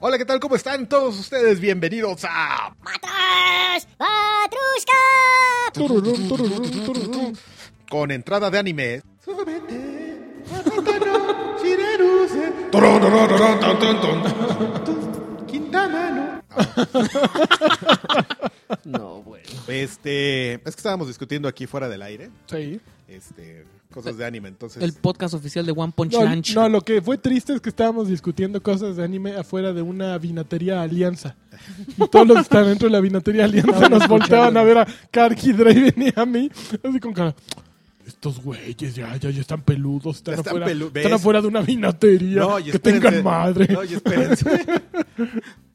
Hola, ¿qué tal? ¿Cómo están todos ustedes? Bienvenidos a... ¡Matras! ¡Matrushka! Tururum, tururum, tururum, Con entrada de anime. Súbete, Amatano, Shireruse, Turun, turun, turun, tun, tun, tun, tun, Quintana, ¿no? No, bueno. Este, es que estábamos discutiendo aquí fuera del aire, Sí. este, cosas de anime, entonces... El podcast oficial de One Punch No, Lunch. no, lo que fue triste es que estábamos discutiendo cosas de anime afuera de una vinatería Alianza. Y todos los que están dentro de la vinatería Alianza nos volteaban a ver a Karki, Draven y a mí. Así con cara. Estos güeyes ya, ya, ya están peludos. Están, Están afuera, pelu- están ¿ves? afuera de una vinatería. No, y que espérense. tengan madre. No, y espérense.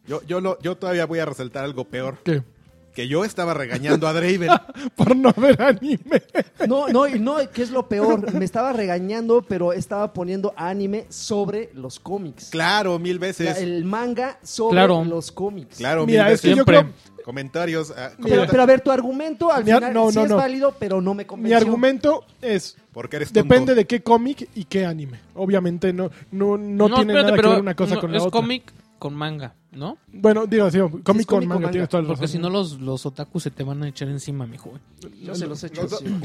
Yo, yo, lo- yo todavía voy a resaltar algo peor. ¿Qué? Que yo estaba regañando a Draven. Por no ver anime. No, no, y no, que es lo peor. Me estaba regañando, pero estaba poniendo anime sobre los cómics. Claro, mil O veces. sea, el manga sobre Claro. los cómics. Claro, Mira, mil veces. es que yo Siempre. creo. Comentarios. ah, Pero, comenta- pero a ver, tu argumento al Mi ar- final no, sí no, es no. válido, pero no me Mi convenció. argumento es. porque eres tonto. Depende de qué cómic y qué anime. Obviamente no, no, no, tiene espérate, nada que pero ver una cosa no, con la es otra. cómic con manga, ¿no? Bueno, digo, sí, Sí, cómic con es cómic manga, con manga. tienes toda la Porque razón. si no, los, los otakus se te van a echar encima, mi joven. Yo se los he hecho. Los dos- sí.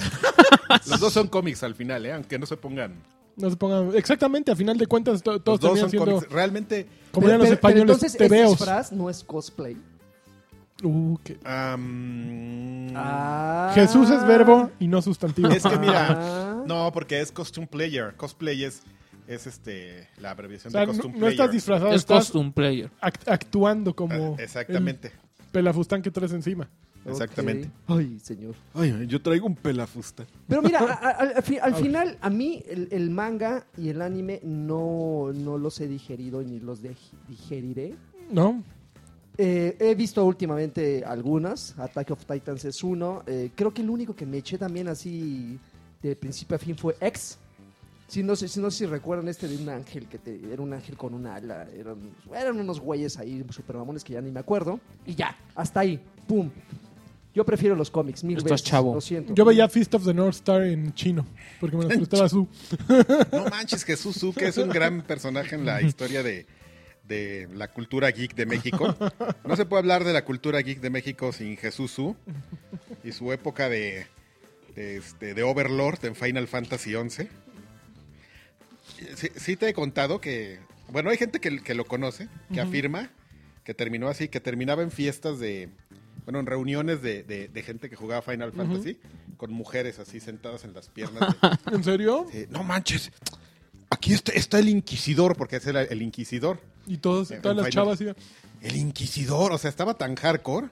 Los dos son cómics al final, ¿eh? aunque no se pongan. No se pongan. Exactamente, a final de cuentas, to- todos los dos terminan son siendo. cómics. Realmente, Como eran los Pero- pero españoles, entonces, te este veo. disfraz no es cosplay. Uh, qué- am, Ah. Jesús es verbo y no sustantivo. es que mira, Ah. no, porque es costume player. Cosplay es, es este, la abreviación O sea, de no, costume no player. estás disfrazado, Es estás costume player. act- actuando como. Ah, Exactamente, el pelafustán que traes encima. exactamente. Ok. Ay, señor. Ay, yo traigo un pelafusta. Pero mira, a- a- al, fi- al final, a mí el, el manga y el anime no, no los he digerido ni los de- digeriré. ¿No? Eh, he visto últimamente algunas. Attack of Titans es uno. Eh, creo que el único que me eché también así de principio a fin fue X. Si no, sé, si no sé si recuerdan este de un ángel que te- era un ángel con una ala. Eran, eran unos güeyes ahí, super mamones que ya ni me acuerdo. Y ya, hasta ahí. ¡Pum! Yo prefiero los cómics, mil Estás veces. chavo. Lo siento. Yo veía Fist of the North Star en chino, porque me las prestaba su. No manches, Jesús Suke es un gran personaje en la historia de, de la cultura geek de México. No se puede hablar de la cultura geek de México sin Jesús Su y su época de, de, este, de Overlord en Final Fantasy XI. Sí, sí te he contado que, bueno, hay gente que, que lo conoce, que afirma que terminó así, que terminaba en fiestas de, bueno, en reuniones de, de- de gente que jugaba Final Fantasy con mujeres así sentadas en las piernas. de- ¿En serio? eh, no manches, aquí está, está el inquisidor, porque ese era el inquisidor. Y todos, En- todas en las Final- chavas iban. El inquisidor, o sea, estaba tan hardcore.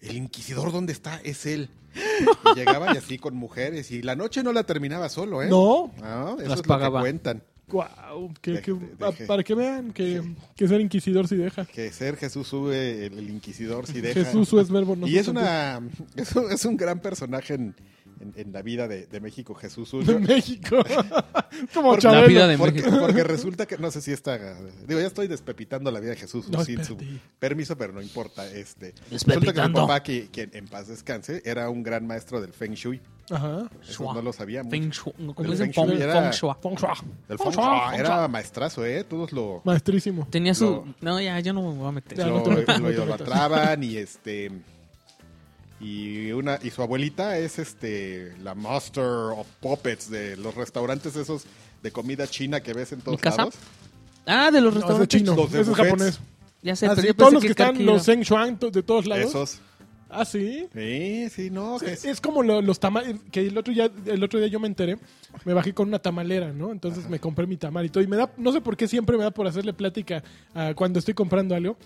El inquisidor, ¿dónde está? Es él. Y llegaba y así con mujeres. Y la noche no la terminaba solo, ¿eh? No. No, eso Las es lo pagaba. que cuentan. Guau, que- Deje- que- deje. ah, para que vean que, que ser inquisidor si deja. Que ser Jesús sube, el, el inquisidor si deja. Jesús su es verbo. No y es sustantivo. una es un, es un gran personaje en, en- en la vida de, de México, Jesús Su. De México. Como Porque- Chabelo. La vida de porque, México. porque resulta que, no sé si está, digo, ya estoy despepitando la vida de Jesús No, sin su espérate. permiso, pero no importa. Este, resulta que su Despepitando. papá, que, quien en paz descanse, era un gran maestro del Feng Shui. Ajá. Eso Shua. no lo sabíamos. Feng Shui. no, ¿Cómo El dicen? Feng Shui Feng- era- Feng Shua. Feng Shui. Del Feng Feng Shui, Shui, Ah, Feng era maestrazo, ¿eh? Todos lo, Maestrísimo. Tenía su... Lo- No, ya, yo no me voy a meter. Ya, lo- no te metas, lo no te metas. idolatraban y este... Y, una, y su abuelita es este la master of puppets de los restaurantes esos de comida china que ves en todos casa? lados. Ah, de los No, ese es restaurantes. chino. los de Ese es buffets. japonés. Ya sé, Ah, pero sí, yo todos pensé los que que están Karki los era- Zeng Shuang to- de todos lados. Esos. Ah, sí. Sí, sí, no. que Es, es como lo- los tamales. Que el otro, día, el otro día yo me enteré. Me bajé con una tamalera, ¿no? Entonces me compré mi tamal y todo. Y me da. No sé por qué siempre me da por hacerle plática ah, cuando estoy comprando algo.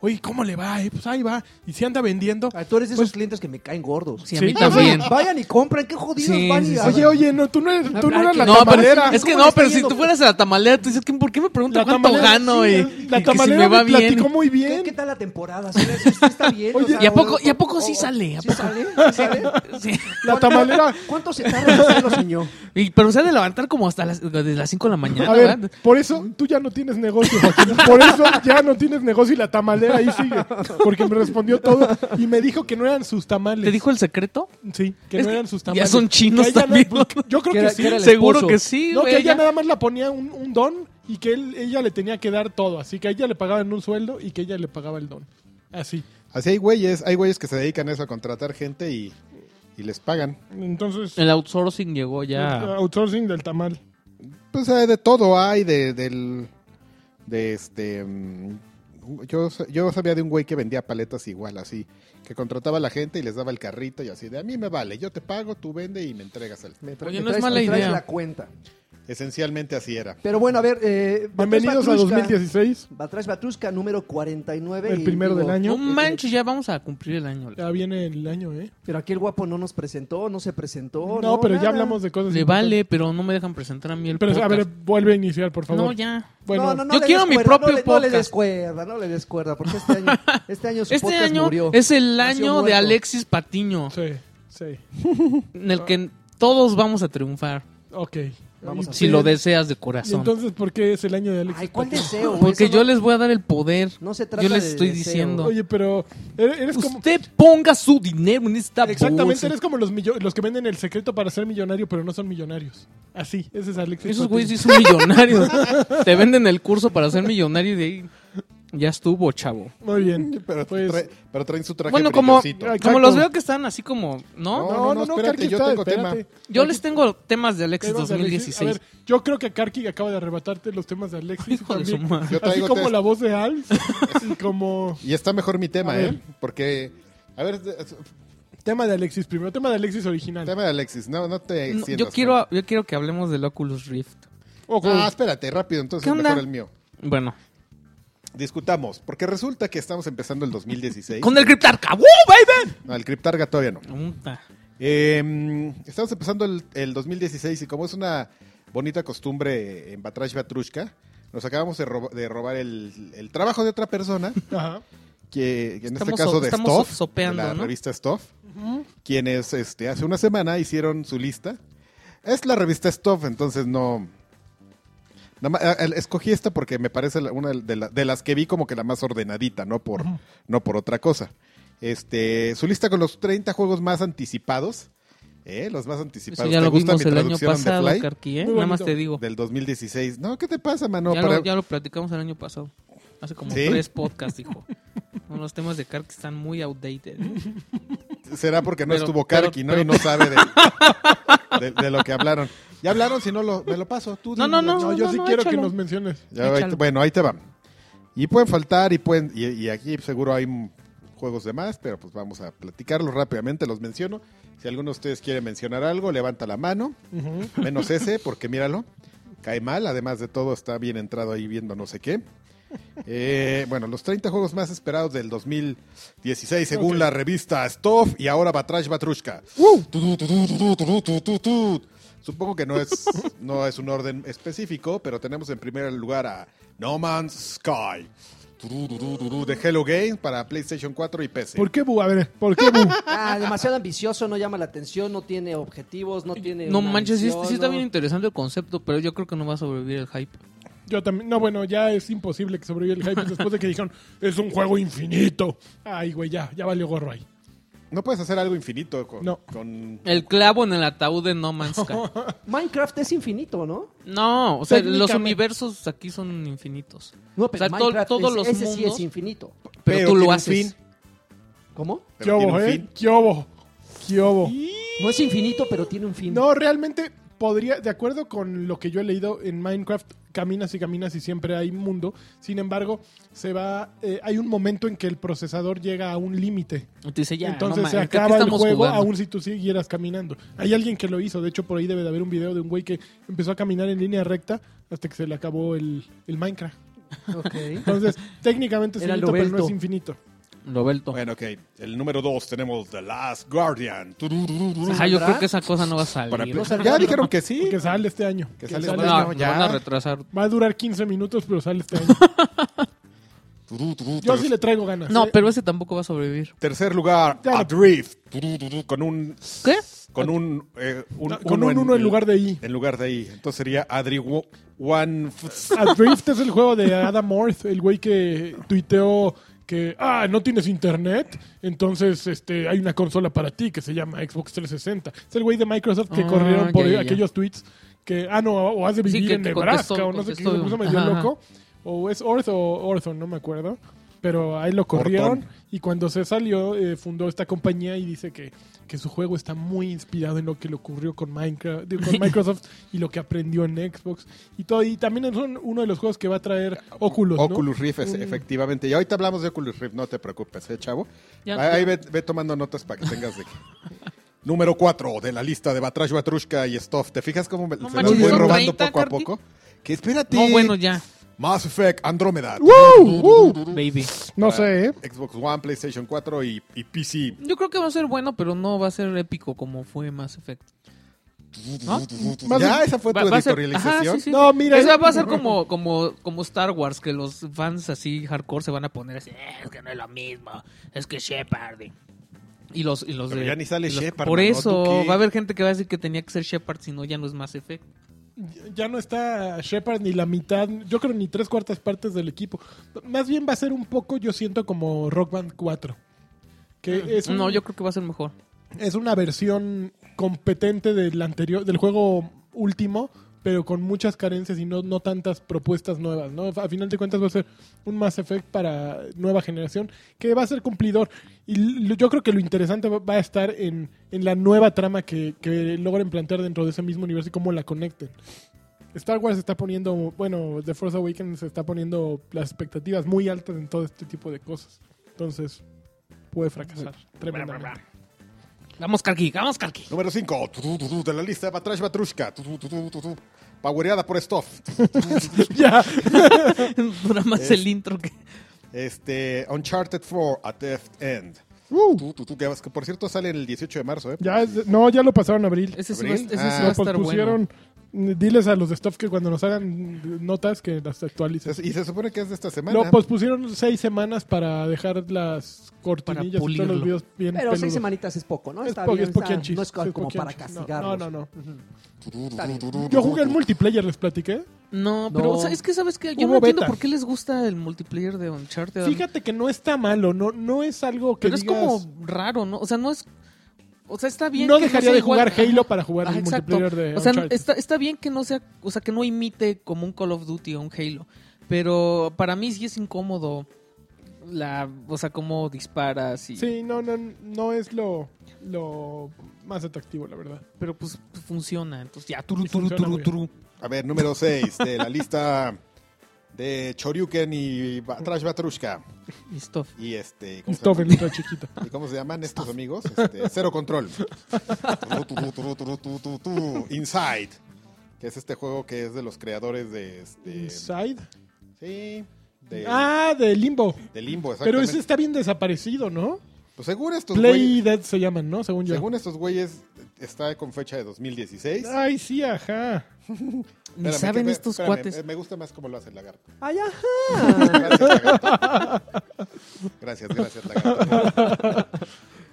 Oye, ¿cómo le va? eh? Pues ahí va. Y si anda vendiendo. Ah, Tú eres de esos Pues- clientes que me caen gordos. Sí, a mí Sí. también. Vayan y compran, qué jodidos Sí, van sí, y sí. Oye, oye, no, tú no eres, tú no Ay, eras ah, que- la no, pero tamalera. es ah, que ¿Cómo no, le está pero si yendo? tú fueras a la tamalera, tú dices, "¿Qué- ¿por qué me preguntas La cuánto tamalera, gano? sí, y, la y que si tamalera me va me bien. platicó muy ¿Qué, bien. qué tal la temporada? ¿Sí, sí, sí está bien? Oye, ¿Y a poco, y a poco sí sale? ¿A ¿Sí poco? sale? ¿Sí sale? Sí. La tamalera. ¿Cuánto se tarda en hacerlo, señor? Y- pero se ha de levantar como hasta las, desde las 5 de la mañana, A ¿verdad? ver, por eso tú ya no tienes negocio, Joaquín. Por eso ya no tienes negocio y la tamalera ahí sigue. Porque me respondió todo y me dijo que no eran sus tamales. ¿Te dijo el secreto? Sí, que Es no que eran sus ya tamales. son chinos Que ella también. pues, yo creo Que que era- sí. que era el Seguro esposo. que sí, no, güey. que ella ya. nada más la ponía un, un don y que él, ella le tenía que dar todo. Así que a ella le pagaban un sueldo y que ella le pagaba el don. Así. Así hay güeyes, hay güeyes que se dedican a eso, a contratar gente y, y les pagan. Entonces, El outsourcing llegó ya. outsourcing del tamal. Pues hay de todo, hay de, del, de este... mm, Yo, sa- yo sabía de un güey que vendía paletas igual, así, que contrataba a la gente y les daba el carrito y así, de a mí me vale, yo te pago, tú vende y me entregas el... Me tra- Oye, me no es traes- mala me traes idea. la cuenta. Esencialmente así era. Pero bueno, a ver. Eh, Batrash Bienvenidos a Batrushka. 2016. Batrash Batrushka número 49. El y primero digo, del año. No manches, ya vamos a cumplir el año. Ya viene el año, ¿eh? Pero aquí el guapo no nos presentó, Oh, no se presentó. No, pero ya nada. hablamos de cosas. Le importantes. vale, pero no me dejan presentar a mí el pues, Pero a podcast. ver, vuelve a iniciar, por favor. no, ya. Bueno, no, no, no yo le quiero des mi cuerda, propio no le, no le des podcast. cuerda, no le des cuerda, porque este año, este año su Este podcast año murió. es el Nació año de muerto. Alexis Patiño, Sí, sí. en el que todos vamos a triunfar, Ok. Vamos a Y- si Sí. lo deseas de ¿Y corazón. entonces por qué es el año de Alexis Ay, ¿cuál Patiño? deseo? güey? Porque Eso yo no- les voy a dar el poder. No se trata Yo les de estoy deseo. diciendo. Oye, pero eres eres como... Usted ponga su dinero en esta Exactamente, bolsa. eres como los, millo- los que venden el secreto para ser millonario, pero no son millonarios. Así, ese es Alexis Esos Patiño. güeyes sí son millonarios. Te venden el curso para ser millonario y de ahí ya estuvo, chavo. Muy bien. Pero, Pues- trae- pero traen su traje Bueno, como, brillosito. Ay, Exacto. como los veo que están así como, ¿no? No, espérate, Karki yo está, tengo espérate. tema. Yo les tengo temas de Alexis Temas de Alexis. A 2016. ver, yo creo que Karki acaba de arrebatarte los temas de Alexis. Hijo de también. su madre. Yo Así traigo como test. la voz de Alf. y como... Y está mejor mi A tema, ver. ¿eh? Porque, a ver, de- es- Tema de Alexis primero, tema de Alexis original. tema de Alexis, no, no te No, extiendas. yo, quiero, yo quiero que hablemos del Oculus Rift. Ojo. Ah, espérate, rápido, entonces ¿Qué onda? mejor el mío. Bueno, Discutamos, porque resulta que estamos empezando el 2016. con el Cryptarca. ¡Woo, baby! No, el Cryptarga todavía no. Puta. Eh, estamos empezando el, el 2016 y como es una bonita costumbre en Batrash Batrushka, nos acabamos de, robo- de robar el, el trabajo de otra persona, Ajá. que que en Estamos este caso so- de estamos Stuff, sopeando, de la ¿no? revista Stuff, quienes este, hace una semana hicieron su lista. Es la revista Stuff, entonces no... nada más, eh, eh, escogí esta porque me parece la- una de, la- de las que vi como que la más ordenadita, no por, no por otra cosa. Este, su lista con los 30 juegos más anticipados. ¿eh? Los más Eso anticipados. ya ¿Te lo gusta vimos mi el año traducción on the pasado, fly? Carqui, ¿eh? Muy Nada más bonito. te digo. Del 2016. No, ¿qué te pasa, mano? ya, Para- lo, ya lo platicamos el año pasado. Hace como ¿Sí? tres podcasts, hijo. No, los temas de Karki están muy outdated. ¿eh? Será porque no Pero- estuvo pero- Karki, ¿no? pero- y no sabe de, de- de lo que hablaron. Ya hablaron, si no, lo, me lo paso. Tú, No, dime. no, No, yo no, sí no, quiero que échalo. nos menciones. Ya, ahí te- échalo. bueno, ahí te van. Y pueden faltar y pueden y, y aquí seguro hay mm, juegos de más, pero pues vamos a platicarlos rápidamente, los menciono. Si alguno de ustedes quiere mencionar algo, levanta la mano. Menos ese, porque míralo. Cae mal, además de todo, está bien entrado ahí viendo no sé qué. Eh, bueno, los 30 juegos más esperados del 2016 según Ok. la revista Stuff y ahora Batrash Batrushka. Tudu, tudu, tudu, tudu, tudu, tudu. Supongo que no es, no es un orden específico, pero tenemos en primer lugar a No Man's Sky Tudu, tudu, tudu, de Hello Games para PlayStation 4 y PC. ¿Por qué Bu? A ver, ¿por qué Bu? Ah, demasiado ambicioso, no llama la atención, no tiene objetivos, no tiene. No una manches, sí, visión, sí está ¿no? bien interesante el concepto, pero yo creo que no va a sobrevivir el hype. Yo también. No, bueno, ya es imposible que sobreviva el hype después de que dijeron, es un juego infinito. Ay, güey, ya, ya valió gorro ahí. No puedes hacer algo infinito con... No. con- El clavo en el ataúd de No Man's Sky. Minecraft es infinito, ¿no? No, o sea, los Técnicamente. universos aquí son infinitos. No, O sea, to- Minecraft todos es- los ese sí mundos- es infinito. Pero, tú lo tiene un fin, haces. ¿Cómo? ¿Qué pero tiene obo, un eh? fin. ¿Qué obo? ¿Qué obo? No es infinito, pero tiene un fin. No, realmente podría, de acuerdo con lo que yo he leído en Minecraft, caminas y caminas y siempre hay mundo. Sin embargo, se va, eh, hay un momento en que el procesador llega a un límite. Y te dice, ya, Entonces no se mames, ¿qué- qué acaba el estamos juego jugando? aún si tú siguieras caminando. Hay alguien que lo hizo, de hecho por ahí debe de haber un video de un güey que empezó a caminar en línea recta hasta que se le acabó el, el Minecraft. Ok. Entonces, técnicamente es Era infinito, pero no Luberto. es infinito. Roberto. Bueno, ok. El número 2 tenemos The Last Guardian. Tururururu. Ajá, yo ¿Saldrá? creo que esa cosa no va a Para salir. pe- no salió. ya dijeron que sí. Que sale este año. Que Que sale sale este este No, año. año. lo ya. van a retrasar. Va a durar 15 minutos, pero sale este año. Turú, turú, Yo ter- sí le traigo ganas. No, ¿eh? pero ese tampoco va a sobrevivir. Tercer lugar, Ya. Adrift. Turú, turú, Con un. ¿Qué? Con un. eh, un No, con un uno en lugar de ahí. En lugar de ahí. Entonces sería Adri Wo- One. F- Adrift es el juego de Adam North, el güey que tuiteó que, ah, no tienes internet, entonces este, hay una consola para ti que se llama Xbox 360. Es el güey de Microsoft que Ah, corrieron por ya, ya, ya. aquellos tweets que, ah, no, o has de Sí, vivir que en te Nebraska, contestó- o no sé qué, contestó se puso medio un- ajá. loco. O es Orth o Orthon, no me acuerdo. Pero ahí lo corrieron Orton. y cuando se salió eh, fundó esta compañía y dice que, que su juego está muy inspirado en lo que le ocurrió con, Minecraft, digo, con Microsoft y lo que aprendió en Xbox y todo. Y también es un- uno de los juegos que va a traer Oculus, ¿no? Oculus Rift, es- Un- efectivamente. Y ahorita hablamos de Oculus Rift, no te preocupes, ¿eh, chavo? Ya. ahí ahí ve, ve tomando notas para que tengas de qué. Número 4 de la lista de Batrash Batrushka y Stuff. ¿Te fijas cómo me, No se manches, los voy ¿son robando 30, poco a Carti? poco? Que espérate. No, bueno, ya. Mass Effect Andrómeda. ¡Woo! ¡Woo! Baby. No sé, ¿eh? Xbox One, PlayStation 4 y, y PC. Yo creo que va a ser bueno, pero no va a ser épico como fue Mass Effect. ¿No? Más ya, bien- esa fue tu Va- va a ser- editorialización. ajá, sí, sí. No, mira. O sea, va a ser como, como, como Star Wars, que los fans así hardcore se van a poner así, "Eh, es que no es lo mismo, es que Shepard. y- Y los, y los Pero de- ya ni sale y los- Shepard, Por mano, eso ¿tú qué? va a haber gente que va a decir que tenía que ser Shepard, si no ya no es Mass Effect. ya no está Shepard ni la mitad, yo creo ni tres cuartas partes del equipo. Más bien va a ser un poco, yo siento, como Rock Band 4. Que es, un- Mm. No, yo creo que va a ser mejor. es una versión competente del anterior, del juego último, pero con muchas carencias y no, no tantas propuestas nuevas, ¿no? A final de cuentas va a ser un Mass Effect para nueva generación, que va a ser cumplidor. Y l- yo creo que lo interesante va- va a estar en, en la nueva trama que, que logren plantear dentro de ese mismo universo y cómo la conecten. Star Wars está poniendo, bueno, The Force Awakens está poniendo las expectativas muy altas en todo este tipo de cosas. Entonces, puede fracasar tremendamente. Vamos, Karki, vamos, Karki. Número 5 de la lista de Batrash Batrushka. Tu, tu, tu, tu, tu, tu. Powereada por Stuff. Ya. Ah. Dura más el intro que. Este, Uncharted 4 A Theft End. Uh, Tú, tú, tú, que, vas- que por cierto sale el 18 de marzo, ¿eh? ya es- no, ya lo pasaron a abril. Ese sí va, a- Abril. ese sí Ah. va a Lo estar bueno. pospusieron. Diles a los de Stuff que cuando nos hagan notas que las actualicen. Se- Y se supone que es de esta semana. pues, Lo pospusieron seis semanas para dejar las cortinillas y todos pulirlo. los videos bien Pero seis peludos. semanitas es poco, ¿no? Es Está po- bien, es está- poquianchis, no es sí, es como para poquianchis. No, castigar. no, no, no. Ujú. Tu, tu, tu, Está bien. tu, tu, Yo tu, jugué el tu. multiplayer, les platiqué. No, pero No. o sea, es que sabes que yo Hubo no entiendo beta. por qué les gusta el multiplayer de Uncharted. a mí. Fíjate que no está malo, no, no es algo que Pero es digas- como raro, ¿no? O sea, no es. O sea, está bien. no que dejaría sea de igual- jugar Halo para jugar Ajá, Ah, el exacto. multiplayer de O sea, Uncharted. está, está bien que no sea. O sea, que no imite como un Call of Duty o un Halo. Pero para mí sí es incómodo. La, o sea, cómo disparas y. Sí, no, no, no es lo, lo más atractivo, la verdad. Pero pues funciona. Entonces ya, turu, Y turu, funciona turu, muy turu. A ver, número 6 de la lista de Choryuken y Batrash Batrushka. Y stuff. Y este. ¿cómo se Stuff en llama? letra chiquita. ¿Y cómo se llaman estos amigos? Este, cero control. Tu, tu, tu, tu, tu, tu, tu. Inside. Que es este juego que es de los creadores de. Este, Inside. Sí. De, Ah, de Limbo. de Limbo, Pero exactamente. ese está bien desaparecido, ¿no? Pues según estos Play güeyes. Dead se llaman, ¿no? Según yo. Según estos güeyes, está con fecha de 2016. Ay, sí, ajá. Ni Espérame, saben que- estos espérame, cuates. eh, Me gusta más cómo lo hace el lagarto. Ay, ajá. Gracias, lagarto. Gracias, gracias, lagarto.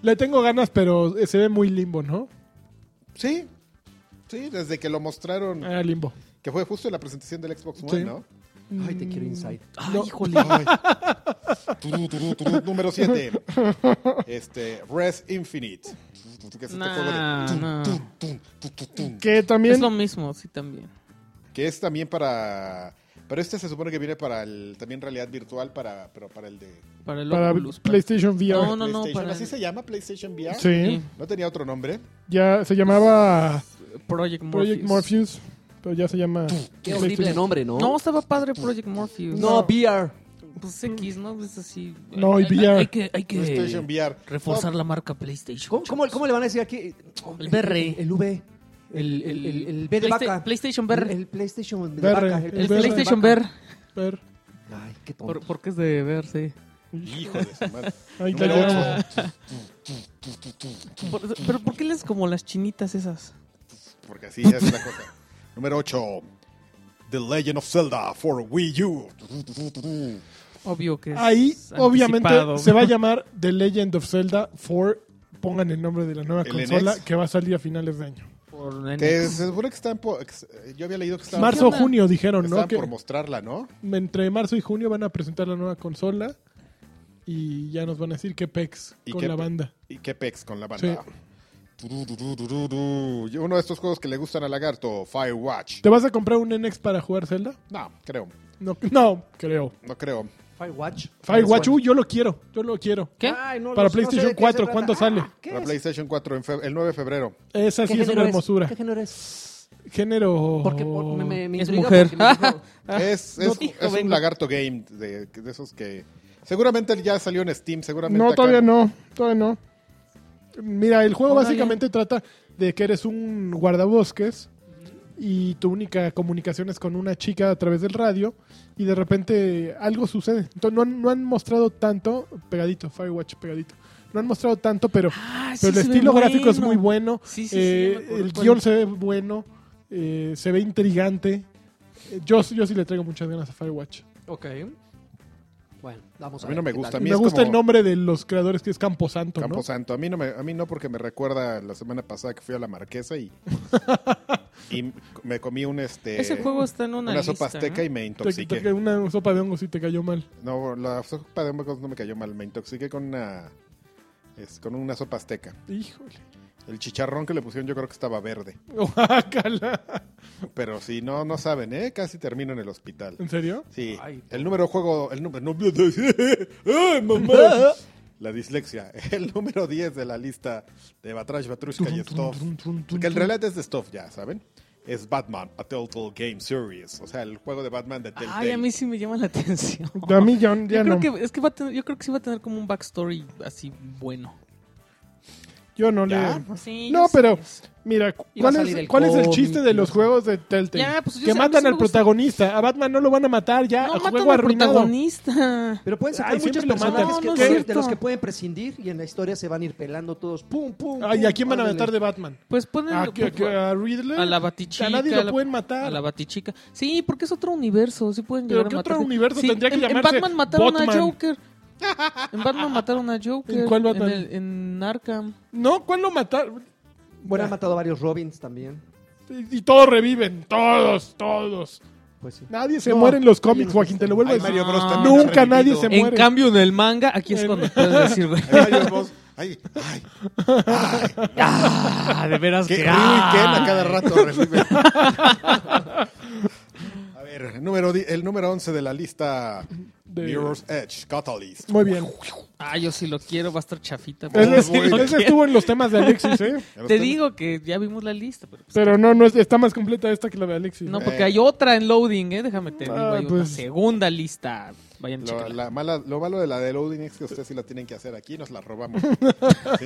Le tengo ganas, pero eh, se ve muy limbo, ¿no? Sí, sí, desde que lo mostraron, Ah, limbo. que fue justo en la presentación del Xbox One, Sí. ¿no? Ay, te quiero inside. Ay, No. híjole. Ay. Turú, turú, turú. número 7. Este, Res Infinite. Que es este Nah, juego de- tum, nah. tum, tum, tum, tum, tum. Que Es también. lo mismo, sí, también. Que es también para. Pero este se supone que viene para el. También realidad virtual, para, pero para el de. Para el Para Oculus. para- PlayStation ¿Eh? VR. No, no, no. PlayStation. Para ¿Así el- se llama PlayStation VR? Sí. Sí. No tenía otro nombre. Ya se llamaba Project Morpheus. Project Morpheus, pero ya se llama. Qué horrible nombre, ¿no? No, estaba padre Project Morpheus. No, VR. Pues X, ¿no? Es así. No, y Hay- hay- VR. Hay que, hay que PlayStation VR. reforzar la marca PlayStation. ¿Cómo, cómo, cómo le van a decir aquí? El BR. El V. El, el, el, el B de vaca. PlayStation VR. El PlayStation de BR. vaca. El VR. El PlayStation de VR. vaca. Ver. Ay, qué tonto. Por- porque es de ver, sí. Hijo de Oh, su madre. Ahí Número cayó. ocho. Por- pero ¿por qué les como las chinitas esas? Porque así es la cosa. Número 8. The Legend of Zelda for Wii U. Obvio que es Ahí, obviamente, anticipado. se va a llamar The Legend of Zelda 4. Pongan el nombre de la nueva ¿El consola NX? que va a salir a finales de año. Por Que NX. se supone que está en. po- ex- Yo había leído que estaba. Marzo o onda? junio dijeron, Estaban ¿no? Que por mostrarla, ¿no? entre marzo y junio van a presentar la nueva consola y ya nos van a decir qué pex ¿Y con qué la pe- banda. Y qué pex con la banda. Turururururu. Y Uno de estos juegos que le gustan a Lagarto, Firewatch. ¿Te vas a comprar un NX para jugar Zelda? No, creo, No, no creo. no creo. Firewatch. Firewatch, uh, yo lo quiero, yo lo quiero. ¿Qué? Ay, no, Para no sé de PlayStation qué se 4, trata. ¿cuándo Ah, sale? ¿qué Para es? PlayStation 4 en fe- el 9 de febrero. Esa ¿Qué sí es género una hermosura. ¿Qué género es? Género. Porque por- me, me- me Es intriga mujer. porque me dijo- es Ah, no es, dijo, es un venga. lagarto game de, de esos que... Seguramente ya salió en Steam, seguramente. No, acá- todavía no, todavía no. Mira, el juego Órale. básicamente trata de que eres un guardabosques y tu única comunicación es con una chica a través del radio y de repente algo sucede. Entonces, no, han- no han mostrado tanto, pegadito, Firewatch pegadito. No han mostrado tanto, pero, Ah, sí pero el se ve estilo gráfico es muy bueno. bueno. Sí, sí, sí, eh, ya me acuerdo el cuál guión es. se ve bueno, eh, se ve intrigante. Eh, Yo, yo sí le traigo muchas ganas a Firewatch. Ok. Bueno, vamos a A mí no ver me qué tal. gusta, a mí Me es gusta como- el nombre de los creadores que es Camposanto, ¿no? Camposanto. A mí no me, a mí no porque me recuerda la semana pasada que fui a la Marquesa y, y me comí un este Ese juego está en una, una sopa lista, azteca ¿eh? y me Te- te- intoxiqué. una sopa de hongos sí te cayó mal. No, la sopa de hongos no me cayó mal, me intoxiqué con una es, con una sopa azteca. Híjole. El chicharrón que le pusieron yo creo que estaba verde, Guácala. pero si no no saben, eh, casi termino en el hospital. ¿En serio? Sí, Ay, el número juego, el número no, ¡Ay, mamá! La dislexia, el número 10 de la lista de Batrash, Batrushka y Stuff. Porque en realidad es de Stuff ya, ¿saben? Es Batman, a Telltale Game Series. O sea, el juego de Batman de Telltale. Ay, a mí sí me llama la atención. A mí ya, ya yo, no. creo que, es que va a tener- yo creo que sí va a tener como un backstory así bueno. Yo no le. Ya. Sí, No, yo sé. pero mira, cu- Iba a ¿cuál salir es, el cuál es el cómic, chiste de los no sé. juegos de Telltale? Ya, pues, yo que sé, a mí matan sí me al gusta. protagonista. A Batman no lo van a matar ya. No, Ah, a matan juego al arruinado. protagonista. Pero pueden sacar Ay, muchos siempre lo matan. personajes que- No, no que- es cierto. de los que pueden prescindir y en la historia se van a ir pelando todos. ¡Pum, pum! Ay, ¿y pum, a quién van a ándale. matar de Batman? Pues ponen ¿A, Ah, que- que- a Ridley? a la batichica. A nadie a lo la- pueden matar. A la batichica. Sí, porque es otro universo. Sí pueden ¿Pero llegar qué a otro matarse. universo Sí, tendría que en, en llamarse Batman mataron Botman? a Joker. En Batman mataron a Joker. ¿En cuál Batman? En, el- en Arkham. No, ¿cuál lo matar? Bueno, han matado a varios Robins también. Y todos reviven. Todos, todos. Pues sí. Nadie se No, muere en los cómics, no Joaquín, te lo vuelvo a Ay, decir. Mario Bros. No. también ha Nunca nadie revivido. se- En muere. cambio, en el manga, aquí es cuando puedes decir, güey. Ay, Mario Bros. Ay, ay, ay. Ah, de veras Que que. ah, Ryu y Ken a cada rato recibe. A ver, número di- el número 11 de la lista De- Mirror's Edge, Catalyst. Muy bien. Ah, yo sí lo quiero, va a estar chafita. pero Ese, yo sí lo ese quiero. estuvo en los temas de Alexis, ¿eh? Te digo que ya vimos la lista, pero. pues, Pero no, no es- está más completa esta que la de Alexis. No, ¿eh? porque hay otra en loading, ¿eh? Déjame te digo, Ah, hay pues. otra segunda lista. Vayan a Lo, checarla. la mala, lo malo de la de loading es que ustedes sí la tienen que hacer aquí, nos la robamos. Sí.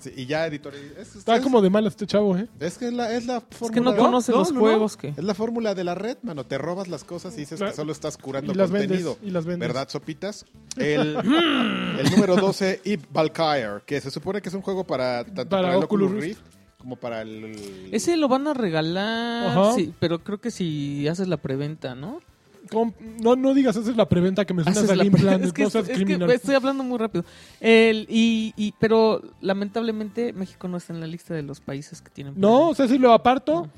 Sí, y ya, editor. Es, Está es- como de mal este chavo, ¿eh? es que es la, es la Es fórmula. que no conoce No, los no, no. juegos que. Es la fórmula de la red, mano. Te robas las cosas y dices Claro. que solo estás curando Y las vendes. contenido. Y las vendes. ¿Verdad, Sopitas? El, el número 12, Eve Valkyrie, que se supone que es un juego para tanto Para para, el Oculus Oculus Rift como para el... Ese lo van a regalar, Ajá. sí, pero creo que si haces la preventa, ¿no? Com- No, no digas, esa es la preventa que me suena Haces a la Game preventa. Planet, Es que, no estoy- seas es que criminal. estoy hablando muy rápido. El, y, y- pero lamentablemente México no está en la lista de los países que tienen. No, o sea, si lo aparto,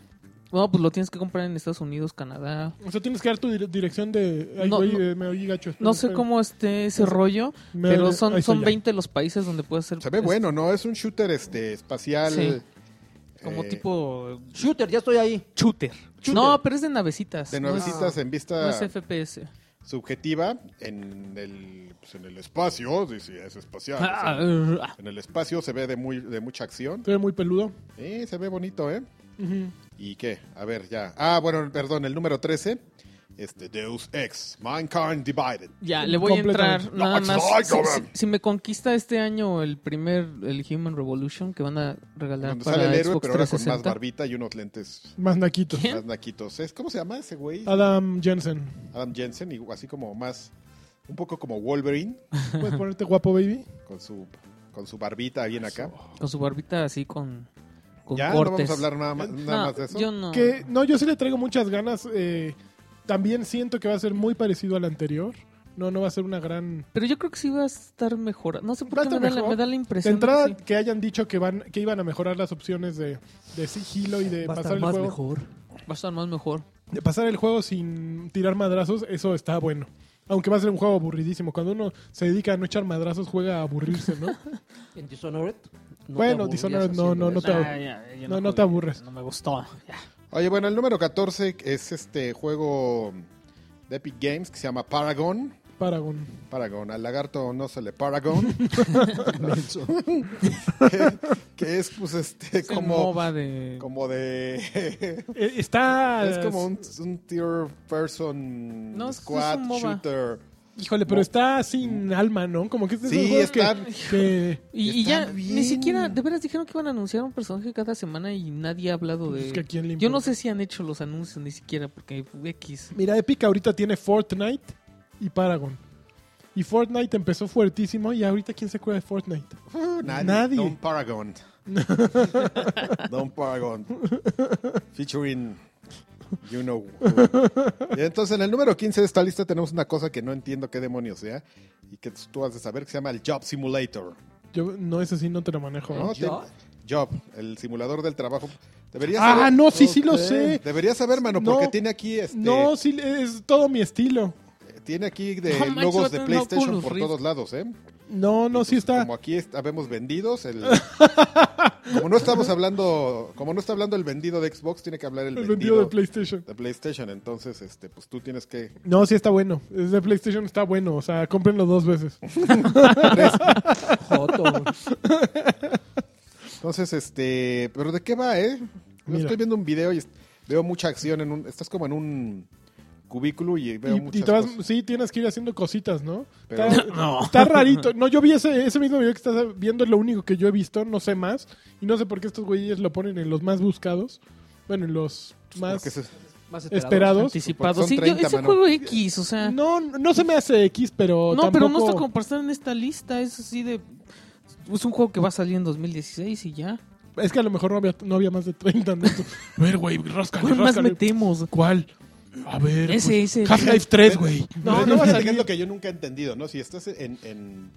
No, pues lo tienes que comprar en Estados Unidos, Canadá. o sea, tienes que dar tu dire- dirección de... Ay, No, güey, no. eh, me oí gacho. No sé cómo esté ese rollo, Me- pero ahí son, estoy son ya. 20 los países donde puedes hacer. Se ve bueno, ¿no? Es un shooter este espacial. Sí. Como eh, tipo Shooter, ya estoy ahí. shooter. No, pero es de navecitas. De no es- nuevecitas en vista Ah. No es FPS. subjetiva en el, pues, en el espacio, dice, es espacial. Ah, o sea, ah, ah. en el espacio se ve de, muy, de mucha acción. Estoy muy peludo. Eh, se ve bonito, ¿eh? Ujú. ¿Y qué? A ver, ya. Ah, bueno, perdón, el número 13. Este, Deus Ex, Mankind Divided. Ya, le voy a Completamente. entrar nada No, más. ay, Si, cabrón. si- si me conquista este año el primer el Human Revolution que van a regalar Donde Ah, para sale el héroe, Xbox pero ahora con más 360. barbita y unos lentes Más naquito. ¿Quién? Ah. más naquitos. Es- ¿Cómo se llama ese güey? Adam Jensen. Adam Jensen, y así como más, un poco como Wolverine, ¿Puedes ponerte guapo, baby? con su, con su barbita bien acá. con su barbita así con, con Ya, no cortes. vamos a hablar nada más, nada No, más de eso. Yo no. Que no, yo sí le traigo muchas ganas. eh, también siento que va a ser muy parecido al anterior. No, no va a ser una gran. Pero yo creo que sí va a estar mejor. No sé Va por a qué me estar da, la, mejor. me da la De impresión. de entrada, que sí. que hayan dicho que van, que iban a mejorar las opciones de, de sigilo y de Va a Eh, pasar estar el más juego. mejor. Va a estar más mejor. De pasar el juego sin tirar madrazos, eso está bueno. Aunque va a ser un juego aburridísimo. Cuando uno se dedica a no echar madrazos, juega a aburrirse, ¿no? En Dishonored. te Bueno, aburrías Dishonored no, haciendo no, no eso. te- Nah, ya, ya no, no te jugué, aburres. No me gustó. ya. Oye, bueno, el número 14 es este juego de Epic Games que se llama Paragon. Paragon. Paragon, al lagarto no se le Paragon. Menso. que, que es pues este Es el como, MOBA de... como de... Eh, Está. es como un, un third person Ah, No, es- es squad un MOBA. shooter. Híjole, pero está sin alma, ¿no? Como que este Sí, está- que, Y, y ya, Está bien. ni siquiera, de veras dijeron que iban a anunciar un personaje cada semana y nadie ha hablado de... pues, que a quién le Yo no importa. sé si han hecho los anuncios ni siquiera, porque X. Mira, Epic ahorita tiene Fortnite y Paragon. Y Fortnite empezó fuertísimo y ahorita quién se acuerda de Fortnite. Nadie. Nadie. Don Paragon. Don Paragon. Featuring You Know. Who. Y entonces en el número 15 de esta lista tenemos una cosa que no entiendo qué demonios sea y que tú has de saber que se llama el Job Simulator. Yo no es así, no te lo manejo. ¿no? Te- ¿Job? Job, el simulador del trabajo. Deberías Ah, saber- no, sí, sí lo Ok. sé. Deberías saber, mano, No. porque tiene aquí este No, sí, es todo mi estilo. tiene aquí de No manches, va a logos de tener un PlayStation Oculus por Rift. todos lados, ¿eh? No, no, sí está. Como aquí est- habemos vendidos, el... como no estamos hablando, como no está hablando el vendido de Xbox, tiene que hablar el, El vendido vendido, de PlayStation. de PlayStation. Entonces, este, pues tú tienes que No, sí está bueno. Es de PlayStation está bueno. O sea, cómprenlo dos veces. Joto. Entonces, este, pero ¿de qué va, eh? Yo Mira. estoy viendo un video y est- veo mucha acción en un, estás como en un cubículo y veo Y, muchas y te vas- cosas. sí, tienes que ir haciendo cositas, ¿no? Pero- Está, No. está rarito. No, yo vi ese, ese mismo video que estás viendo, es lo único que yo he visto, no sé más. Y no sé por qué estos güeyes lo ponen en los más buscados. Bueno, en los más Pues, Porque se- Más Pues, esperados. Anticipado. son Sí, yo- 30, ese mano. juego X, o sea... No, No, no se me hace X, pero pero no está tampoco- como para estar en esta lista, es así de... Es un juego que va a salir en 2016 y ya. Es que a lo mejor no había, no había más de 30. ¿no? A ver, güey, ráscale, ¿Cuál más ráscale. metemos? ¿Cuál? A ver. pues, Ese, ese. Half-Life 3, güey. No, Pero no vas a fíjate lo que yo nunca he entendido, ¿no? Si estás en, en-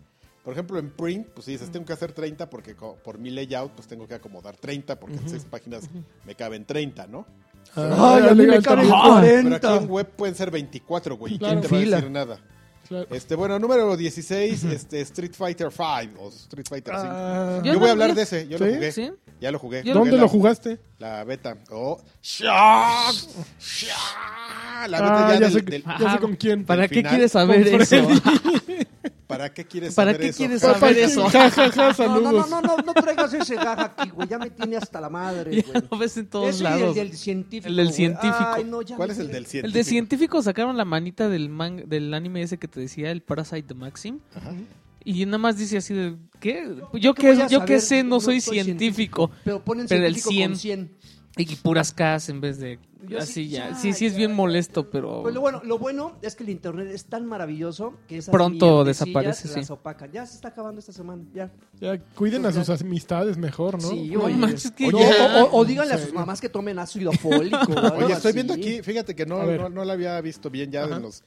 por ejemplo, en print, pues dices, tengo que hacer 30 porque co- por mi layout, pues tengo que acomodar 30 porque en seis páginas me caben 30, ¿no? Ay, a mí me caben Ajá. Pero aquí 40. en web pueden ser 24, güey. ¿Quién Claro. te va Fila. a decir nada? Claro. Este, bueno, número 16, este, Street Fighter 5 o Street Fighter 5. Ah, yo voy Yo no- a hablar yo- de ese, yo lo ¿Sí? jugué. ¿Sí? Ya lo jugué. Yo- Jugué ¿Dónde la- lo jugaste? La beta. Oh. ¡Shocks! ¡Shocks! La beta Ah, ya, ya del- sé- del- Ya sé con quién. ¿Para Del qué final, quieres saber con eso? ¿Para qué quieres ¿Para saber qué eso? quieres Papá, saber ¿quién? eso? Ja, ja, ja, No, no, no, saludos. no, no, no traigas ese gaja aquí, güey. Ya me tiene hasta la Ya madre, güey. lo ves en todos Ese y el lados. del científico. El del güey. científico. Ay, no, ya ¿Cuál me es el del tiene- científico? El de científico sacaron la manita del man- del anime ese que te decía, el Parasite de Maxim. Y nada más dice así de, ¿qué? Yo ¿Cómo qué, voy a yo qué saber sé, si no no soy soy científico. Pero ponen Pero el científico con 100. Y puras Ks en vez de Yo así sí, ya. ya, Sí, sí es ya, bien ya. molesto, pero Pues lo bueno, lo bueno es que el internet es tan maravilloso que esas Pronto mierdecillas desaparece, las sí. opacan. Ya se está acabando esta semana, ya. Ya, cuiden a sus amistades mejor, ¿no? Sí, no oye. manches que No, ya. o, o- o díganle a sus mamás que tomen ácido fólico. o algo Oye, estoy así. viendo aquí, fíjate que no, A ver. no, no la había visto bien ya en los,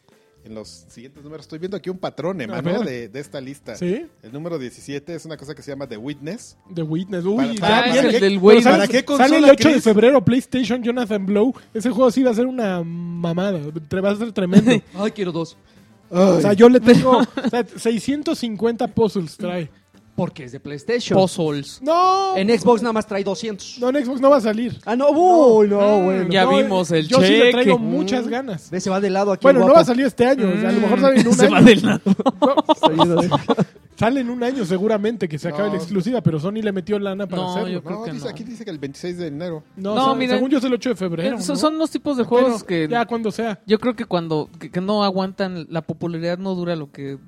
en los siguientes números. Estoy viendo aquí un patrón, hermano, ver. de, de esta lista. ¿Sí? El número 17 es una cosa que se llama The Witness. The Witness. Uy, Ah, ya es viene. el del Pero güey. ¿sabes? ¿Para qué consola, Sale el 8 de Chris? febrero PlayStation Jonathan Blow. Ese juego sí va a ser una mamada. Te va a ser tremendo. Ay, quiero dos. O sea, yo le tengo o sea, 650 puzzles trae. Porque es de PlayStation. Pues, Puzzles. No, En Xbox nada más trae 200. no en Xbox no va a salir. Ah, no, uy, no, bueno. Ya No, vimos el Yo sí le traigo cheque. muchas Mm. ganas. Ve, se va de lado aquí. Bueno, no guapo. va a salir este año. o sea, a lo mejor sale en un Se año. va del lado. Sale en un año seguramente que se acabe No. la exclusiva, pero Sony le metió lana para No, hacerlo. yo creo No, que dice- no. aquí dice que el 26 de enero. No, No, o sea, mira- según yo es el 8 de febrero. Son, ¿no? son los tipos de juegos Bueno, que Ya cuando sea. yo creo que cuando que, que no aguantan la popularidad no dura lo que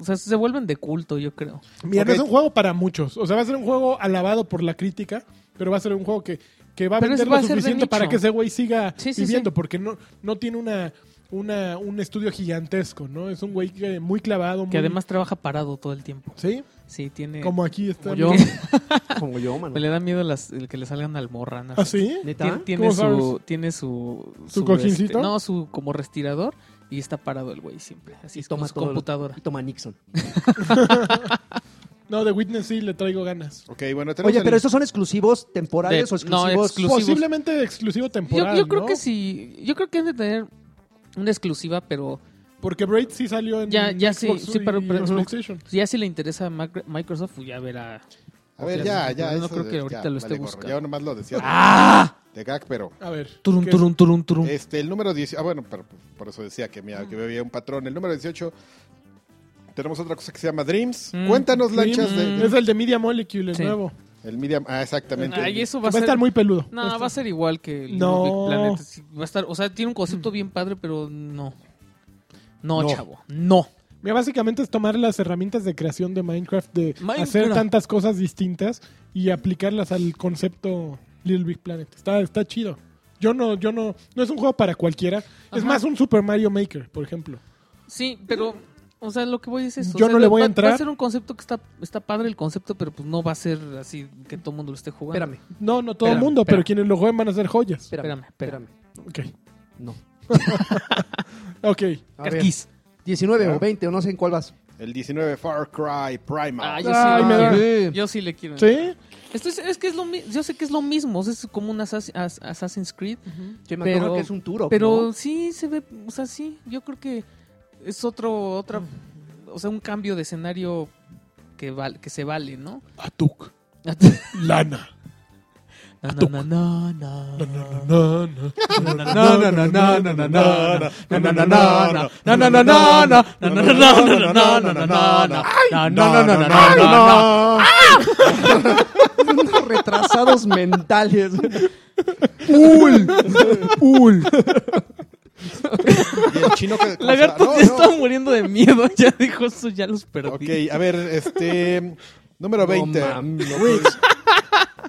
o sea, se vuelven de culto, yo creo. Mira, no Ok. es un juego para muchos. O sea, va a ser un juego alabado por la crítica, pero va a ser un juego que, que va a Pero vender ese va lo a ser de suficiente para nicho. que ese güey siga Sí, sí, viviendo, sí. porque no, no tiene una, una, un estudio gigantesco, ¿no? Es un güey que muy clavado. muy- Que además trabaja parado todo el tiempo. ¿Sí? Sí, tiene Como aquí está. como yo. Como yo, mano. Me le da miedo las, el que le salgan almorranas. ¿Ah, sí? Tien- ¿Neta? Pues, Tiene, ¿Cómo su, sabes? tiene su... ¿Su cojincito? este, no, su como respirador y está parado el güey siempre. Así Y es como toma su todo lo- computadora. Y toma Nixon. No, de Witness sí le traigo ganas. Ok, bueno, tenemos Oye, el- pero ¿esos son exclusivos temporales De- o no, exclusivos? exclu- Exclusivos. Posiblemente exclusivo Yo, temporal, yo creo ¿no? que sí. Yo creo que han de tener una exclusiva, pero Porque Braid sí salió en Ya- ya sí, Xbox sí, pero- y pero- PlayStation. pues ya si le interesa a Mac- Microsoft, pues ya verá. A ver, Así ya, es, ya. no eso creo que ya, ahorita lo esté vale gorro. buscando. Ya nomás lo decía de- ¡Ah! de gag, pero... A ver. Turum, ¿qué- turum, turum, turum. Eh, Este, el número 18. Ah, bueno, pero por eso decía que, mira, que había un patrón. El número 18. Tenemos otra cosa que se llama Dreams. Mm. Cuéntanos, Dreams, lanchas de. mm, Es el de Media Molecule, el Sí. nuevo. El Medium. Ah, exactamente. Ay, eso eh, Va a va a ser... estar muy peludo. No, Este- va a ser igual que el No. Little Big Planet. Sí, Va a estar, o sea, tiene un concepto bien padre, pero no. No, No. chavo, no. Mira, básicamente es tomar las herramientas de creación de Minecraft, de Minecraft. hacer tantas cosas distintas y aplicarlas al concepto Little Big Planet. Está, está chido. Yo no, yo no, no es un juego para cualquiera. Es Ajá. más un Super Mario Maker, por ejemplo. Sí, pero, o sea, lo que voy es eso. Yo O sea, no le va- voy a va- entrar. Va a ser un concepto que está, está padre el concepto, pero pues no va a ser así que todo el mundo lo esté jugando. Espérame, No, no todo el Espérame, mundo, pero espérame. quienes lo juegan van a hacer joyas. espérame, Espérame, espérame. espérame. Ok, No. ok. A ver, Carquis. 19 Ah. o 20 o no sé en cuál vas. El 19, Far Cry Ah, Primal. yo sí Ay, le me da- quiero. Yo sí le quiero. ¿Sí? Esto es, es que es lo mi- yo sé que es lo mismo, o sea, es como un Assassin- As- Assassin's Creed, Che, me Pero- acuerdo que es un turo. pero sí se ve, o sea, sí, yo creo que es otro otra o sea, un cambio de escenario que val- que se vale, ¿no? Atuk. Lana. Na, Atuk. na, na, na, Na, na. na, na, na. Unos retrasados mentales. Y el chino que. ¿cómo se llama? Lagarto No, se no. está muriendo de miedo, ya dijo eso, ya los perdí. Ok, a ver, este. Número 20. pues, Riggs.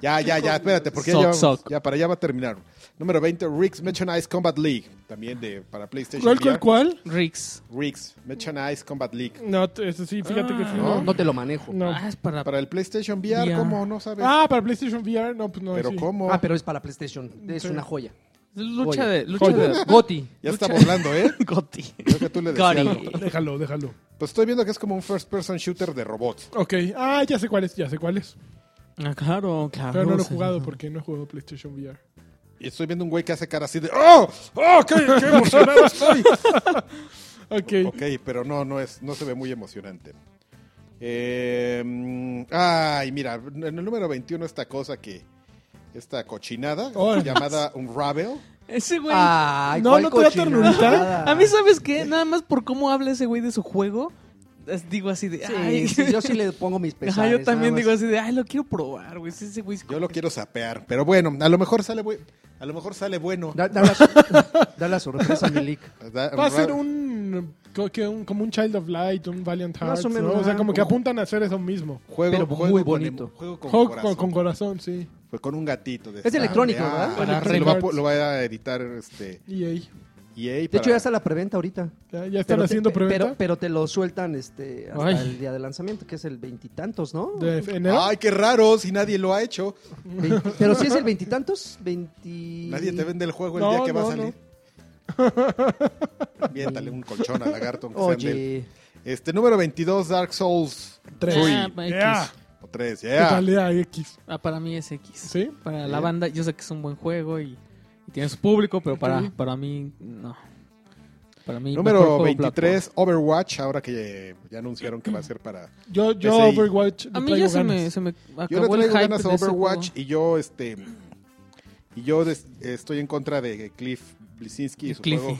ya, ya, ya, espérate, porque ya, Sock, llevamos- sock. ya para allá va a terminar. Número 20, Riggs Mechanized Combat League. También de para PlayStation. ¿Cuál, cuál, VR. cuál? Riggs. Riggs Mechanized Combat League. No, t- eso sí, fíjate que sí, No, no. no te lo manejo. No. Ah, es para, Para el PlayStation VR, VR. ¿cómo? No sabes. Ah, para PlayStation VR, no, pues no. pero sí. ¿cómo? Ah, pero es para PlayStation. Es Sí. una joya. lucha Joya. de lucha de Goti. Ya estamos hablando, ¿eh? Goti. Creo que tú le decías. Gary. al- Déjalo, déjalo. Pues estoy viendo que es como un first person shooter de robots. Ok, ah, ya sé cuál es, ya sé cuál es. Ah, claro, claro. Pero no lo he sí. jugado porque no he jugado PlayStation VR. Y estoy viendo un güey que hace cara así de ¡Oh! ¡Oh! ¡Qué, qué emocionado estoy! Ok. ok, pero no, no es, no se ve muy emocionante. Eh, mm, ay, mira, en el número 21 esta cosa que. Esta cochinada Oh. llamada Unravel. Ese güey. Ay, No, ¿cuál ¿no te da cochinada? ternurita? A mí, ¿sabes qué? Nada más por cómo habla ese güey de su juego, es- digo así de. Sí, ay, sí, yo sí le pongo mis pesares. Ajá, yo nada también más. digo así de, ay, lo quiero probar, güey. Sí, Ese güey es Yo lo quiero sapear. Pero bueno, a lo mejor sale bu- a lo mejor sale bueno. Da, da la, sor- da la sorpresa a Milik. Da- Va a ser Unravel. un, co- que un- como un Child of Light, un Valiant Más Hearts, o menos, ¿no? O sea, ajá, como que como- apuntan a hacer eso mismo. juego, pero juego muy con bonito. emo- juego con Con, corazón. con corazón, sí. Fue con un gatito. De Es electrónico, Ah, ¿verdad? para- Electronic lo, va, a Arts. pu- lo va a editar este, E EA. EA. De hecho, ya está la preventa ahorita. E Ya, ya están Pero te- haciendo pe- preventa Pero, pero te lo sueltan este, hasta Ay. el día de lanzamiento, que es el veintitantos, ¿no? de enero. Ay, qué raro, si nadie lo ha hecho. Veinti- pero si es el veintitantos, veinti... Nadie te vende el juego el No, día que va no, a salir. Viéntale un colchón al lagarto. aunque sean de él. Oye, Este número 22, Dark Souls Tres. Uy. Ah, X. Yeah. o 3. Totalidad X. Ah, para mí es X. ¿Sí? Para la Bien. banda, yo sé que es un buen juego y, y tiene su público, pero para, Ok. para mí, no. Para mí, mejor Número juego 23, Overwatch. Ahora que eh, ya anunciaron que va a ser para. Yo, yo PSI. Overwatch Platform. le A mí traigo ya se me, ganas. se me Yo le acabó el traigo hype ganas a de ese Overwatch juego. y yo, este. Y yo des- estoy en contra de Cliff Blisinski y De su, Cliffy. juego,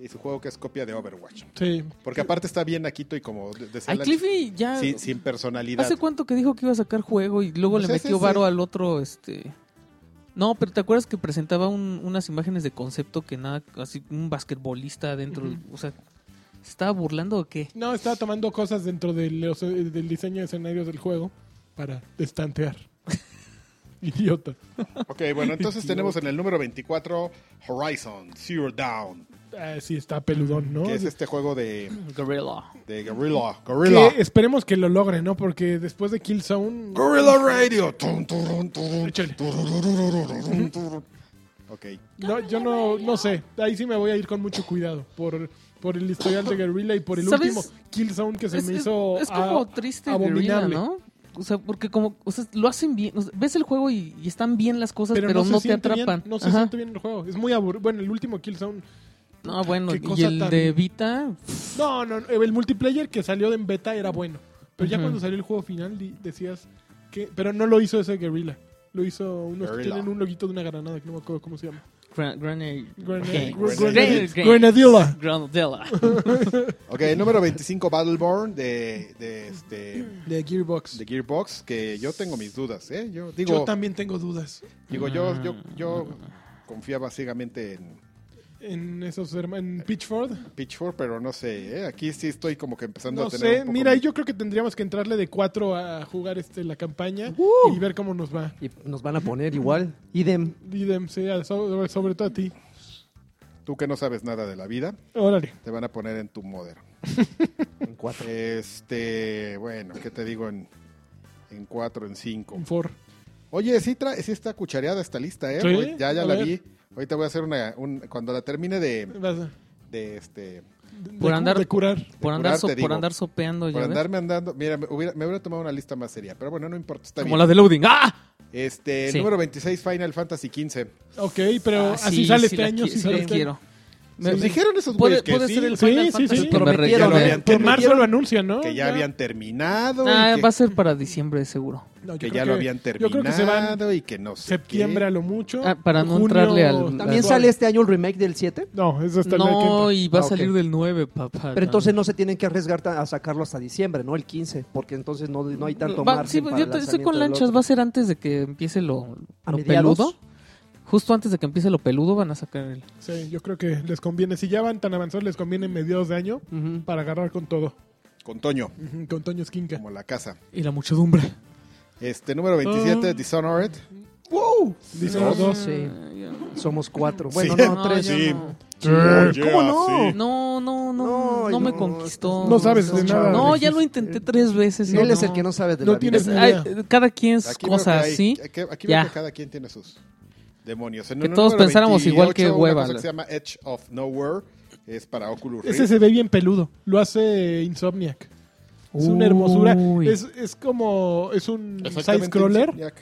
y su juego que es copia de Overwatch. Sí. Porque aparte está bien Naquito y como de- decía Ay, la- Cliffy ya... sin, sin personalidad. ¿Hace cuánto que dijo que iba a sacar juego y luego Pues le ese metió es varo el- al otro, este... No, pero ¿te acuerdas que presentaba un- unas imágenes de concepto que nada, así un basquetbolista dentro, o sea, ¿se estaba burlando o qué? No, estaba tomando cosas dentro de los- del, diseño de escenarios del juego para estantear. Idiota. Ok, bueno, entonces tenemos en el número 24 Horizon Zero Down, Ah, sí, está peludón, ¿no? que es este juego de, Gorilla. de Gorilla. Gorilla. Que esperemos que lo logre, ¿no? Porque después de Killzone... Gorilla Radio. Tum, turun, turun, Échale. tururururururun, turun. Ok. No, yo no, no sé. Ahí sí me voy a ir con mucho cuidado por, por el historial de Guerrilla y por el ¿Sabes? último Killzone que se es, me es- hizo es como a- triste Guerrilla, abominable. ¿no? O sea, porque como o sea, lo hacen bien, o sea, ves el juego y, y están bien las cosas, Pero, pero, no, no, se te siente bien, atrapan. no se Ajá. siente bien el juego. Es muy aburrido. Bueno, el último Killzone. No, bueno, Qué y cosa el tan- de Vita, No, no, no, el multiplayer que salió en beta era bueno. Pero ya Ujú. cuando salió el juego final di- decías, que- pero no lo hizo ese Guerrilla. Lo hizo unos que Guerrilla. tienen un loguito de una granada que no me acuerdo cómo se llama. Gran- Grenade. Grenade- Gang. Grenade- Grenade- Grenadilla. Grenadilla. Ok, número 25, Battleborn de, de, este, De Gearbox. de Gearbox, que yo tengo mis dudas, ¿eh? Yo digo, Yo también tengo dudas digo yo, yo, yo confiaba ciegamente en en esos herma- en Pitchford. Pitchfork, pero no sé, ¿eh? Aquí sí estoy como que empezando No a tener. sé, un poco mira, mi- yo creo que tendríamos que entrarle de cuatro a jugar este la campaña y ver cómo nos va. Y nos van a poner igual. Idem. Idem, sí, a- sobre, sobre todo a ti. Tú que no sabes nada de la vida, Órale. te van a poner en tu modder. En cuatro. Este, bueno, ¿qué te digo en, en cuatro, en cinco? Un for. Oye, sí, tra- sí está cuchareada esta lista, ¿eh? Sí, Voy- ya, ya a la ver. vi. Ahorita voy a hacer una, un- cuando la termine de, Vas a- de este, de- Por de- andar- de curar. Por De andar, curarte, so- por digo. andar Pues sopeando, ya por ves. andarme andando, mira, me hubiera, me hubiera tomado una lista más seria, pero bueno, no importa, está Como bien. la de Loading. ¡Ah! Este, el Sí. número 26, Final Fantasy XV. Ok, pero Ah, así sí, sale sí este la año. qui- sí sí sale la este quiero. año. Me- Nos dijeron esos Puede, güeyes que puede sí, ser el Sí, Final sí, Fantasy sí. que me Prometieron, regalaron. habían- Que en marzo prometieron- lo anuncian, ¿no? que ya habían terminado Ah, y va que, a ser para diciembre seguro. No, yo que creo ya lo habían Yo creo que se van terminado y que no sé septiembre a lo mucho. Ah, para no junio- entrarle al- También Las- sale este año el remake del 7. No, eso está en el que No, entra. y va a Ah, ok. salir del 9, papá. Pero entonces no se tienen que arriesgar ta- a sacarlo hasta diciembre, ¿no? El 15, porque entonces no, no hay tanto Va- margen sí, para yo el te- estoy lanzamiento con del lanchas, otro. va a ser antes de que empiece lo, ¿A lo mediados? peludo. Justo antes de que empiece lo peludo van a sacar el... Sí, yo creo que les conviene. Si ya van tan avanzados, les conviene mediados de año para agarrar con todo. con Toño Ujú, Con Toño Esquinca. como la casa Y la muchedumbre. este número 27 Dishonored Ah. ¡Wow! Dice No. los dos. Sí, somos cuatro. Sí. Bueno, no, No, tres. yo Sí. no. ¿cómo no? No, no, no, no, No, me no, conquistó. es- No sabes de No, nada. No, Alexis. ya lo intenté tres veces. y Él es el que no sabe de No la vida. tienes- Ay, cada quien sus Aquí veo que cosas, hay- ¿sí? aquí, aquí veo Ya. que cada quien tiene sus demonios En Que el todos número pensáramos igual que 28, hueva. una cosa que se llama Edge of Nowhere es para Oculus Rift Ese se ve bien peludo. Lo hace Insomniac. Es una hermosura. Uy. Es, es como. Es un Exactamente, side-scroller Insomniac.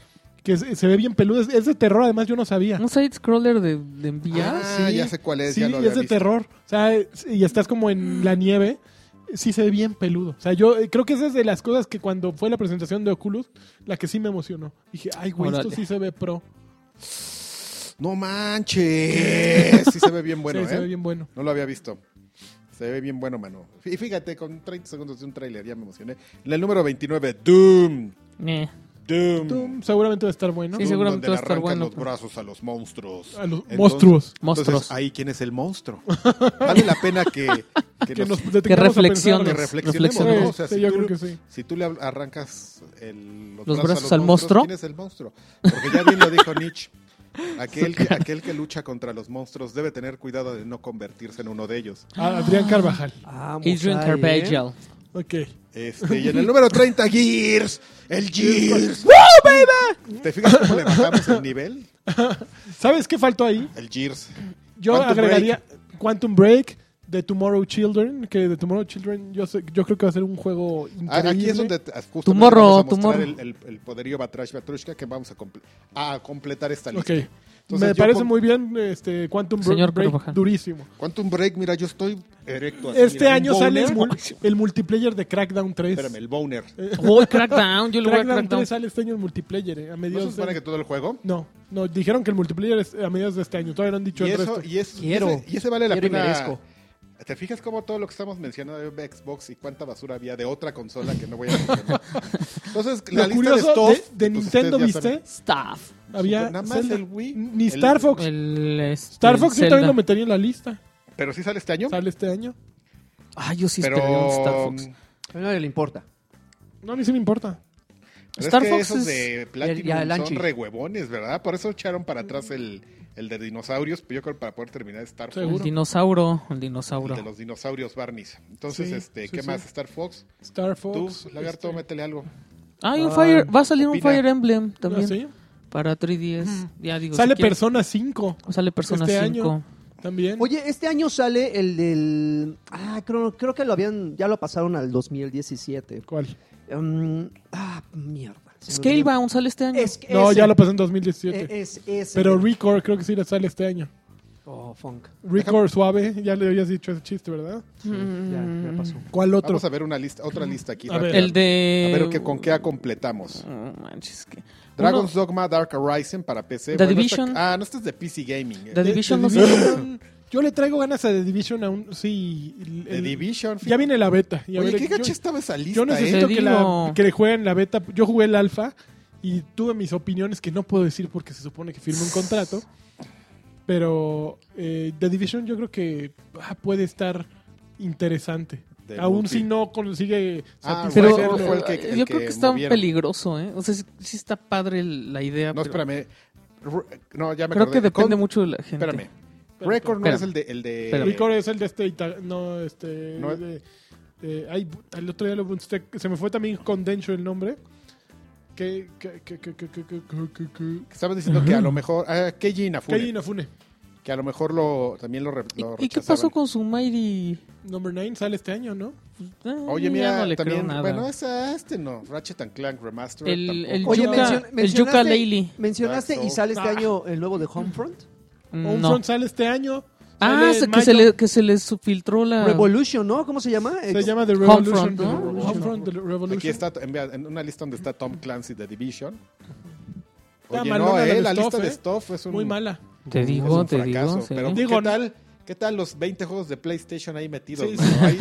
que se se ve bien peludo. Es, es de terror, además, yo no sabía. Un side-scroller de, de enviar. Ah, ya sé cuál es, Sí, ya lo y había es de visto. terror. O sea, es- y estás como en la nieve. Sí se ve bien peludo. O sea, yo eh, creo que esa es de las cosas que cuando fue la presentación de Oculus, la que sí me emocionó. Dije, ay, güey, esto Órale. sí se ve pro. no manches sí se ve bien bueno Sí, se ¿eh? ve bien bueno. No lo había visto. Se ve bien bueno, mano. Y fíjate, con 30 segundos de un tráiler ya me emocioné. En el número 29, Doom. Eh. Doom. Tú, seguramente va a estar bueno. Sí, seguramente donde le va a estar arrancan bueno. los brazos a los monstruos. A los Entonces- monstruos. Monstruos. Entonces, ahí quién es el monstruo. Vale la pena que, que Que nos- nos que detengamos a reflexiones. pensarlo. reflexionemos. Reflexionemos. ¿no? O sea, Sí, si, yo tú, creo que sí. si tú le habl- arrancas el- los, Los brazos, brazos a al los monstruos, monstruo. ¿quién es el monstruo? Porque ya bien lo dijo Nietzsche. Aquel que, aquel que lucha contra los monstruos debe tener cuidado de no convertirse en uno de ellos. A Adrián Carvajal. Ah, Adrian Musai, ¿eh? Carvajal. Ok. Este, y en el número 30, Gears. El Gears. ¿Te fijas cómo le bajamos el nivel? ¿Sabes qué faltó ahí? El Gears. Yo Quantum agregaría Quantum Break de Tomorrow Children, que de Tomorrow Children yo, sé- yo creo que va a ser un juego Ah, increíble. Aquí es donde t- justamente Tu morro, vamos a tu mostrar morro. El, el- el poderío Batrash Batrushka que vamos a, comple- a completar esta Ok. lista. Entonces, yo Me parece con- muy bien este Quantum Bro- Señor Break Carvajal. durísimo. Quantum Break, mira, yo estoy erecto. así, Este Pues mira, un año sale el, boner. mul- el multiplayer de Crackdown 3. Espérame, el boner. Eh, Uy, Oh, Crackdown. Yo le voy a Crackdown Crackdown. 3 sale este año el multiplayer, eh, a ¿No se mediados supone de- que todo el juego? No, no, dijeron que el multiplayer es a mediados de este año, todavía no han dicho Y el eso, resto. y eso- Quiero. y ese, y ese vale la Quiero y pena. merezco. ¿Te fijas cómo todo lo que estamos mencionando de Xbox y cuánta basura había de otra consola que no voy a mencionar? Entonces, la lista Lo de curioso de, stuff, de pues, Nintendo, ustedes ya ¿viste? saben. Staff. Había Nada más Zelda. el Wii. Ni El- Star Fox. El, este, Star Fox yo Zelda. también lo metería en la lista. Pero sí sale este año. Sale este año. Ah, yo sí pero esperaría un Star Fox. ¿eh? A nadie le importa. No, ni si me importa. pero Star es que Fox esos es- de Platinum ya, el Anchi. son rehuevones, ¿verdad? Por eso echaron para atrás el, el de dinosaurios, pero yo creo que para poder terminar Star Fox. Seguro. El dinosaurio. El El dinosaurio. de los dinosaurios Barnis. Entonces, Sí, este, sí, ¿qué sí. más? Star Fox. Star Fox. Tú, Pues, Lagarto, este- métele algo. Ah, y un Fire. Va a salir un opina. Fire Emblem Ah, también. sí. Para 3DS. Ya digo. Sale si quieres- Persona 5 Sale Persona este 5. año también. Oye, este año sale el del... Ah, creo, creo que lo habían... Ya lo pasaron al 2017. ¿Cuál? Um, ah, mierda. Se me olvidó. Scalebound sale este año. Es que No, ese. ya lo pasé en 2017. Eh, Es ese. Pero Record creo que sí le sale este año. o funk. Record suave, ya le habías dicho ese chiste, ¿verdad? Ya, ya pasó. ¿Cuál otro? Vamos a ver una lista, otra lista aquí. A ver. rápida. El de... A ver qué- con qué la completamos. Ah, manches, que... Dragon's Dogma Dark Horizon para PC. The esta- Division. ah, no, este es de PC Gaming. eh. The Division no The sé. Division. Yo le traigo ganas a The Division aún. Sí. el- The el- Division. Ya viene la beta. y a Oye, ver, qué yo- gacha estaba esa lista, Yo necesito eh. Te que, la, digo. que le jueguen la beta. Yo jugué el alfa y tuve mis opiniones que no puedo decir porque se supone que firme un contrato. Pero eh, The Division yo creo que ah, puede estar interesante. De Aún multi. si no consigue Ah, Pero Ese no satisfacerlo. fue el que- el yo que creo que está movieron. peligroso, ¿eh? O sea, sí, sí está padre el- la idea. No, pero espérame. Ru- No, ya me creo acordé. que depende Con- mucho de la gente. Espérame. Record no Espérame. es el de... El de Espérame. Record es el de este... Ita- no, este... No es- de- de- ay, el otro día lo busqué, Se me fue también con Dencho el nombre. Que... que, que, que, que, que, que, que, que- Estabas diciendo que a lo mejor... Ah, Keiji Inafune. Keiji Inafune. Que a lo mejor lo, también lo, re- lo ¿Y, y qué rechazaron. pasó con su Mighty? Number 9 sale este año, ¿no? Ah, Oye, ya mira, no le creo también... nada. Bueno, esa- este no. Ratchet and Clank Remastered El- tampoco. el Oye, Yuka- menciona- el Yuka Leili. Mencionaste Dark y Souls. sale este Ah. año el nuevo de Homefront. no. Homefront sale este año. Ah, sale se- en que, se mayo. le, que se les filtró la... Revolution, ¿no? ¿Cómo se llama? Se Eh, llama The Homefront, Revolution. ¿no? Homefront, The Revolution. Aquí está, en vea- en una lista donde está Tom Clancy de Division. Está Oye, malona no, la eh, de la Stuff, lista de eh. Stuff es un... Muy mala. Te es digo, un te fracaso, digo. se Pero ve. Digo, ¿qué no. tal? ¿Qué tal los 20 juegos de PlayStation ahí metidos? Sí, no? sí. Ahí-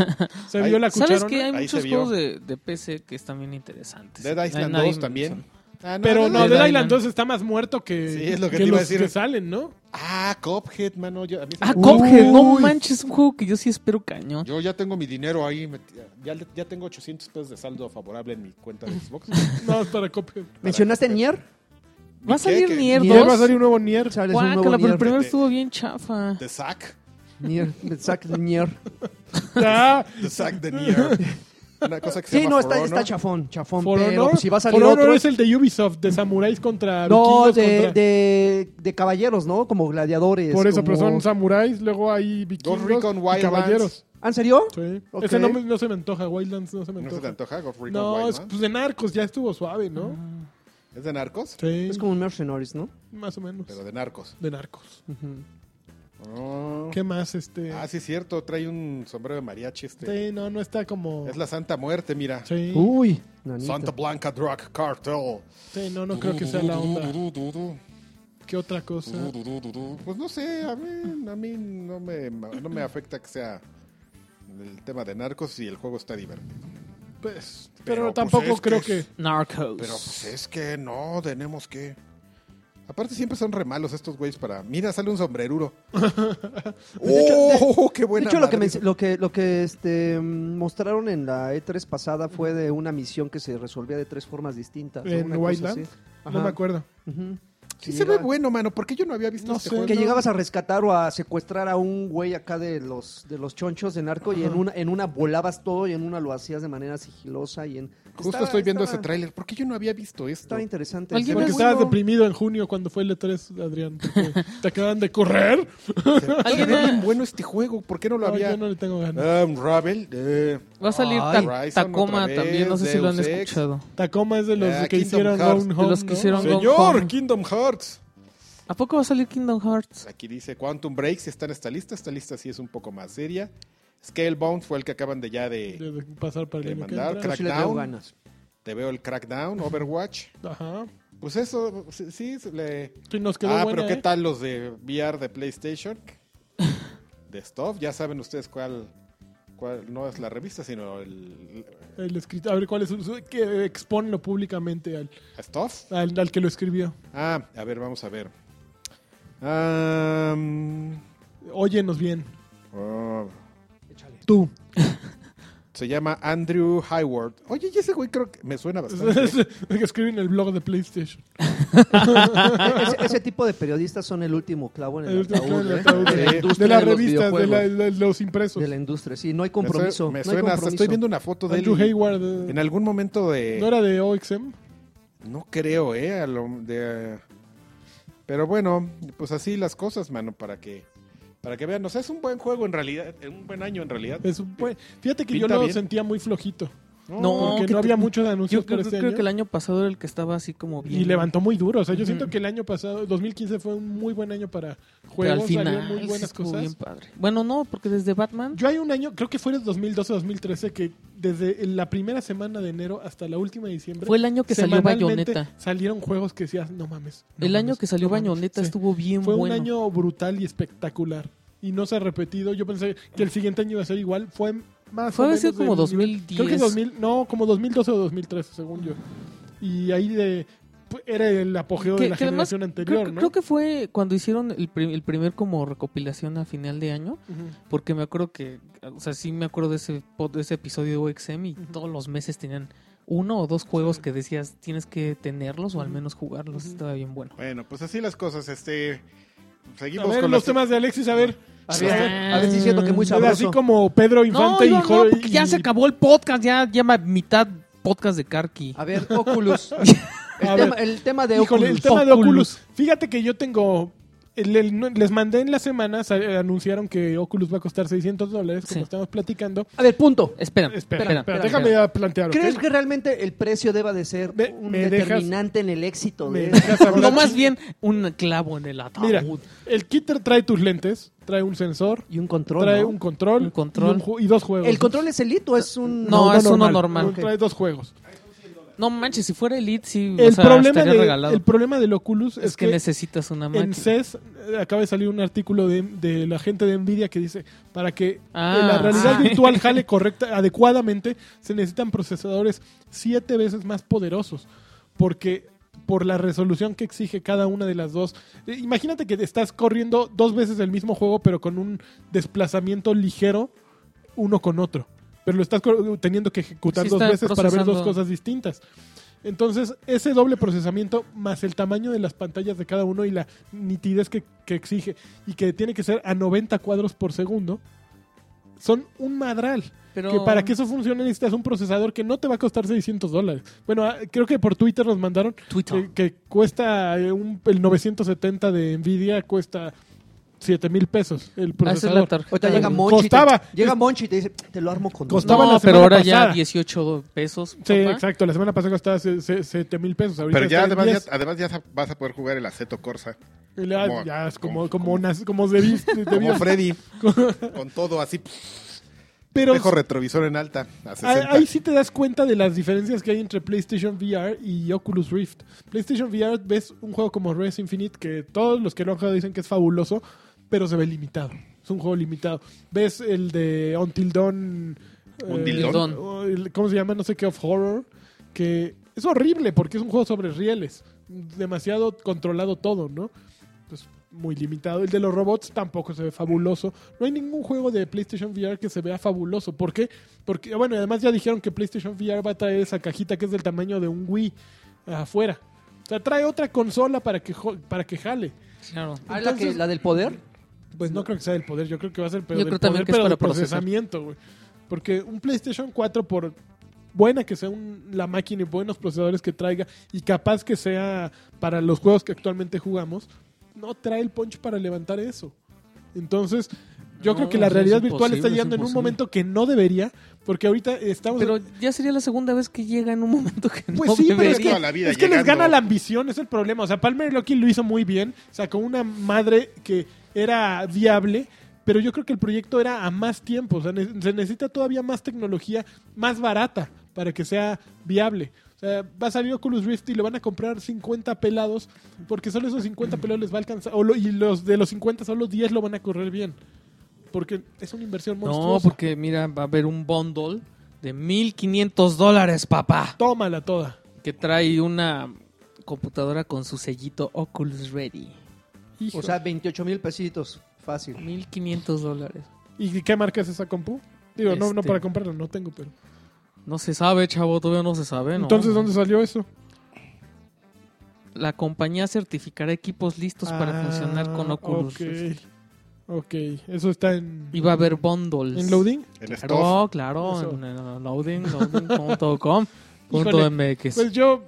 Se Ahí- vio la ¿Sabes cucharona. que Hay Ahí se muchos vio. juegos de, de PC que están bien interesantes. Dead Hay Island nadie 2 también. mencionó. Ah, Pero no, Dead Dead Island Island. 2 está más muerto que, Sí, es lo que te iba los a decir. que salen, ¿no? Ah, Cophead, mano. Yo, a mí se Ah, me- Cuphead, no Uy. manches, un juego que yo sí espero cañón. Yo ya tengo mi dinero ahí. meti- Ya, le- ya tengo 800 pesos de saldo favorable en mi cuenta de Xbox. No, es para Cophead. ¿Mencionaste Nier? ¿Va a salir ¿Qué? Nier 2? Nier va a salir un nuevo Nier. Sale es un nuevo Guácala, pero el Nier. primero estuvo bien chafa. The Sack. Nier. Zack Nier. Ya. The Sack de Nier. Una cosa que se Sí, llama no, está, For está Honor. chafón, chafón. For pero pues pues Honor, si va a salir For Honor otro. es el de Ubisoft, de samuráis contra No, vikingos. de, contra- de, de caballeros, ¿no? Como gladiadores. Por eso, como... pero son samuráis, luego hay vikingos Recon y Wildlands. caballeros. ¿Ah, ¿En serio? Sí. Ok. Ese no, me- no se me antoja, Wildlands no se me ¿No antoja. se te antoja? Ghost Recon No, es Wildlands? pues de narcos, ya estuvo suave, ¿no? es... de narcos? Sí, Es como un Mercenaries, ¿no? más o menos. Pero de narcos. De narcos. Oh. ¿Qué más? Este... Ah, sí, es cierto. Trae un sombrero de mariachi este. Sí, no, no está como... Es la Santa Muerte, mira. Sí, Uy. Santa nanita. Blanca Drug Cartel. sí, no, no creo que sea la onda. ¿Qué otra cosa? Pues no sé, a mí, a mí no, me, no me afecta que sea el tema de narcos y el juego está divertido. Pues, pero, Pero, pues, tampoco es que creo es- que... Narcos. Pero pues es que no, tenemos que... Aparte siempre son re malos estos güeyes para... Mira, sale un sombreruro. ¡Oh, qué De buena hecho, lo que, madre! men- lo que, lo que este, mm, mostraron en la E3 pasada fue de una misión que se resolvía de tres formas distintas. ¿En Una cosa Wildlands? así. No Ajá. me acuerdo. Ujú. Sí Sí, se ve era- bueno, mano, porque yo no había visto No este sé. juego. Que llegabas a rescatar o a secuestrar a un güey acá de los de los chonchos de narco y en una en una volabas todo y en una lo hacías de manera sigilosa y en Justo estaba- estoy viendo estaba- ese tráiler. ¿Por qué yo no había visto esto? Estaba interesante. ¿Alguien Se ve Porque es que estabas bueno. deprimido en junio cuando fue el E3, Adrián. porque te acaban de correr. Se ¿Alguien ve bien ha- bueno este juego. ¿Por qué no lo No, había...? yo no le tengo ganas. Ah, Unravel. eh. Va a salir Ay, Ta- Horizon Tacoma otra vez, también, no sé si lo han Deus Ex. escuchado. Tacoma es de los Ah, que Kingdom hicieron Hearts. Gone De Home, los que ¿no? hicieron- Gone Señor, Home. Kingdom Hearts. ¿A poco va a salir Kingdom Hearts? Aquí dice Quantum Break si está en esta lista. Esta lista sí es un poco más seria. Scalebound fue el que acaban de ya de... De- de pasar para De el año que mandar, entra. Yo sí le tengo Crackdown. ganas. Te veo el Crackdown, Overwatch. Ajá. Pues eso, sí, sí, se le... Sí, nos quedó Ah, buena, pero ¿qué ¿eh? tal los de VR de PlayStation? De Stuff. Ya saben ustedes cuál, cuál no es la revista, sino el, El escritor, a ver cuál es su- su- que expónlo públicamente al, el Stuff. al, al que lo escribió. Ah, a ver, vamos a ver. Am, Óyenos bien. oh, Tú. se llama Andrew Hayward. Oye, y ese güey creo que me suena bastante. que escribe en el blog de PlayStation. Ese, ese tipo de periodistas son el último clavo en el, El último ataúd, clavo en el ataúd. ¿eh? De de la industria las de los revistas, de, videojuegos, la- de los impresos. de la industria. Sí, no hay Me suena- compromiso. Me no hay suena, hasta compromiso. estoy viendo una foto de Andrew él. y- Hayward. En eh, algún momento este de... ¿No era de OXM? No creo, ¿eh? a lo- de- pero bueno, pues así las cosas, mano, para que para que vean. O sea, es un eh, buen juego en realidad, es un buen año en realidad. Es un buen- Fíjate que Pinta yo lo bien. sentía muy flojito. No, porque que no había te- mucho de anuncios Yo por creo, este creo año. que el año pasado era el que estaba así como bien. Y levantó muy duro. O sea, yo Ujú. siento que el año pasado, 2015, fue un muy buen año para Pero juegos. al final, salieron muy sí buenas estuvo cosas. bien padre. Bueno, no, porque desde Batman. Yo hay un año, creo que fue el 2012-2013, que desde la primera semana de enero hasta la última de diciembre. Fue el año que salió semanalmente Bayonetta. Salieron juegos que decías, no mames. no El año mames, que salió no mames". Bayonetta Sí. estuvo bien Fue bueno. un año brutal y espectacular. Y no se ha repetido. Yo pensé que el siguiente año iba a ser igual. Fue más. Fue o a veces menos como del nivel- 2010. Creo que 2000, no, como 2012 o 2013, según yo. Y ahí de, pues, era el apogeo de la que además generación anterior, creo, ¿no? creo que fue cuando hicieron el, pri- el primer como recopilación a final de año. Ujú. Porque me acuerdo que, o sea, sí me acuerdo de ese, pod- de ese episodio de OXM y todos los meses tenían uno o dos juegos que decías tienes que tenerlos o al menos jugarlos. Estaba bien bueno. Bueno, pues así las cosas. Este, A seguimos ver, con los temas de Alexis, a ver. A Sí. ver, a ver, diciendo que muy Era así sabroso. como Pedro Infante no, y Iván, no, Jorge- porque ya y- se acabó el podcast, ya llama mitad podcast de Karki. A ver, Oculus. A El, ver. tema, el tema de Híjole, el Oculus. tema de Oculus. Oculus. Fíjate que yo tengo. el- el- no- les mandé en las semanas, eh, anunciaron que Oculus va a costar 600 dólares, como Sí. estamos platicando. A ver, punto. Espera, Espera, espera, espera, espera. déjame ya plantear. ¿ok? ¿Crees que realmente el precio deba de ser Me- un me dejas- determinante en el éxito Me de dejas hablar. No, más bien un clavo en el Mira, ataúd. el kit trae tus lentes, trae un sensor, y un control? trae ¿no? un control, Un control. Y, un ju- y dos juegos. El control es el hito, es un No, uno es uno normal. Un- Trae dos juegos. No manches, si fuera Elite, sí, o El, sea, problema estaría de- regalado. el problema del Oculus es, es que, necesitas una En máquina. CES eh, acaba de salir un artículo de, de la gente de Nvidia que dice para que eh, Ah, la realidad sí. virtual jale correcta, adecuadamente, se necesitan procesadores siete veces más poderosos, porque por la resolución que exige cada una de las dos. Eh, Imagínate que estás corriendo dos veces el mismo juego, pero con un desplazamiento ligero uno con otro. Pero lo estás cor- teniendo que ejecutar Sí, dos está veces para ver dos procesando. cosas distintas. Entonces, ese doble procesamiento más el tamaño de las pantallas de cada uno y la nitidez que, que exige y que tiene que ser a 90 cuadros por segundo, son un madral. Pero- Que para que eso funcione necesitas un procesador que no te va a costar 600 dólares. Bueno, ah, creo que por Twitter nos mandaron Twitter. que, que cuesta eh, un- el 970 de Nvidia, cuesta 7 mil pesos el Ah, esa es la procesador. tarjeta. Ahorita llega Ah, Monchi. y te- costaba. llega Monchi y te dice, te lo armo con Costaba. No, la pero semana ahora pasada. ya 18 pesos. Sí, papá. exacto. La semana pasada costaba 7 mil pesos. ahorita Pero ya está en además, 10. ya además ya sa- vas a poder jugar el Aceto Corsa. Y le- como- ya es como, como- como, nas- como debiste- Como debías- Freddy. con todo así. pff, Pero dejo retrovisor en alta. A 60. a- ahí sí te das cuenta de las diferencias que hay entre PlayStation VR y Oculus Rift. PlayStation VR ves un juego como Res Infinite que todos los que lo han jugado dicen que es fabuloso, pero se ve limitado. Es un juego limitado. Ves el de Until Dawn. Until Dawn. o Eh, el- ¿Cómo se llama? No sé qué, of Horror. Que es horrible porque es un juego sobre rieles. Demasiado controlado todo, ¿no? pues, muy limitado. El de los robots tampoco se ve fabuloso. No hay ningún juego de PlayStation VR que se vea fabuloso. ¿Por qué? Porque, bueno, y además ya dijeron que PlayStation VR va a traer esa cajita que es del tamaño de un Wii afuera. O sea, trae otra consola para que, jo- para que jale. Claro. Ah, la, que- Entonces- la del poder. Pues no creo que sea del poder, yo creo que va a ser pero Yo del creo también poder, que es pero para del procesamiento, güey. Porque un PlayStation 4 por buena que sea un- la máquina y buenos procesadores que traiga y capaz que sea para los juegos que actualmente jugamos, no trae el punch para levantar eso. Entonces, yo No, creo que la sí, es realidad virtual imposible, está es llegando en un imposible. momento que no debería, porque ahorita estamos Pero ya sería la segunda vez que llega en un momento que no pues sí, pero es debería. que, Toda la vida es que les llegando. gana la ambición, es el problema. O sea, Palmer Lucky lo hizo muy bien, sacó una madre que era viable, pero yo creo que el proyecto era a más tiempo. O sea, ne- se necesita todavía más tecnología, más barata, para que sea viable. O sea, va a salir Oculus Rift y le van a comprar 50 pelados, porque solo esos 50 pelados les va a alcanzar. o lo- y los de los 50, solo 10 lo van a correr bien. Porque es una inversión monstruosa. No, porque mira, va a haber un bundle de 1500 dólares, papá. Tómala toda. Que trae una computadora con su sellito Oculus Ready. O Hijo. sea, 28 mil pesitos. Fácil. 1500 dólares. ¿Y qué marca es esa compu? Digo, no, no Este. para comprarla, no tengo, pero. No se sabe, chavo, todavía no se sabe. ¿no? Entonces, ¿dónde salió eso? La compañía certificará equipos listos para Ah, funcionar con Oculus. Rift. Ok, ok. Eso está en, Y va a haber bundles. en loading. Ah, El Stuff. Claro, claro, Eso. en, en loading, loading.com.mx. Pues yo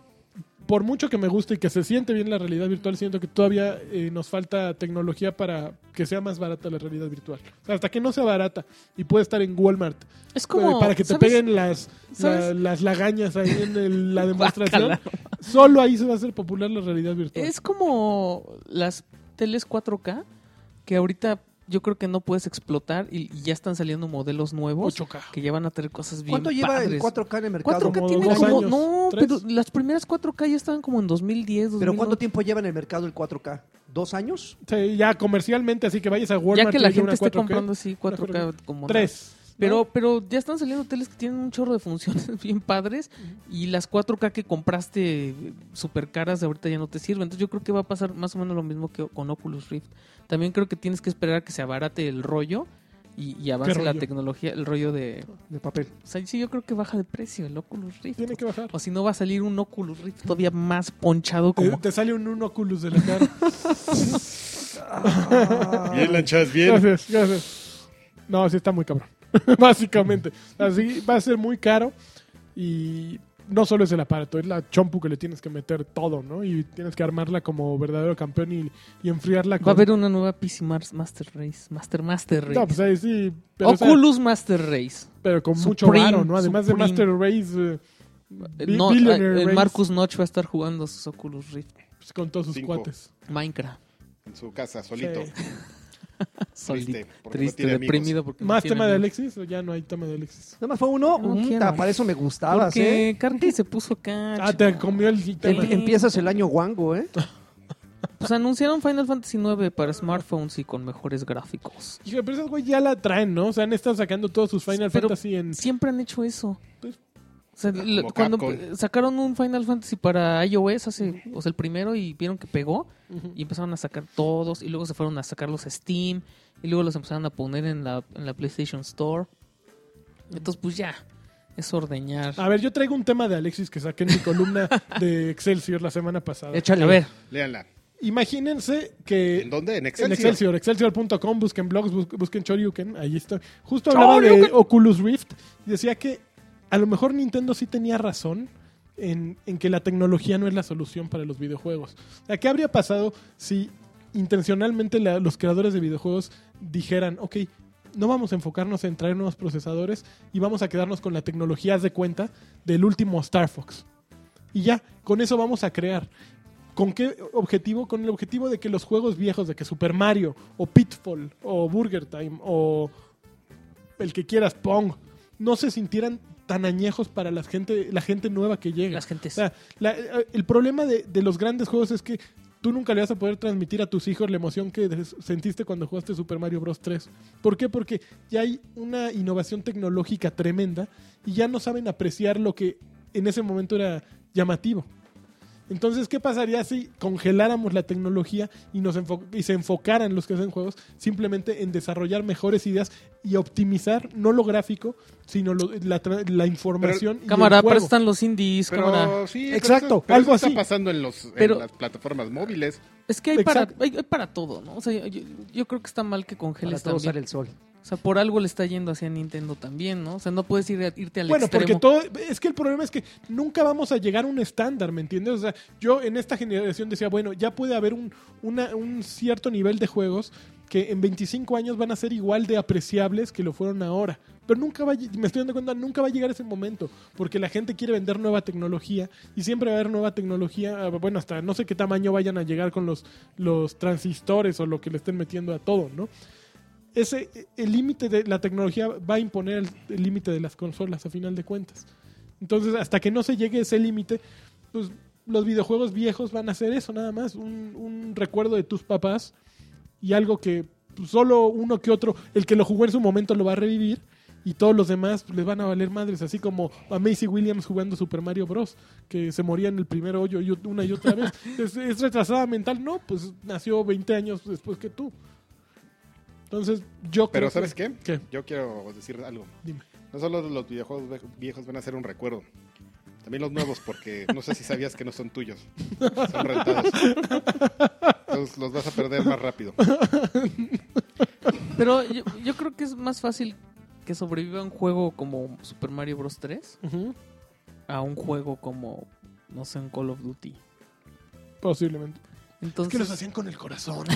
por mucho que me guste y que se siente bien la realidad virtual, siento que todavía eh, nos falta tecnología para que sea más barata la realidad virtual. O sea, hasta que no sea barata y puede estar en Walmart Es eh, como. para que te ¿sabes? peguen las, la- ¿Sabes? las lagañas ahí en el- la demostración. Guácala. Solo ahí se va a hacer popular la realidad virtual. Es como las teles 4K que ahorita yo creo que no puedes explotar y, y ya están saliendo modelos nuevos 8K. que ya van a tener cosas bien ¿Cuánto lleva el padres. 4K en el mercado? 4K Como tiene dos como años, no, tres. pero las primeras 4K ya estaban como en 2010, 2009. ¿Pero cuánto tiempo lleva en el mercado el 4K? ¿Dos años? Sí, ya comercialmente, así que vayas a Walmart. ya que la y haya gente una esté 4K, comprando así 4K como Tres. nada. Pero pero ya están saliendo teles que tienen un chorro de funciones bien padres y las 4K que compraste super caras de ahorita ya no te sirven. Entonces yo creo que va a pasar más o menos lo mismo que con Oculus Rift. También creo que tienes que esperar a que se abarate el rollo y, y avance la rollo? tecnología, el rollo de De papel. o sea, sí yo creo que baja de precio el Oculus Rift. Tiene que bajar. O si no va a salir un Oculus Rift todavía más ponchado como Eh, Te, te sale un, un Oculus de la cara. Bien, lanchas, bien. Gracias, gracias. No, sí está muy cabrón. Básicamente. Así va a ser muy caro. Y no solo es el aparato, es la chompu que le tienes que meter todo, ¿no? Y tienes que armarla como verdadero campeón y, y enfriarla Va a con... haber una nueva PC Mars Master Race. Master Master Race. No, pues ahí sí. Pero, o sea, Oculus Master Race. pero con mucho Supreme, varo, ¿no? Además Supreme. de Master Race, eh, Eh, Bi- No, Billionaire eh, el Race. Marcus Notch va a estar jugando sus Oculus Rift. pues, con todos sus Cinco. cuates. Minecraft. En su casa, solito. Sí. Triste, Solito. porque no Triste, tiene amigos. deprimido. Porque no ¿Más tiene tema de amigos. Alexis o ya no hay tema de Alexis? Nada más fue uno. No Puta, quiero. para eso me gustabas, Porque ¿eh? Karki se puso acá. Ah, chico. te comió el Em- tema. empiezas el año guango, ¿eh? Pues anunciaron Final Fantasy IX para smartphones y con mejores gráficos. Híjole, Pero esas güey ya la traen, ¿no? O sea, han estado sacando todos sus Final Pero- Fantasy en... Siempre han hecho eso. Pues- O sea, la- Como cuando Capcom. sacaron un Final Fantasy para iOS hace, o sea, el primero y vieron que pegó Ujú. y empezaron a sacar todos y luego se fueron a sacar los Steam y luego los empezaron a poner en la, en la PlayStation Store. Entonces, pues ya, es ordeñar. A ver, yo traigo un tema de Alexis que saqué en mi columna de Excelsior la semana pasada. Échale. A ver, Léanla. Imagínense que ¿En dónde? En Eh, en Excelsior. Excelsior, excelsior.com, busquen blogs, bus- busquen Choryuken, ahí está. Justo hablaba de Choryuken. Oculus Rift y decía que a lo mejor Nintendo sí tenía razón en, en que la tecnología no es la solución para los videojuegos. O sea, ¿qué habría pasado si intencionalmente la- los creadores de videojuegos dijeran, ok, no vamos a enfocarnos en traer nuevos procesadores y vamos a quedarnos con la tecnología haz de cuenta del último Star Fox? Y ya, con eso vamos a crear. ¿Con qué objetivo? Con el objetivo de que los juegos viejos, de que Super Mario, o Pitfall, o Burger Time, o el que quieras, Pong, no se sintieran tan añejos para la gente, la gente nueva que llega. las gentes. O sea, la- eh, el problema de, de los grandes juegos es que tú nunca le vas a poder transmitir a tus hijos la emoción que des- sentiste cuando jugaste Super Mario Bros. 3. ¿Por qué? Porque ya hay una innovación tecnológica tremenda y ya no saben apreciar lo que en ese momento era llamativo. Entonces, ¿qué pasaría si congeláramos la tecnología y, nos enfo- y se enfocaran los que hacen juegos simplemente en desarrollar mejores ideas y optimizar no lo gráfico, sino lo- la, tra- la información? y el cámara, juego? para eso están los indies, cámara. Pero sí, pero Exacto, eso- pero eso algo así. está pasando en, los, en Pero- las plataformas móviles. Es que hay para, Exacto. hay, hay para todo, ¿no? O sea, yo, yo creo que está mal que Para congeles todo sale también. el sol. O sea, por algo le está yendo hacia Nintendo también, ¿no? O sea, no puedes ir, a- irte al Bueno, extremo. porque todo. Es que el problema es que nunca vamos a llegar a un estándar, ¿me entiendes? O sea, yo en esta generación decía, bueno, ya puede haber un, una- un cierto nivel de juegos que en 25 años van a ser igual de apreciables que lo fueron ahora. Pero nunca va, a lle- me estoy dando cuenta, nunca va a llegar ese momento, porque la gente quiere vender nueva tecnología y siempre va a haber nueva tecnología, ah, bueno, hasta no sé qué tamaño vayan a llegar con los, los transistores o lo que le estén metiendo a todo, ¿no? ese el límite de la tecnología va a imponer el- el límite de las consolas a final de cuentas. Entonces, hasta que no se llegue a ese límite, pues los videojuegos viejos van a ser eso nada más, un, un recuerdo de tus papás y algo que pues, solo uno que otro, el que lo jugó en su momento lo va a revivir y todos los demás pues, les van a valer madres, así como a Macy Williams jugando Super Mario Bros, que se moría en el primer hoyo y ot- una y otra vez. ¿Es, es retrasada mental? No, pues nació 20 años después que tú. Entonces, yo creo Pero que- ¿sabes qué? ¿Qué? Yo quiero decir algo. Dime. No solo los videojuegos ve- viejos van a ser un recuerdo. También los nuevos, porque no sé si sabías que no son tuyos. Son rentados. Entonces los vas a perder más rápido. Pero yo, yo creo que es más fácil que sobreviva un juego como Super Mario Bros. 3 Ujú. a un juego como no sé, un Call of Duty. Posiblemente. Es que Entonces, los hacían con el corazón.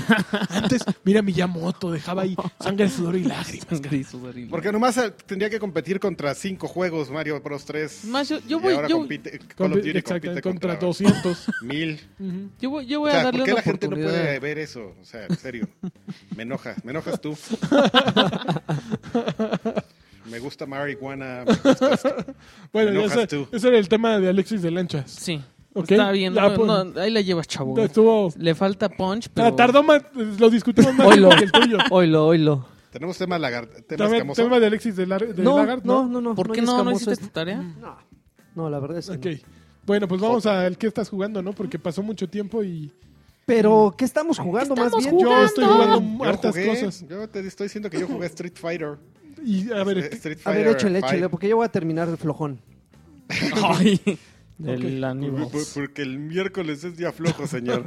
Antes, mira Miyamoto, dejaba ahí sangre, sudor y lágrimas. sangre y sudor y- Porque nomás eh, tendría que competir contra cinco juegos Mario Bros 3. Más, yo, yo Y voy, ahora yo, compite, Call of Compi- Duty Exacto, compite contra contra 200. mil. Ujú. yo voy, yo voy O a sea, darle ¿por qué una la gente no oportunidad. puede ver eso? O sea, en serio. Me enoja, me enojas tú. Me gusta marihuana. me gusta esto. Bueno, Enojas ese, tú. ese era el tema de Alexis de Lanchas. Sí. Ok. Está bien, La no, pon- no, ahí la llevas, chavo. Estuvo. Le falta punch, pero... Ah, Tardó más, lo discutimos más Oilo, que el tuyo. oilo, oilo. Tenemos tema lagar temas Tema, escamoso. tema de Alexis de, Lar- de No, Lagarde, no, no, no. ¿Por qué hay no, no escamoso hiciste esto. tu tarea? No, no, la verdad es que no. Ok. Bueno, pues vamos al que estás jugando, ¿no? Porque pasó mucho tiempo y Pero, ¿qué estamos jugando más estamos bien? yo estoy jugando? jugando Yo hartas jugué, cosas. Yo te estoy diciendo que yo jugué Street Fighter. Y a ver, Eh, Street A Fighter ver, échale, five. échale, porque yo voy a terminar el flojón. Ay, el ánimo. Por- Porque el miércoles es día flojo, señor.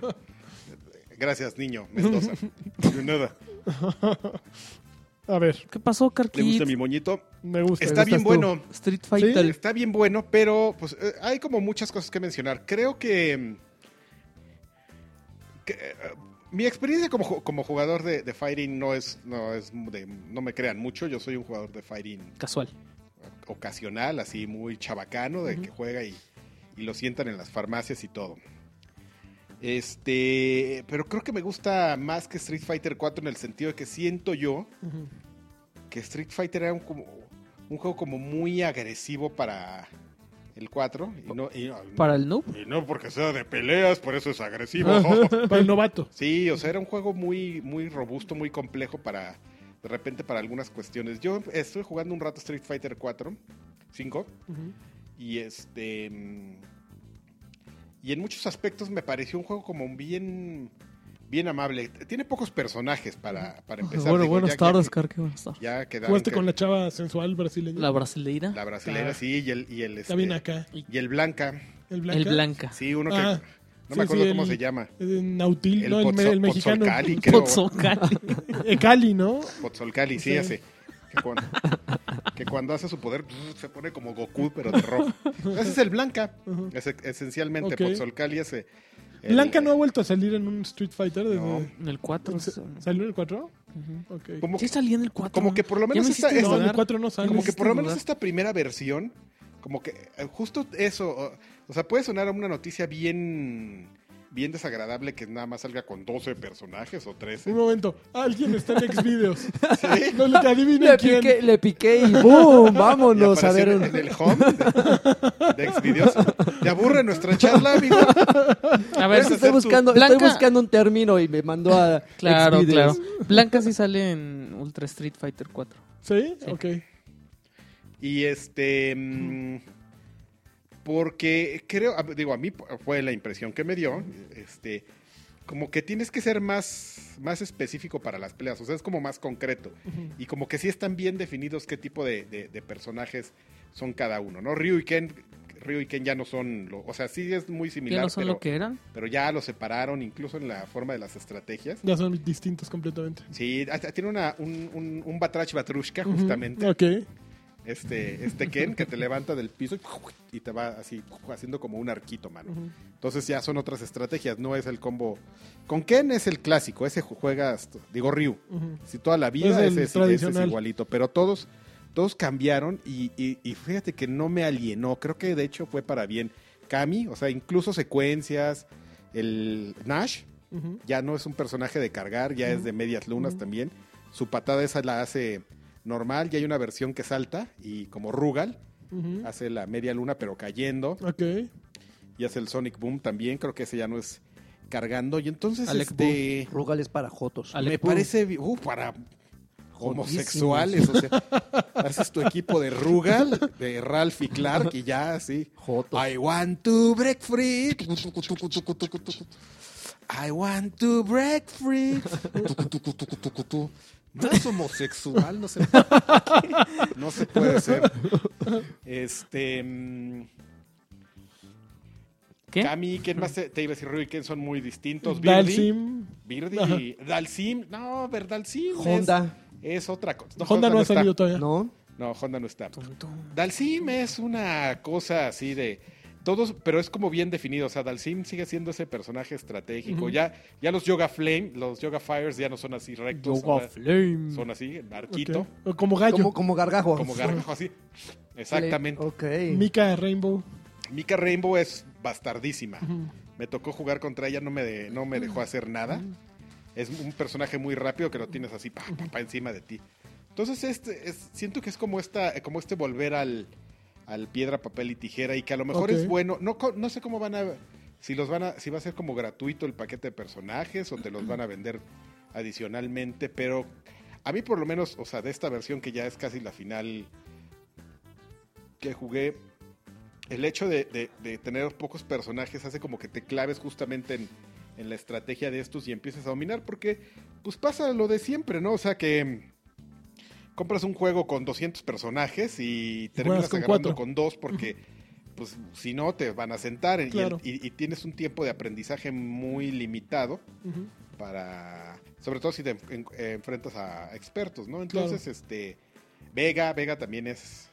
Gracias, niño. Mendoza. De nada. a ver, ¿Qué pasó, ¿Le gusta Carquillo? mi moñito? me gusta. Está Gustas bien tú. bueno. Street Fighter. Está bien bueno, pero pues eh, hay como muchas cosas que mencionar. Creo que, mm, que, eh, mi experiencia como, ju- como jugador de, de fighting no es no es de- no me crean mucho. Yo soy un jugador de fighting Casual. ocasional, así muy chabacano, de que juega y, y lo sientan en las farmacias y todo. Este, pero creo que me gusta más que Street Fighter 4 en el sentido de que siento yo Ujú. que Street Fighter era un, como, un juego como muy agresivo para el 4. Y no, y no- Para el noob. y no porque sea de peleas, por eso es agresivo. Para el novato. Sí, o sea, era un juego muy, muy robusto, muy complejo para, de repente, para algunas cuestiones. Yo estuve jugando un rato Street Fighter 4, 5, y este... mm, Y en muchos aspectos me pareció un juego como bien, bien amable. Tiene pocos personajes para, para empezar. bueno, Digo, buenas ya- tardes, ya- Carque, buenas tardes. Ya quedaron Jugaste que- con la chava sensual brasileña. La brasileira. la brasileña, Ah. sí, y el, y el, Está bien este, acá. y el blanca. El blanca. El blanca. Sí, uno que... Ah, no sí, me acuerdo sí, cómo el- se llama. el Nautil, no, el, me- Pozzo- el mexicano. Pozzolcali, creo. Pozzocali. Eh, Cali, ¿no? Pozzolcali, sí, Sí. hace. Que cuando, que cuando hace su poder pues, se pone como Goku, pero de rojo. Ese es el Blanca, es- esencialmente. Ok. Pozzolcali ese. el- Blanca no ha vuelto a salir en un Street Fighter desde. No. En el 4. ¿Salió en el 4? Ok. eh, Como Sí que, salía en el 4. como que por lo menos está esta- No, en el dudar. 4 no sale. como que por lo menos dudar. esta primera versión, como que eh, justo eso. o- O sea, puede sonar a una noticia bien, bien desagradable que nada más salga con 12 personajes o 13. Un momento, alguien está en Xvideos. No le adivinen Le quién. piqué, le piqué y ¡boom! Y Vámonos a apareció ver. en, un- en el home de, de Xvideos. Te aburre nuestra charla, amigo. A ver, Ese Estoy hacer tu- buscando, Blanca- estoy buscando un término y me mandó a. claro, claro. Xvideos. Blanca sí sale en Ultra Street Fighter 4. ¿Sí? Sí. Ok. Y este. mm, Porque creo, a- digo, a mí fue la impresión que me dio. Este. Como que tienes que ser más, más específico para las peleas, o sea, es como más concreto. Y como que sí están bien definidos qué tipo de, de- de personajes son cada uno, ¿no? Ryu y Ken, Ryu y Ken ya no son, lo- o sea, sí es muy ¿Ya similar, no son pero, pues lo que eran? pero ya los separaron incluso en la forma de las estrategias. Ya son distintos completamente. Sí, hasta tiene una, un, un, un Batrach Batrushka justamente. Ok. este, este Ken que te levanta del piso y, y te va así haciendo como un arquito, mano. Entonces ya son otras estrategias, no es el combo. Con Ken es el clásico, ese ju- juegas, digo Ryu, Ujú. si toda la Es vida el ese, sí- ese es tradicional. igualito, pero todos, todos cambiaron y, y- y fíjate que no me alienó, creo que de hecho fue para bien. Kami, o sea, incluso secuencias, el Nash, Ujú. ya no es un personaje de cargar, ya es de medias lunas también. Su patada esa la hace normal, ya hay una versión que salta y como Rugal Ujú. Ah. hace la media luna pero cayendo Ok. y hace el Sonic Boom también, creo que ese ya no es cargando y entonces Alec este Rugales para Jotos. Alec me Boom. parece bi- uh, para homosexuales, o sea, haces tu equipo de Rugal, de Ralph y Clark y ya así. Jotos. I want to break free. I want to break free. Más homosexual, no se, no se puede ser. Este. mm, ¿Qué? Cami, ¿quién más te, te iba a decir? Rui, ¿quién son muy distintos? Birdy. Dalsim. Birdy. Dalsim. No, ver, Dalsim. es- Honda. Es, otra cosa. Honda no ha está. salido todavía. ¿No? No, Honda no está. Dalsim es una cosa así de. Todos, pero es como bien definido. O sea, Dalsim sigue siendo ese personaje estratégico. ya, ya los Yoga Flame, los Yoga Fires ya no son así rectos. ahora Flame. Son así, arquito, Ok. O Como gallo. Como, como gargajo. como gargajo así. Exactamente. Ok. Mica de Rainbow. Mika Rainbow es bastardísima. Me tocó jugar contra ella, no me, de- no me dejó hacer nada. Es un personaje muy rápido que lo tienes así pa, pa, pa, encima de ti. Entonces este es- siento que es como esta, como este volver al, al piedra, papel y tijera y que a lo mejor es Ok. bueno. No, co- no sé cómo van a si los van a si va a ser como gratuito el paquete de personajes o te los van a vender adicionalmente, pero a mí por lo menos, o sea, de esta versión que ya es casi la final que jugué, el hecho de, de- de tener pocos personajes hace como que te claves justamente en, en la estrategia de estos y empieces a dominar, porque pues pasa lo de siempre, ¿no? O sea que mm, compras un juego con 200 personajes y terminas con agarrando cuatro. con dos porque pues si no te van a sentar y el- Claro. y- y tienes un tiempo de aprendizaje muy limitado Ujú. para sobre todo si te enf- en- eh, enfrentas a expertos, ¿no? Entonces, este Vega, Vega también es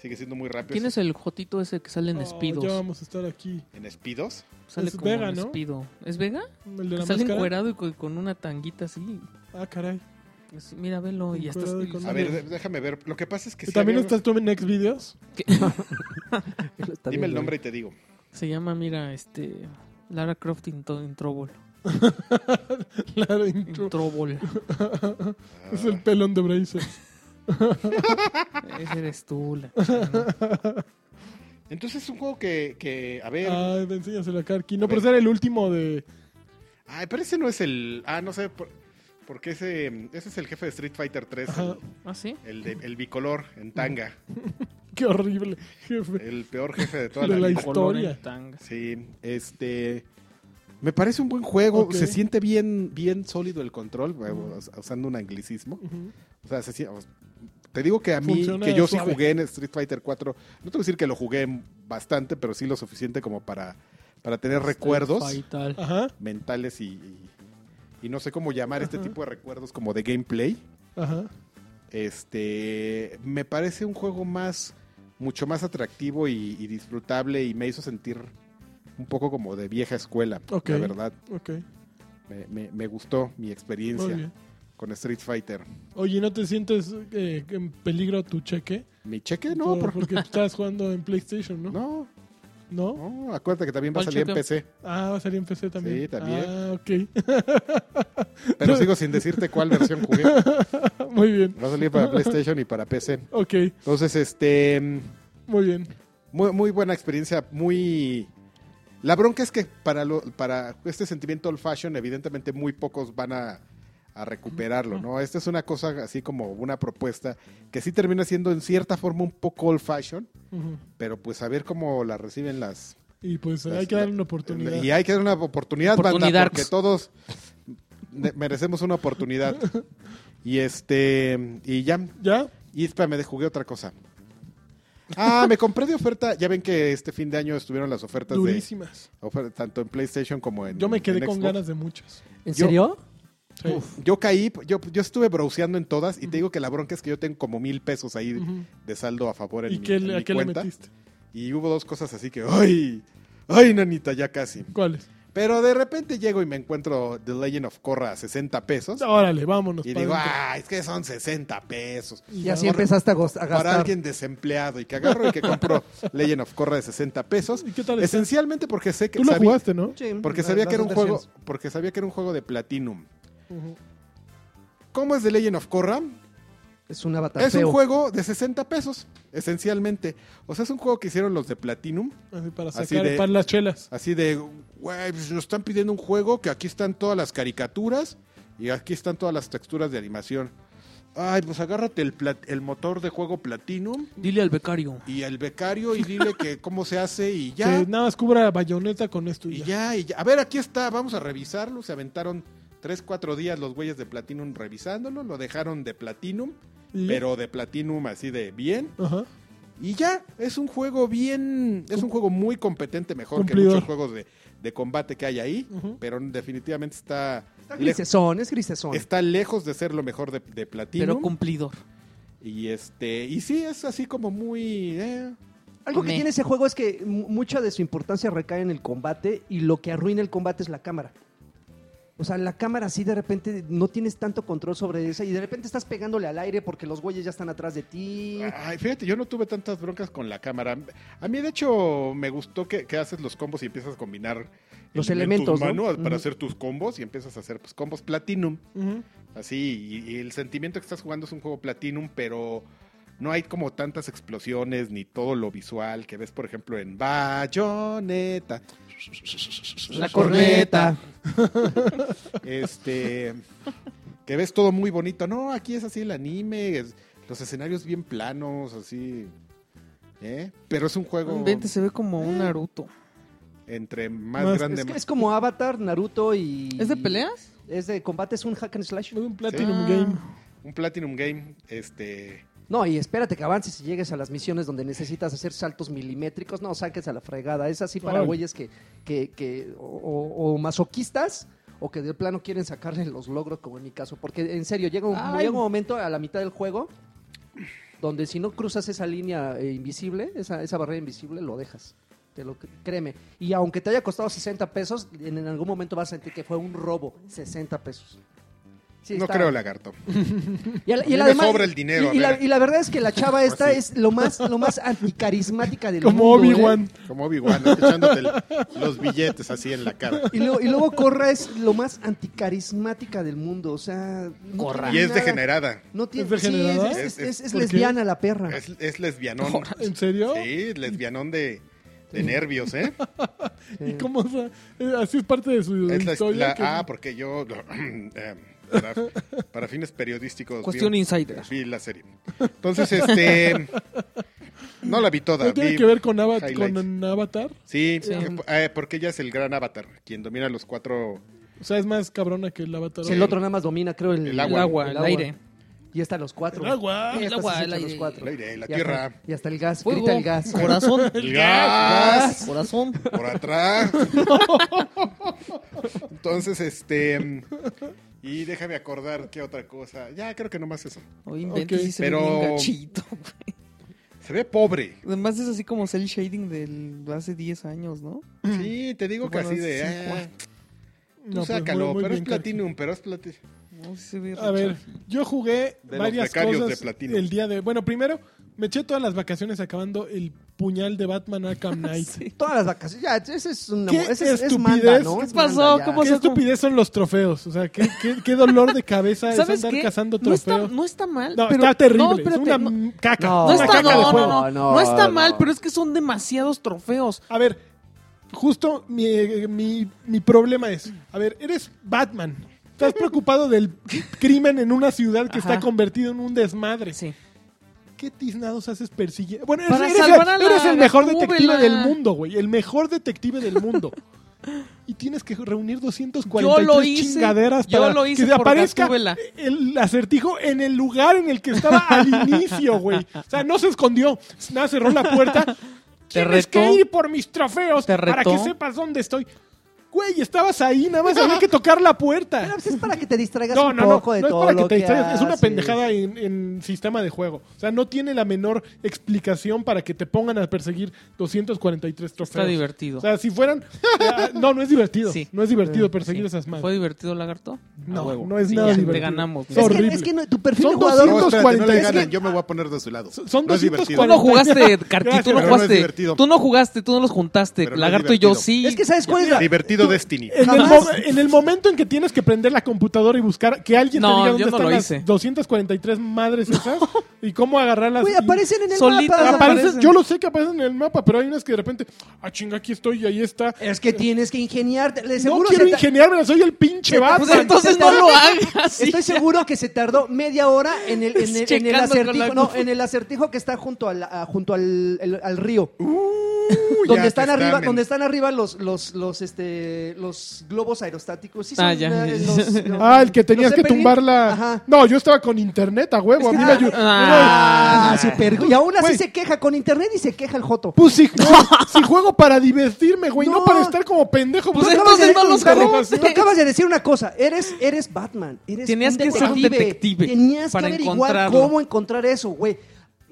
sigue siendo muy rápido ¿Quién es el jotito ese que sale en Oh, Espidos? ya vamos a estar aquí. en Speedos. Sale Es como Vega, en ¿no? Espido. ¿Es Vega? El de la Que sale máscara. encuerado y con, con una tanguita así. Ah, caray. Así, mira, velo y ya estás. Encuerado y con- A ver, de- déjame ver. Lo que pasa es que sí ¿También había- estás tú en Next Videos? Dime Está bien, el güey. eh. nombre y te digo. Se llama, mira, este. Lara Croft in, to- in Trouble. Claro, In intro. Trouble. Ah. Es el pelón de Bracer. Ese eres tú. la- Entonces es un juego que, que a ver, Ay, me enséñaselo a Karki. No, A pero ver. ese era el último de. ay, pero ese no es el, ah, no sé por, porque ese ese es el jefe de Street Fighter 3, Ajá. ¿Ah, sí? el, de- el bicolor en tanga, Qué horrible, jefe. el peor jefe de toda la De la vida. Color en Historia. tanga. Sí, este. Me parece un buen juego. Ok. Se siente bien, bien sólido el control, bueno, us- usando un anglicismo. Ujú. O sea, se sien- o- te digo que a mí, Funciona que yo sí suave. jugué en Street Fighter 4. No te voy a decir que lo jugué bastante, pero sí lo suficiente como para, para tener recuerdos Fatal. Ajá, mentales y, y- y no sé cómo llamar este tipo de recuerdos como de gameplay. ajá. Este, me parece un juego más, mucho más atractivo y, y disfrutable y me hizo sentir un poco como de vieja escuela, Ok. la verdad. Ok, Me, me- me gustó mi muy experiencia bien. con Street Fighter. Oye, ¿no te sientes eh, en peligro tu cheque? Mi cheque Eh, no, Por- por- porque estás jugando en PlayStation, ¿no? no, ¿No? no, acuérdate que también va a ¿Cuál salir en cheque? PC, Ah, va a salir en PC también. Sí, también. Ah, ok. pero sigo sin decirte cuál versión jugué. muy bien. Va a salir para PlayStation y para PC. Ok, Entonces, este, muy bien. muy, muy buena experiencia, muy... La bronca es que para, lo- para este sentimiento old fashion, evidentemente muy pocos van a, a recuperarlo, ¿no? Esta es una cosa así como una propuesta que sí termina siendo en cierta forma un poco old fashion, Ujú. pero pues a ver cómo la reciben las... Y pues las- hay que darle una la- oportunidad. Y hay que dar una oportunidad, banda, Oportunidad. porque todos ne- merecemos una oportunidad. Y este... Y ya, ¿Ya? y espérame, de- jugué otra cosa. Ah, me compré de oferta. Ya ven que este fin de año estuvieron las ofertas de Durísimas. ofer- tanto en PlayStation como en. Yo me quedé en con Xbox. ganas de muchas. ¿En Yo- serio? Sí. Yo caí, yo, yo estuve browseando en todas y te digo que la bronca es que yo tengo como mil pesos ahí Ujú. de saldo a favor en ¿Y mi, qué, en le- mi a qué le cuenta. metiste? y hubo dos cosas así que, ¡ay! ¡Ay, nanita, ya casi! ¿Cuáles? Pero de repente llego y me encuentro The Legend of Korra a 60 pesos. Órale, vámonos. y pa' digo, adentro. ¡ah! Es que son 60 pesos. Y así Ya. empezaste a, gos- a para gastar. alguien desempleado y que agarro y que compro Legend of Korra de 60 pesos. ¿Y qué tal está? Esencialmente porque sé que Tú lo sabía- jugaste, ¿no? Sí, porque las- sabía que las era un dos juego versiones. porque sabía que era un juego de Platinum. Ujú. ¿Cómo es de Legend of Korra? Es un avatar Es un feo. juego de 60 pesos, esencialmente. O sea, es un juego que hicieron los de Platinum, Así para Así sacar de- para las chelas. así de, güey, pues nos están pidiendo un juego que aquí están todas las caricaturas y aquí están todas las texturas de animación. Ay, pues agárrate el, plat- el motor de juego Platinum Dile al becario. y el becario y dile que cómo se hace y ya. Que nada más cubra bayoneta con esto y, Y ya. ya, y ya. A ver, aquí está, vamos a revisarlo. Se aventaron 3, 4 días los güeyes de Platinum revisándolo. Lo dejaron de Platinum, Y- pero de Platinum así de bien. Ajá. Y ya, es un juego bien. Es un juego muy competente, mejor Cumplidor. que muchos juegos de, de combate que hay ahí. Ujú. Pero definitivamente está. Está lej- grisesón, es grisesón. Está lejos de ser lo mejor de, de Platinum. Pero cumplidor. Y este. Y sí, es así como muy. eh, Algo que Me. tiene ese juego es que mu- mucha de su importancia recae en el combate y lo que arruina el combate es la cámara. O sea, la cámara sí de repente no tienes tanto control sobre esa y de repente estás pegándole al aire porque los güeyes ya están atrás de ti. Ay, fíjate, yo no tuve tantas broncas con la cámara. A mí, de hecho, me gustó que, que haces los combos y empiezas a combinar Los elementos, ¿no? manuales para Ujú. hacer tus combos y empiezas a hacer pues, combos platinum. Ujú. Así, y, y el sentimiento que estás jugando es un juego platinum, pero no hay como tantas explosiones ni todo lo visual que ves, por ejemplo, en Bayonetta. Pues, La corneta. Este, que ves todo muy bonito. No, aquí es así el anime, es- los escenarios bien planos, así. ¿eh? Pero es un juego Vente, se ve como un Naruto. entre más, Más- grande. Es, que más- es como Avatar, Naruto y... ¿Es de peleas? Es de combate, es un hack and slash. Es un Platinum Ah. Game. Un Platinum Game, este. No, y espérate que avances y llegues a las misiones donde necesitas hacer saltos milimétricos. No, saques a la fregada. Es así para Ay. güeyes que, que, que o, o- o masoquistas o que de plano quieren sacarle los logros, como en mi caso. Porque en serio, llega un, Ay. llega un momento a la mitad del juego donde si no cruzas esa línea eh, invisible, esa, esa barrera invisible, lo dejas. Te lo cr- créeme. Y aunque te haya costado 60 pesos, en, en algún momento vas a sentir que fue un robo. 60 pesos. Sí, no está- creo, lagarto. y, al- A mí el me además- sobra el dinero, Y, y la, mira. y la verdad es que la chava esta Así. es lo más, lo más anticarismática del Como mundo. ¿eh? Obi-Wan. Como Obi-Wan, ¿no? echándote el- los billetes así en la cara. Y luego, y luego Corra es lo más anticarismática del mundo. O sea, no Corra. tiene Y es nada- degenerada. No tiene, ¿Es degenerada? Sí, es, es- es- es ¿Por qué? lesbiana la perra. Es, es lesbianón. ¿En serio? Sí, lesbianón de, de nervios, ¿eh? ¿Y cómo? o sea, eh, así es parte de su Es la- historia. la- que- ah, porque yo, eh, para, para fines periodísticos, vi- Cuestión insider. vi, la serie. Entonces, este, no la vi toda. ¿No tiene vi- que ver con, Ava- highlights. con Avatar? Sí, Sí. que- eh, porque ella es el gran avatar, quien domina los cuatro. O sea, es más cabrona que el Avatar. Sí, El otro nada más domina, creo, el, El El agua, agua, el, aire. Y hasta los cuatro. El agua. El Y hasta agua, se el echan aire. los cuatro. El aire, la Y hasta- tierra. y hasta el gas. Fuego, Grita el gas. Corazón. ¡El gas! Corazón. por atrás. Entonces, este. Y déjame acordar qué otra cosa. Ya, creo que nomás eso. No inventes, Ok. sí se Pero- ve bien gachito. güey. Se ve pobre. Además es así como cel shading del hace 10 años, ¿no? Sí, te digo que Bueno, así de. sí, ah, tú No, pues, sácalo, muy- muy pero es bien, Carl. Platinum, pero es Platinum. No sí se ve A ver, rechazo. yo jugué De los varias becarios cosas de platino. el día de... Bueno, primero, me eché todas las vacaciones acabando el puñal de Batman Arkham Knight. Sí. Todas las vacaciones. Ya, ese es una. ¿Qué ese es, es estupidez? manda, ¿no? ¿Qué Es manda pasó? ya. ¿Cómo Qué estupidez son los trofeos. O sea, qué, qué- qué dolor de cabeza es ¿Sabes andar qué? cazando No está, trofeos. No, no está mal. está, pero- terrible. No, es espérate, una no- mm, caca. No, una No está, caca de no, juego. no, no, No, no está no. mal, pero es que son demasiados trofeos. A ver, justo mi, eh, mi, mi problema es, a ver, eres Batman. Estás preocupado del crimen en una ciudad que está Ajá. convertida en un desmadre. Sí. ¿Qué tiznados haces persiguiendo? Bueno, eres, Para eres- salvar a la eres el mejor detective gatúbela. del mundo, güey. El mejor detective del mundo. y tienes que reunir 243 Yo lo hice, chingaderas yo para lo hice que por aparezca gatúbela. el acertijo en el lugar en el que estaba al inicio, güey. O sea, no se escondió. Nada, cerró la puerta. Te Tienes retó. que ir por mis trofeos Te para que retó. sepas dónde estoy. Güey, estabas ahí, nada más había que tocar la puerta. Pero pues es para que te distraigas No, un no, no, poco de no es todo para que lo te distraigas, es una haces. pendejada en, en sistema de juego. O sea, no tiene la menor explicación para que te pongan a perseguir 243 trofeos. Está divertido. O sea, si fueran... ya, no, no es divertido. Sí. No es divertido perseguir Sí. esas madres. ¿Fue divertido, Lagarto? A No, huevo. no es Sí, nada ya, divertido. Te ganamos. Es Es que, horrible. es que no- tu perfil Son de jugador 200 No, espérate, no le 243. ganan, yo me voy a poner de su lado. Son No es divertido. Tú 240. no jugaste, Carti, tú Gracias, no pero no es jugaste. divertido. tú no jugaste, tú no los juntaste. Pero no es Lagarto y yo divertido. sí. Es que ¿sabes cuál es la, Divertido Destiny. En el, Jamás. mo- en el momento en que tienes que prender la computadora y buscar que alguien te No, diga yo dónde no están lo las hice. 243 madres esas y cómo agarrarlas. Güey, y- aparecen en el Solita. mapa. Aparecen- aparecen. Yo lo sé que aparecen en el mapa, pero hay unas que de repente, ah, chinga, aquí estoy y ahí está. Es que tienes que ingeniarte. De No Eh, seguro quiero se ta- ingeniármela, soy el pinche Pues Batman. entonces no lo hagas. sí. Estoy seguro que se tardó media hora en el, en el- en el Checando con la acertijo. No, en el acertijo que está junto al, a- junto al, el- al río. ya donde te están está arriba, men- donde están arriba los, los, los, este, los globos aerostáticos. Sí, Ah, son, ya. eh, los- los- Ah, el que tenías los que Zeppelin. tumbarla. Ajá. No, yo estaba con internet a huevo. a mí me ayu- Ah, super. Y aún así Güey. se queja con internet y se queja el Joto. Pues si, si juego para divertirme, güey, no. No. para estar como pendejo. Pues Tú Tú acabas de entonces decir no los que Carlos, estabas- juntes. tú acabas de decir una cosa. Eres, eres Batman. Eres Tenías un que ser un detective. detective Tenías para que averiguar encontrarlo. cómo encontrar eso, güey.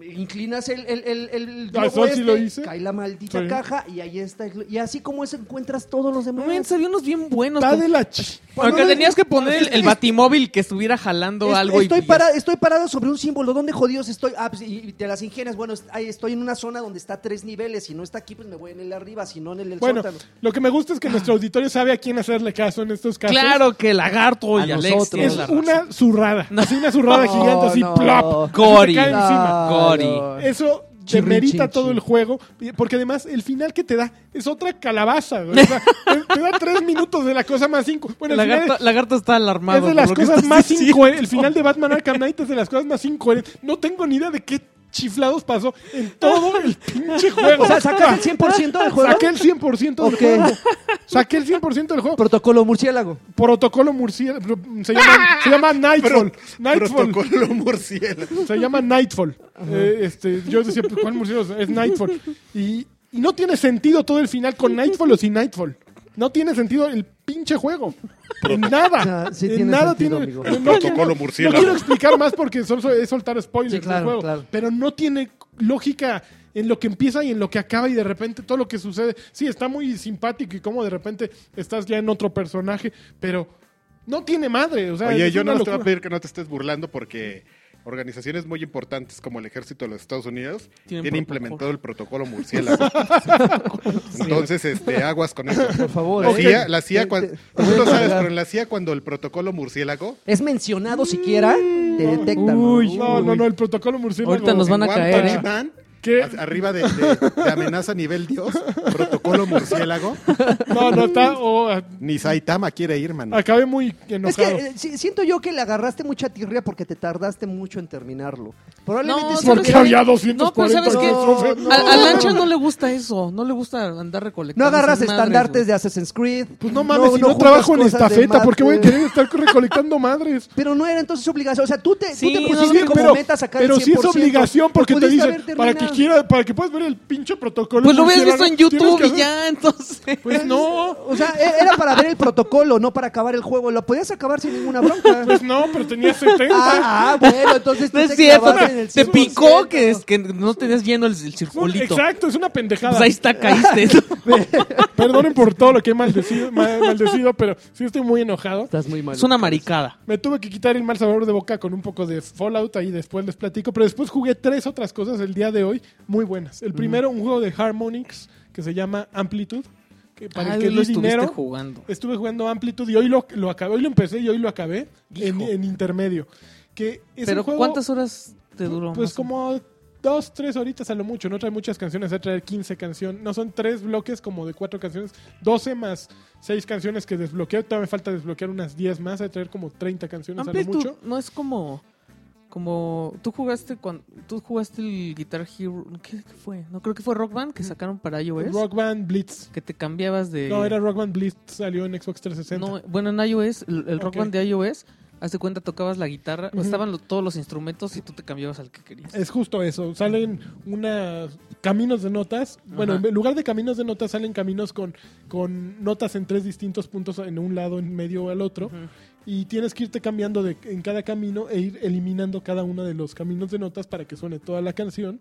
Inclinas el, el, el, el este, Ah, eso sí lo hice. cae la maldita Sí. caja y ahí está. el glo- Y así como eso encuentras todos los demás. No, men, había unos bien buenos. Está como- de la ch... Aunque No, no, tenías no, que poner el, el batimóvil que estuviera jalando Est- algo. y- estoy, y- para- estoy parado sobre un símbolo. ¿Dónde jodidos estoy? Ah, pues, y, y te las ingenias. Bueno, est- ahí estoy en una zona donde está a tres niveles. Si no está aquí, pues me voy en el arriba. Si no, en el, del Bueno, sótano. lo que me gusta es que nuestro auditorio sabe a quién hacerle caso en estos casos. Claro que Lagarto A y Alex nosotros. tienen Es la razón. una zurrada. Así una zurrada No, gigante, así no. plop. Gori. Se cae encima. Gori. Eso Chirrin, demerita chin, todo chin. el juego, porque además el final que te da es otra calabaza. güey. O sea, te, te da tres minutos de la cosa más cinco. Bueno, el final Lagarto, es- Lagarto está alarmado. es de por las lo que cosas estás más diciendo. incoherentes. El final de Batman Arkham Knight es de las cosas más incoherentes. No tengo ni idea de qué chiflados pasó en todo el pinche juego. Ah, O sea, sacas el 100% del juego. Saqué el 100% del Ok. juego. Saqué el 100% del juego. Protocolo murciélago. Protocolo murciélago. Se llama, se llama Nightfall. Nightfall. Protocolo murciélago. Se llama Nightfall. Eh, este, yo decía, pues, ¿cuál murciélago? Es Nightfall. Y, y no tiene sentido todo el final con Nightfall o sin Nightfall. No tiene sentido el pinche juego. En nada. Ah, sí en tiene nada sentido, tiene. amigo. El no protocolo quiero- murciélago. No quiero explicar más porque solo es soltar spoilers Sí, claro, del juego. claro. Pero no tiene lógica en lo que empieza y en lo que acaba y de repente todo lo que sucede. Sí, está muy simpático y como de repente estás ya en otro personaje, pero no tiene madre. O sea, Oye, Ah, es yo una no te voy locura. a pedir que no te estés burlando porque organizaciones muy importantes como el Ejército de los Estados Unidos Tienen tienen, protocolo. implementado el protocolo murciélago. Entonces, este, aguas con eso. Por favor. La eh. CIA, la CIA Te- cuando, te- te voy tú a lo sabes, colgar. pero en la CIA cuando el protocolo murciélago Es mencionado siquiera, te detectan. Uy, Mm. No, no, no, el protocolo murciélago. Ahorita nos van a One caer. Punch ¿eh? Man, ¿Qué? a- arriba de, de- de amenaza nivel Dios, protocolo murciélago, No, no está. o, ah, ni Saitama quiere ir, mano. acabé muy Es que enojado. eh, si- siento yo que le agarraste mucha tirria porque te tardaste mucho en terminarlo. Probablemente No, ¿sabes si Porque qué? hubiera- había 240 No, pero ¿sabes qué? trofeos. No, A, a Lancha no le gusta eso. No le gusta andar recolectando. no agarras esas madres, estandartes güey. de Assassin's Creed. Pues no mames, si no, juntas trabajo en cosas de estafeta, ¿por qué voy a pues. madres. querer estar recolectando madres? Pues Pero no era entonces obligación. O sea, tú te, Sí, tú te no, pusiste sí, como meta sacar pero el 100%. sí es obligación porque Pues te pudiste dicen haber para que terminado. quieras, para que puedas ver el pinche protocolo. Pues lo hubieras visto murciélago, en tienes YouTube que y hacer- ya, entonces. Pues no, O sea, e- era para ver el protocolo, no para acabar el juego. Lo podías acabar sin ninguna bronca. pues no, pero tenía 70. Ah, ah, bueno, entonces tú No es te cierto. clavaste en el Te 100%. picó que, es, que no tenías lleno el, el No, circulito. Exacto, es una pendejada. Pues ahí está, caíste. Perdonen por todo lo que he maldecido, ma- maldecido, pero sí estoy muy enojado. Estás muy mal. es una maricada. Me tuve que quitar el mal sabor de boca con un poco de Fallout, ahí después les platico. Pero después jugué tres otras cosas el día de hoy muy buenas. El primero, un juego de Harmonix que se llama Amplitude, que para Ah, el que lo di estuviste dinero. jugando. Estuve jugando Amplitude y hoy lo, lo acabé, hoy lo empecé y hoy lo acabé en, Hijo. en intermedio. Que es Pero un juego, ¿cuántas horas te duró? Pues más o menos? como dos, tres horitas a lo mucho. No trae muchas canciones, va a traer 15 canciones. No, son tres bloques como de cuatro canciones. 12 más seis canciones que desbloqueé. Todavía me falta desbloquear unas 10 más. Va a traer como 30 canciones a lo Amplitud mucho. no es como como tú jugaste con tú jugaste el Guitar Hero, ¿qué, qué fue? No creo que fue Rock Band que sacaron para iOS, Rock Band Blitz. que te cambiabas de No, era Rock Band Blitz. Salió en Xbox 360. No, bueno, en iOS, el, el Rock Ok. Band de iOS, hace cuenta tocabas la guitarra, o Ujú. estaban lo- todos los instrumentos y tú te cambiabas al que querías. Es justo eso, salen unas caminos de notas, bueno, Ajá. en lugar de caminos de notas salen caminos con, con notas en tres distintos puntos, en un lado, en medio o al otro, y tienes que irte cambiando de, en cada camino e ir eliminando cada uno de los caminos de notas para que suene toda la canción.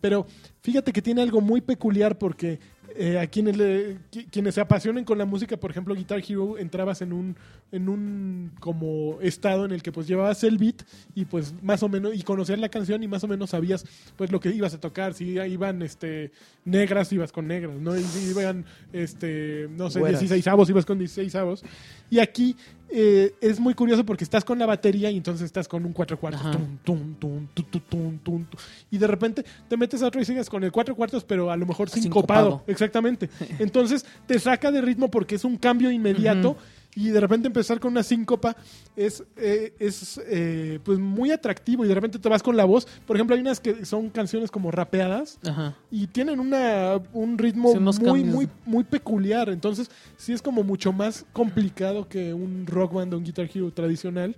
Pero fíjate que tiene algo muy peculiar porque eh, a quienes, le- qui- quienes se apasionen con la música, por ejemplo, Guitar Hero, entrabas en un, en un como estado en el que pues llevabas el beat y pues más o menos, y conocías la canción y más o menos sabías pues lo que ibas a tocar, si iban este negras, ibas con negras, ¿no? Y si iban, este, no sé, Güeras. 16 avos, ibas con 16 avos. Y aquí eh, es muy curioso porque estás con la batería y entonces estás con un cuatro cuartos. Ajá. tum, tum, tum, tu, tu, tum, tum, tu. Y de repente te metes a otro y sigues con el cuatro cuartos, pero a lo mejor sincopado. Sincopado. Exactamente. Entonces te saca de ritmo porque es un cambio inmediato. Y de repente empezar con una síncopa es, eh, es eh, pues muy atractivo y de repente te vas con la voz. Por ejemplo, hay unas que son canciones como rapeadas Ajá. y tienen una, un ritmo Sí, unos muy, cambios. muy, muy peculiar. Entonces, sí es como mucho más complicado que un rock band o un Guitar Hero tradicional.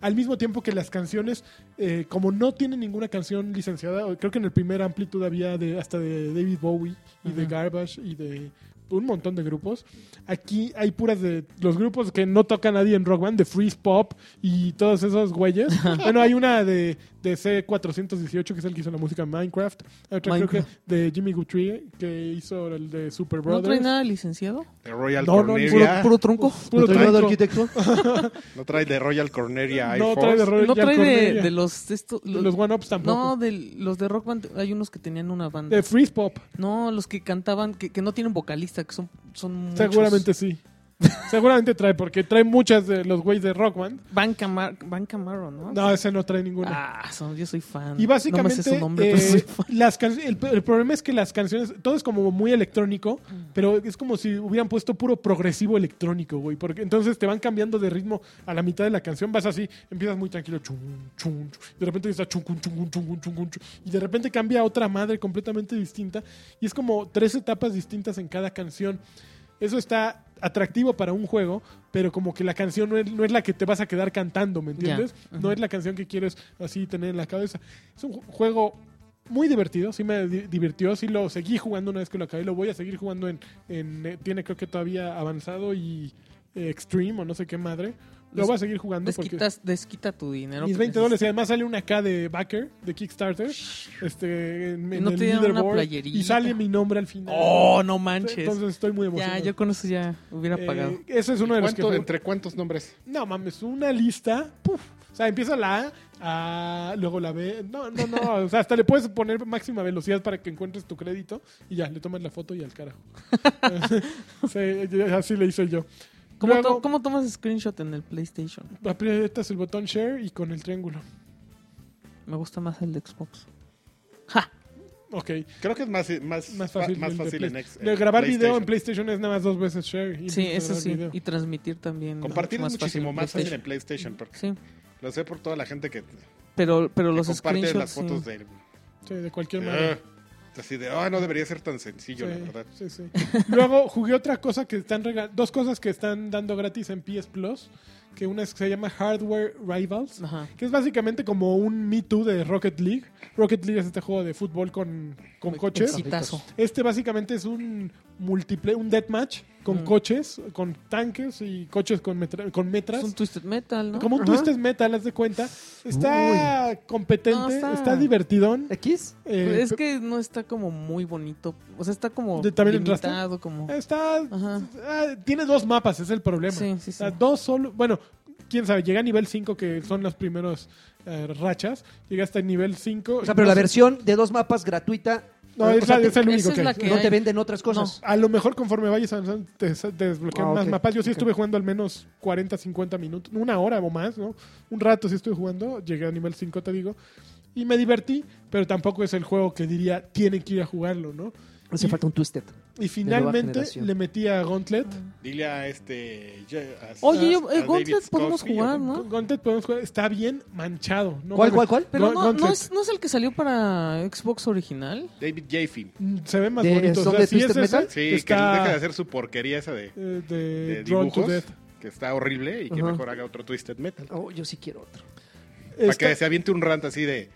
Al mismo tiempo que las canciones, eh, como no tienen ninguna canción licenciada, o creo que en el primer amplitud había de, hasta de David Bowie y de Ajá. Garbage y de un montón de grupos. Aquí hay puras de los grupos que no toca nadie en Rock Band, de Freeze Pop y todos esos güeyes. bueno, hay una de, de C418, que es el que hizo la música de Minecraft. Hay otra creo Minecraft. que de Jimmy Guthrie, que hizo el de Super ¿No Brothers. trae nada licenciado? De Royal No, no, ¿Puro, Corneria. No, puro tronco? Puro ¿No trae nada de tronco. arquitecto? trae de Royal Corneria. No Air trae de Force. Royal ¿No trae de, Cornelia. de los... Estos, De los One Ups tampoco. no, de los de Rock Band hay unos que tenían una banda. de Freeze Pop, No, los que cantaban, que, que no tienen vocalista, que son, son muchos. seguramente sí. seguramente trae, porque trae muchas de los güeyes de Rock Band. Van, Camar Van Camaro, ¿no? No, ese no trae ninguna. Ah, son- yo soy fan. Y No me básicamente, sé su nombre, pero eh, soy fan. las can- el, el problema es que las canciones, todo es como muy electrónico, Mm. pero es como si hubieran puesto puro progresivo electrónico, güey, porque entonces te van cambiando de ritmo a la mitad de la canción, vas así, empiezas muy tranquilo, chum, chum, chum, de repente está chum, chum, chum, chum, chum, chum, y de repente cambia a otra madre completamente distinta, y es como tres etapas distintas en cada canción. Eso está atractivo para un juego, pero como que la canción no es, no es la que te vas a quedar cantando, ¿me Ya, entiendes? ajá. No es la canción que quieres así tener en la cabeza. Es un ju- juego muy divertido, sí me di- divirtió, sí lo seguí jugando una vez que lo acabé, lo voy a seguir jugando en... en, eh, tiene creo que todavía avanzado y eh, extreme o no sé qué madre. Lo Los- voy a seguir jugando porque... Desquitas, desquita tu dinero. Mis que 20 necesitas. dólares y además sale una K de backer, de Kickstarter, este, en, Y en no el te dieron una leaderboard playerita. y sale mi nombre al final. Oh, no manches. Entonces estoy muy emocionado. ya, yo con eso ya hubiera Eh, pagado. ese es uno de los que ¿Cuánto- jugué. ¿Entre cuántos nombres? No mames, una lista. Puf. O sea, empieza la A, a, luego la B. No, no, no. O sea, hasta le puedes poner máxima velocidad para que encuentres tu crédito y ya, le tomas la foto y al carajo. Sí, yo- así le hice yo. ¿Cómo, Luego to- cómo tomas screenshot en el PlayStation? aprietas el botón share y con el triángulo. Me gusta más el de Xbox. ¡Ja! Ok. Creo que es más, más, Más fácil, más el de fácil Play- en, ex- de en Grabar video en PlayStation. PlayStation es nada más dos veces share. y Sí, empiezas a eso grabar sí. video. Y transmitir también. Compartir es mucho muchísimo más fácil en PlayStation. PlayStation. Porque Sí, lo sé por toda la gente que, pero, pero que los comparte screenshots. las fotos sí. de... Sí, de cualquier manera. Ah, así de, ah, no debería ser tan sencillo, la Sí, verdad. sí, sí. Luego jugué otra cosa que están rega- dos cosas que están dando gratis en PS Plus, que una es que se llama Hardware Rivals, Ajá. que es básicamente como un Me Too de Rocket League. Rocket League es este juego de fútbol con, con coches. Exitazo. Este básicamente es un multiple, un deathmatch con Mm. coches, con tanques y coches con, metra- con metras. Es un Twisted Metal, ¿no? Como un Ajá. Twisted Metal, haz de cuenta. Está competente, No, está... está- divertidón. ¿X? eh, Pues Es que no está como muy bonito. O sea, está como ¿De- también Eh. entraste? limitado, como... Está. Ajá. ah, tiene dos mapas, es el problema. Sí, sí, O sea, sí. dos solo. Bueno, quién sabe, llegué a nivel 5, que son las primeras rachas. Llegué hasta el nivel 5. O sea, pero la versión de dos mapas gratuita No, es, la- es el único Esa es que, hay. la que no hay. te venden otras cosas. A lo mejor conforme vayas avanzando te, te desbloquean Ah, más ok, mapas. Yo sí ok. estuve jugando al menos 40, 50 minutos, una hora o más, ¿no? Un rato sí estuve jugando, llegué a nivel 5, te digo. Y me divertí, pero tampoco es el juego que diría, tienen que ir a jugarlo, ¿no? Hace Y- falta un twisted. Y nueva finalmente generación. le metí a Gauntlet. Dile a este... ya- a- Oye, yo- a- eh, a Gauntlet David podemos Skogsby, jugar, ¿no? ¿no? Con- Gauntlet podemos jugar. Está bien manchado. No ¿Cuál, mames. cuál, cuál? Pero Ga- no, Gauntlet. no, es, no es el que salió para Xbox original. David Jaffe. Mm, Se ve más ¿De- bonito. son de sí es Twisted ese, Metal? Sí, está, que deja de hacer su porquería esa de, eh, de, de Drawn to dibujos, Death. que está horrible y que Ajá. mejor haga otro Twisted Metal. Oh, yo sí quiero otro. Para Está- que se aviente un rant así de,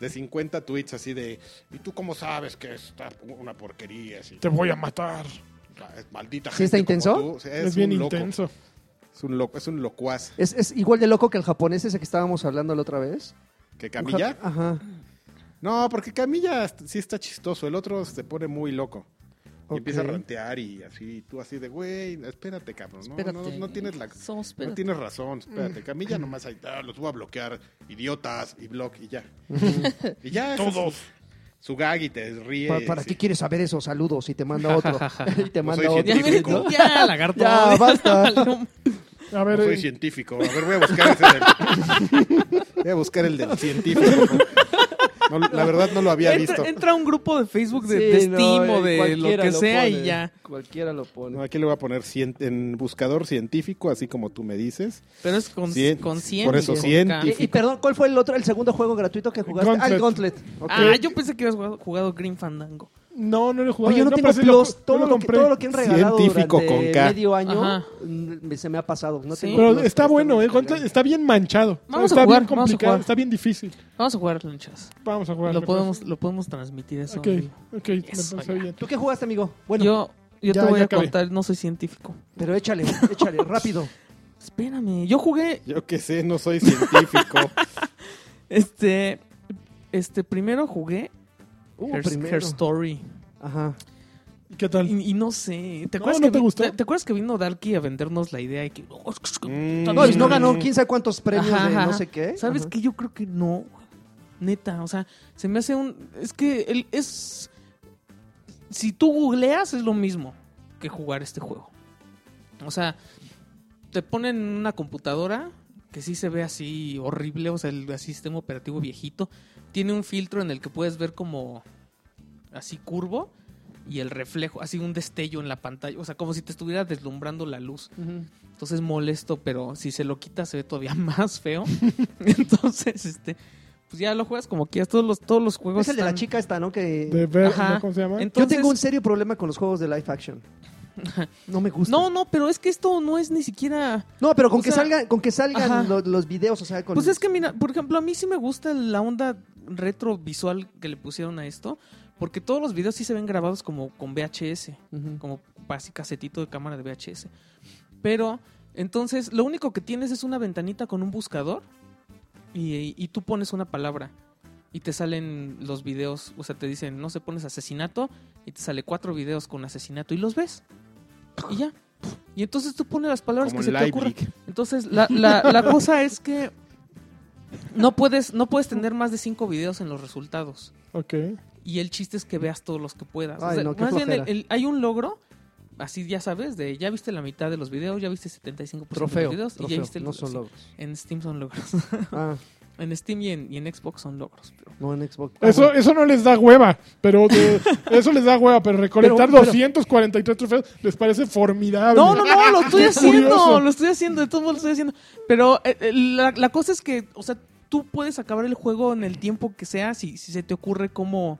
de 50 tweets así de, ¿y tú cómo sabes que está una porquería? Así, Ah, Te voy a matar. maldita ¿Sí gente está como intenso? tú". O sea, Es, es, bien un loco, intenso. Es un loco, es un locuaz. Es, es igual de loco que el japonés ese que estábamos hablando la otra vez. ¿Que Un Camilla? ja- Ajá. No, porque Camilla est- sí está chistoso, el otro se pone muy loco. Y Ok. empieza a rantear y así, tú así de, güey, espérate, cabrón. No, no, no tienes la... So, espérate. No tienes razón, espérate. Camilla nomás ahí, "Ah, los voy a bloquear, idiotas, y block, y ya. y ya. Todos. Su gag y te ríe. ¿Para, para sí. qué Pues quieres saber eso? Saludo si te manda otro. y te manda soy Ya, otro. mire, ¿no? ya, lagarto. Ya, basta. valió. A ver, No soy eh, científico. A ver, voy a buscar ese del... Voy a buscar el del científico. No, la verdad no lo había visto. entra, entra a un grupo de Facebook de, Sí, de no, Steam o eh, de lo cualquiera que sea pone, y ya. Cualquiera lo No, pone. aquí le voy a poner cien- en buscador científico, así como tú me dices. Pero es con Cien- 100. Con cien por Ah. y eso con científico. Y, y perdón, ¿cuál fue el otro, el segundo juego gratuito que jugaste? Ah, el Gauntlet. Gauntlet. K. Ok. Ah, yo pensé que habías jugado, jugado Green Fandango. no, no lo he jugado. Oye, yo no, tengo pero sí plus. yo todo, lo que, compré. todo lo que han regalado Científico durante con K. medio año Ajá. mm, se me ha pasado. No Sí. tengo Pero plus, este está pero bueno, eh, descargado. Gauntlet está bien manchado. Vamos a está jugar, bien vamos a complicado, jugar. está bien difícil. Vamos a jugar lanchas. Vamos a jugar. Lo me podemos, lo podemos transmitir eso. parece. en vivo. Ok, ok, me Eso, parece ya. bien. ¿Tú qué jugaste, amigo? Bueno, yo, yo Ya, te voy ya a acabé. contar, no soy científico. Pero échale, échale, rápido. Espérame, yo jugué Yo qué sé, no soy científico. este este primero jugué Uh, Her, primero. Her Story. Ajá. ¿Qué tal? Y, y no sé, ¿te No, acuerdas ¿no que te vi- gustó? te, te acuerdas que vino Darky a vendernos la idea y que "Oh, es que- es que- Mm. también No, y no ganó Mm. quién sabe cuántos premios Ajá, de ajá. no sé qué. ¿Sabes ¿Eh? Ajá. qué? Yo creo que no. güey. Neta, o sea, se me hace un... Es que el, es... Si tú googleas es lo mismo que jugar este juego. O sea, te ponen una computadora que sí se ve así horrible, o sea, el sistema operativo viejito. Tiene un filtro en el que puedes ver como así curvo y el reflejo, así un destello en la pantalla. O sea, como si te estuviera deslumbrando la luz. Ujú. Entonces molesto, pero si se lo quita se ve todavía más feo. Entonces, este, pues ya lo juegas como quieras. Todos los, todos los juegos. Es el de la están- chica esta, ¿no? Que De ver, Ajá. ¿no? ¿cómo se llama? Entonces, Yo tengo un serio problema con los juegos de live action. No me gusta. No, no, pero es que esto no es ni siquiera. No, pero con O que sea, salgan, con que ajá. salgan lo- los, videos, o sea, con Pues es que, mira, por ejemplo, a mí sí me gusta la onda retro visual que le pusieron a esto. Porque todos los videos sí se ven grabados como con VHS. Ujú. como así casetito de cámara de VHS. Pero entonces lo único que tienes es una ventanita con un buscador y, y tú pones una palabra y te salen los videos, o sea, te dicen, no se pones asesinato y te sale cuatro videos con asesinato y los ves. Y ya. Y entonces tú pones las palabras Como que se en te ocurran. Livebrick. Entonces la, la- la cosa es que no puedes, no puedes tener más de cinco videos en los resultados. Ok. Y el chiste es que veas todos los que puedas. O Ay, sea, no, qué más bien, flojera. el- el- hay un logro, así ya sabes, de ya viste la mitad de los videos, ya viste 75% de trofeo. los videos Pues y ya trofeo, viste el no video, son sí. logros. En Steam son logros. Ah, en Steam y en, y en Xbox son logros. pero- no en Xbox. Ah, Eso, bueno. eso no les da hueva, pero de- eso les da hueva, pero recolectar Pero- pero- 243 trofeos les parece formidable. No, no, no, lo estoy Qué curioso. haciendo, lo estoy haciendo, de todos modos lo estoy haciendo. Pero eh, eh, la, la cosa es que, o sea, tú puedes acabar el juego en el tiempo que sea si, si se te ocurre cómo...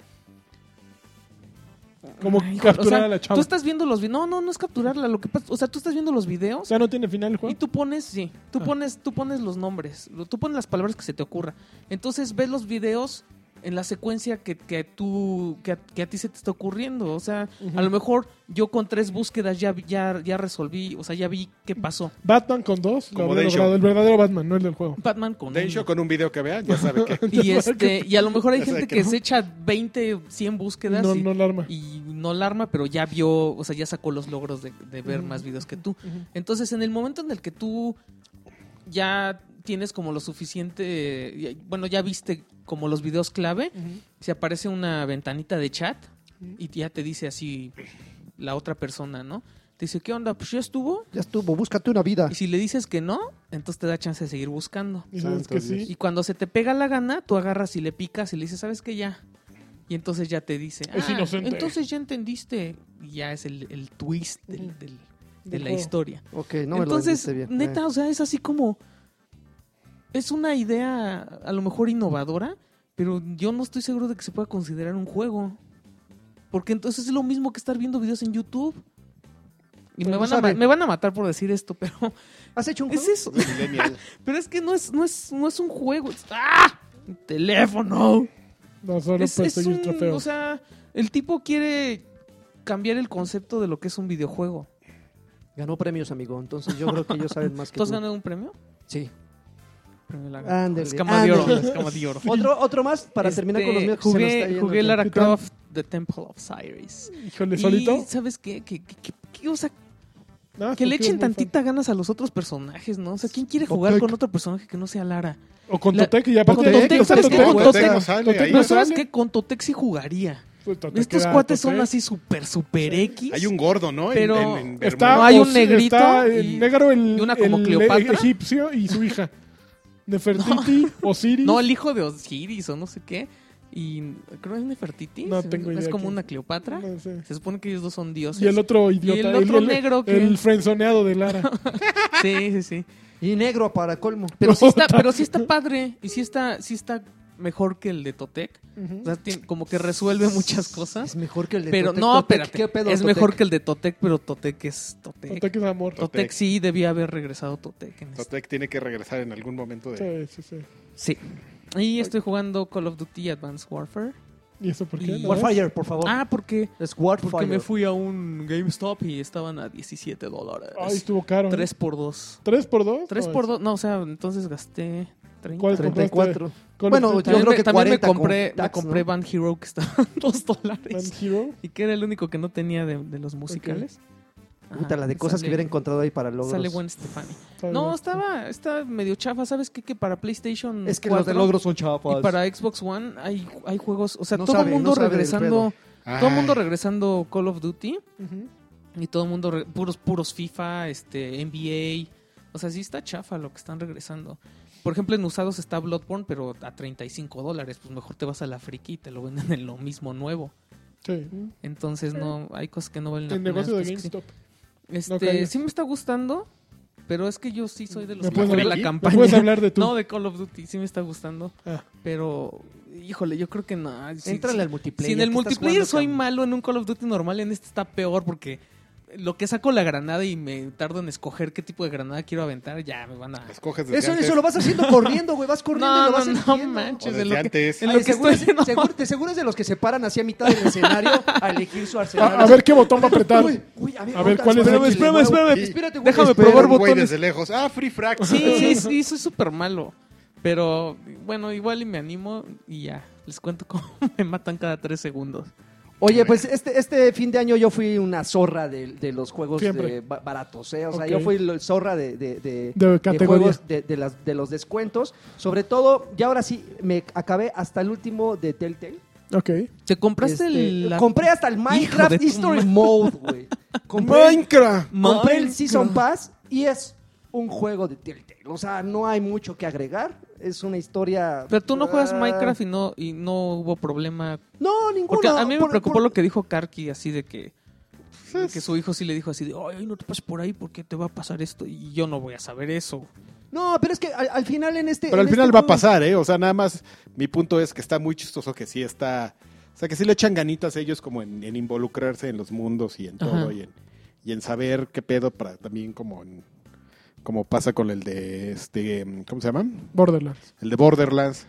Como Ay, hijo, o capturar sea, a la chava. Tú estás viendo los videos, no, no, no es capturarla, lo que pasa, o sea, tú estás viendo los videos O sea, no tiene final el Y juego. tú pones, sí, tú Ah. pones, tú pones los nombres, lo- tú pones las palabras que se te ocurra. Entonces ves los videos en la secuencia que, que tú, que a, que a ti se te está ocurriendo. O sea, a lo mejor yo con tres búsquedas ya, vi- ya, ya resolví, o sea, ya vi qué pasó. Batman con dos, lo Como habría Densho. logrado, el verdadero Batman, no el del juego. Batman con De hecho, uno. con un video que vean, ya sabe que. Y, este, y a lo mejor hay Ya sabe gente que que no. se echa 20, 100 búsquedas No, y, no el arma. y no la arma, pero ya vio, o sea, ya sacó los logros de, de ver más videos que tú. Entonces, en el momento en el que tú ya tienes como lo suficiente, ya- bueno, ya viste como los videos clave, se aparece una ventanita de chat y ya te dice así la otra persona, ¿no? Te dice, ¿qué onda? Pues ya estuvo. Ya estuvo, búscate una vida. Y si le dices que no, entonces te da chance de seguir buscando. Y sabes Santo que Dios. Y sí. cuando se te pega la gana, tú agarras y le picas y le dices, ¿sabes qué? Ya. Y entonces ya te dice, Es "Ah, inocente". entonces ya entendiste. Y ya es el, el twist del- del- de Del la juego. historia. Ok, no me entonces, lo vendiste bien. neta, Eh. o sea, es así como... Es una idea a lo mejor innovadora, pero yo no estoy seguro de que se pueda considerar un juego. Porque entonces es lo mismo que estar viendo videos en YouTube. Y me Pues, van, a, ma- sabe. me van a matar por decir esto, pero ¿Has hecho un es juego? eso. Millennial. Pero es que no es, no es, no es un juego. es- ¡Ah! ¡Un Teléfono. No, solo pues, Es, es perseguir un- trofeos. o sea, el tipo quiere cambiar el concepto de lo que es un videojuego. Ganó premios, amigo. Entonces yo creo que ellos saben más que ¿Tú has tú. ganado un premio? Sí. Premio la Ándale, Escama de oro, ándale. escama de oro. ¿Otro, otro más para terminar con los Este, míos. que se nos está Jugué, yendo jugué aquí. Lara ¿Qué tal? Croft, The Temple of Cyrus. Híjole, Y, solito. ¿Sabes qué? Que, que- que- que- o sea, Ah, Nada, que le porque es echen muy fan. tantita ganas a los otros personajes, ¿no? O sea, ¿quién quiere Totec. jugar con otro personaje que no sea Lara? O con La- Totec y aparte con Totec, o sea, es que con o sea, Totec no sale ahí. no Pero sabes sale. que con Totec sí jugaría. Pues Totec Estos era cuates son Totec. así super, super X. Hay un gordo, ¿no? En- Pero- en- en Vermont. Está, No hay un os- negrito Está y- el negro, el, y una como el Cleopatra. egipcio y su hija. Nefertiti, Osiris. No, el hijo de Osiris o no sé qué. Y creo que es Nefertiti. No se- tengo Es idea como quién. una Cleopatra. No sé. Se supone que ellos dos son dioses. Y el otro idiota. otro negro que- El frenzoneado de Lara. Sí, sí, sí. Y negro para colmo. Pero sí está, Puta. pero sí está padre. Y sí está, sí está mejor que el de Totec. O sea, tiene- como que resuelve muchas Es cosas. mejor que el de Pero Totec, no, Totec. espérate. ¿Qué pedo, es Totec? mejor que el de Totec, pero Totec es Totec. Totec, Totec es amor. Totec. sí debía haber regresado Totec. En este. Totec tiene que regresar en algún momento de. Sí, sí, sí. Sí. Y estoy jugando Call of Duty Advanced Warfare. ¿Y eso por qué? Y- ¿No ves? Warfire, por favor. Ah, porque, es porque Warfire. me fui a un GameStop y estaban a 17 dólares. Ay, estuvo caro. ¿eh? 3 por 2. ¿Tres por dos? 3 No, por 2, no, o sea, entonces gasté 30. ¿Cuál compraste? 34. Con- este Bueno, con- También, yo con- creo me, que también me 40 con compré, me tax, compré ¿no? Van Hero que estaba en 2 Band dólares. Hero. Y que era el único que no tenía de, de los musicales. Ajá, Puta, la de cosas Ah, sale- que hubiera encontrado ahí para logros. Sale buen Stefani. Está No, bien. estaba, está medio chafa. ¿Sabes qué? Que para PlayStation Es que los de 4 logros son chapas. y para Xbox One hay, hay juegos. O sea, No todo el sabe, mundo no sabe del regresando. Todo el Ay, mundo regresando Call of Duty. Ujú. Y todo el mundo, re- puros, puros FIFA, este, NBA. O sea, sí está chafa lo que están regresando. Por ejemplo, en usados está Bloodborne, pero a 35 dólares. Pues mejor te vas a la friki y te lo venden en lo mismo nuevo. Sí. Entonces, no, hay cosas que no valen la El pena. negocio de otras que sí. GameStop. Este, No caigas. sí me está gustando, pero es que yo sí soy de los ¿Me que puedes juega hablar- la me ¿Me campaña. puedes hablar de tú? No, de Call of Duty, sí me está gustando. Ah. Pero, híjole, yo creo que no. sí, Entrale sí. al multiplayer. Si en el ¿qué estás multiplayer jugando, soy cabrón? malo en un Call of Duty normal, en este está peor porque lo que saco la granada y me tardo en escoger qué tipo de granada quiero aventar, ya me van a. las coges desde Eso, antes. eso lo vas haciendo corriendo, güey. Vas corriendo y No, lo no, vas no eligiendo. O manches. desde En lo que, antes. en Ay, lo que seguro, estoy es- haciendo. seguro- te seguro es de los que se paran así a mitad del escenario a elegir su arsenal. A, a ver qué botón va a apretar. Uy, uy, a ver, A ver, otra, ¿cuál es espérame, el- espérame, espérame, Sí. espérate, güey. Déjame Espérate. probar Pero un güey botones. desde lejos. Ah, free frag. Sí, sí, soy súper malo. Pero bueno, igual y me animo y ya. Les cuento cómo me matan cada tres segundos. Oye, pues este, este fin de año yo fui una zorra de, de los juegos Siempre. de ba- baratos, ¿eh? O sea, Ok. yo fui la zorra de, de, de- De de categoría. juegos de, de las, de los descuentos. Sobre todo, ya ahora sí, me acabé hasta el último de Telltale. Ok. ¿Te compraste Este, el. la- Compré hasta el de Minecraft tu History madre. Mode, güey. Compré, Minecraft. compré el Minecraft. Season Pass y es un juego de Telltale. O sea, no hay mucho que agregar. Es una historia... Pero tú no juegas Ah, Minecraft y no, y no hubo problema. No, ninguno. Porque a mí me Por- preocupó por- Pues lo que dijo Karki, así de que. de Que su hijo sí le dijo así de, ay, ay, no te pases por ahí porque te va a pasar esto y yo no voy a saber eso. No, pero es que al, al final en este... Pero en al este final va a juego- pasar, ¿eh? O sea, nada más mi punto es que está muy chistoso que sí está... O sea, que sí le echan ganitas ellos como en, en involucrarse en los mundos y en Ajá. todo y en, y en saber qué pedo para también como en- como pasa con el de este ¿cómo se llama? Borderlands. El de Borderlands.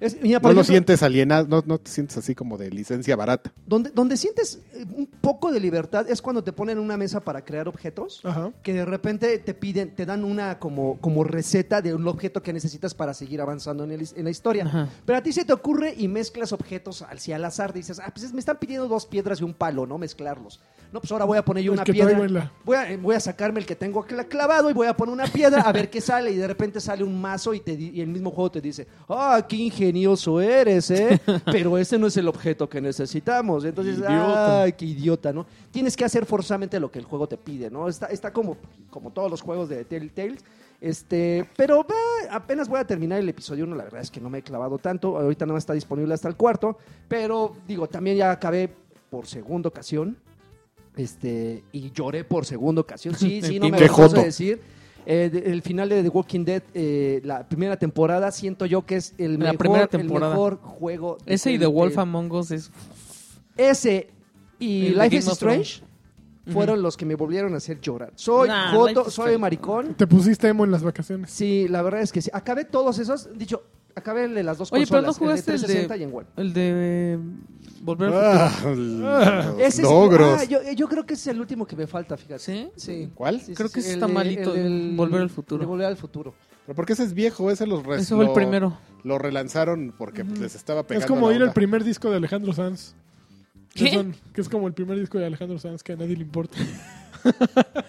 Es- mira, No Ah, por lo ejemplo, sientes alienado, no, no te sientes así como de licencia barata. Donde, donde sientes eh, un poco de libertad es cuando te ponen una mesa para crear objetos. Ajá. Que de repente te piden, te dan una como, como receta de un objeto que necesitas para seguir avanzando en, el- en la historia. Ajá. Pero a ti se te ocurre y mezclas objetos al, si al azar. Dices, ah, pues es- me están pidiendo dos piedras y un palo, ¿no? Mezclarlos. No, pues ahora voy a poner yo El una que piedra. traigo en la- Voy a, eh, voy a sacarme el que tengo cla- clavado y voy a poner una piedra a ver qué sale. Y de repente sale un mazo y, te di- y el mismo juego te dice, ah, qué ingenioso eres, ¿eh? Pero ese no es el objeto que necesitamos. Entonces, Idiota. ay, qué idiota, ¿no? Tienes que hacer forzamente lo que el juego te pide, ¿no? Está, está como, como todos los juegos de Telltales. Este, pero va, apenas voy a terminar el episodio 1, la verdad es que no me he clavado tanto, ahorita no está disponible hasta el cuarto, pero digo, también ya acabé por segunda ocasión. Este, y lloré por segunda ocasión. Sí, sí, no me Qué avergüenzo de joto. decir. Eh, de- el final de The Walking Dead, eh, la primera temporada, siento yo que es el, La mejor, primera el temporada. mejor juego. de Ese y The Telltale. Wolf Among Us es... Ese y El de Life Game is of Strange fueron los que me volvieron a hacer llorar. Soy Nah, Life joto, is soy Strange. maricón. Te pusiste emo en las vacaciones. Sí, la verdad es que sí. Acabé todos esos. Dicho, acabé el de las dos Oye, pero consolas. ¿no jugaste el de- 360 y en One. El de... eh, Volver al futuro. Ah, los Ese es- logros. ah, yo, yo creo que ese es el último que me falta, fíjate. ¿Sí? Sí. ¿Cuál? Sí, Creo sí, que sí. ese está de- malito, del- Volver al futuro. de Volver al futuro. Pero porque ese es viejo, ese los pues res- Ese fue el lo- primero. Lo relanzaron porque pues, les estaba pegando. Es como ir la al onda. primer disco de Alejandro Sanz. Que ¿Qué? son- que es como el primer disco de Alejandro Sanz que a nadie le importa.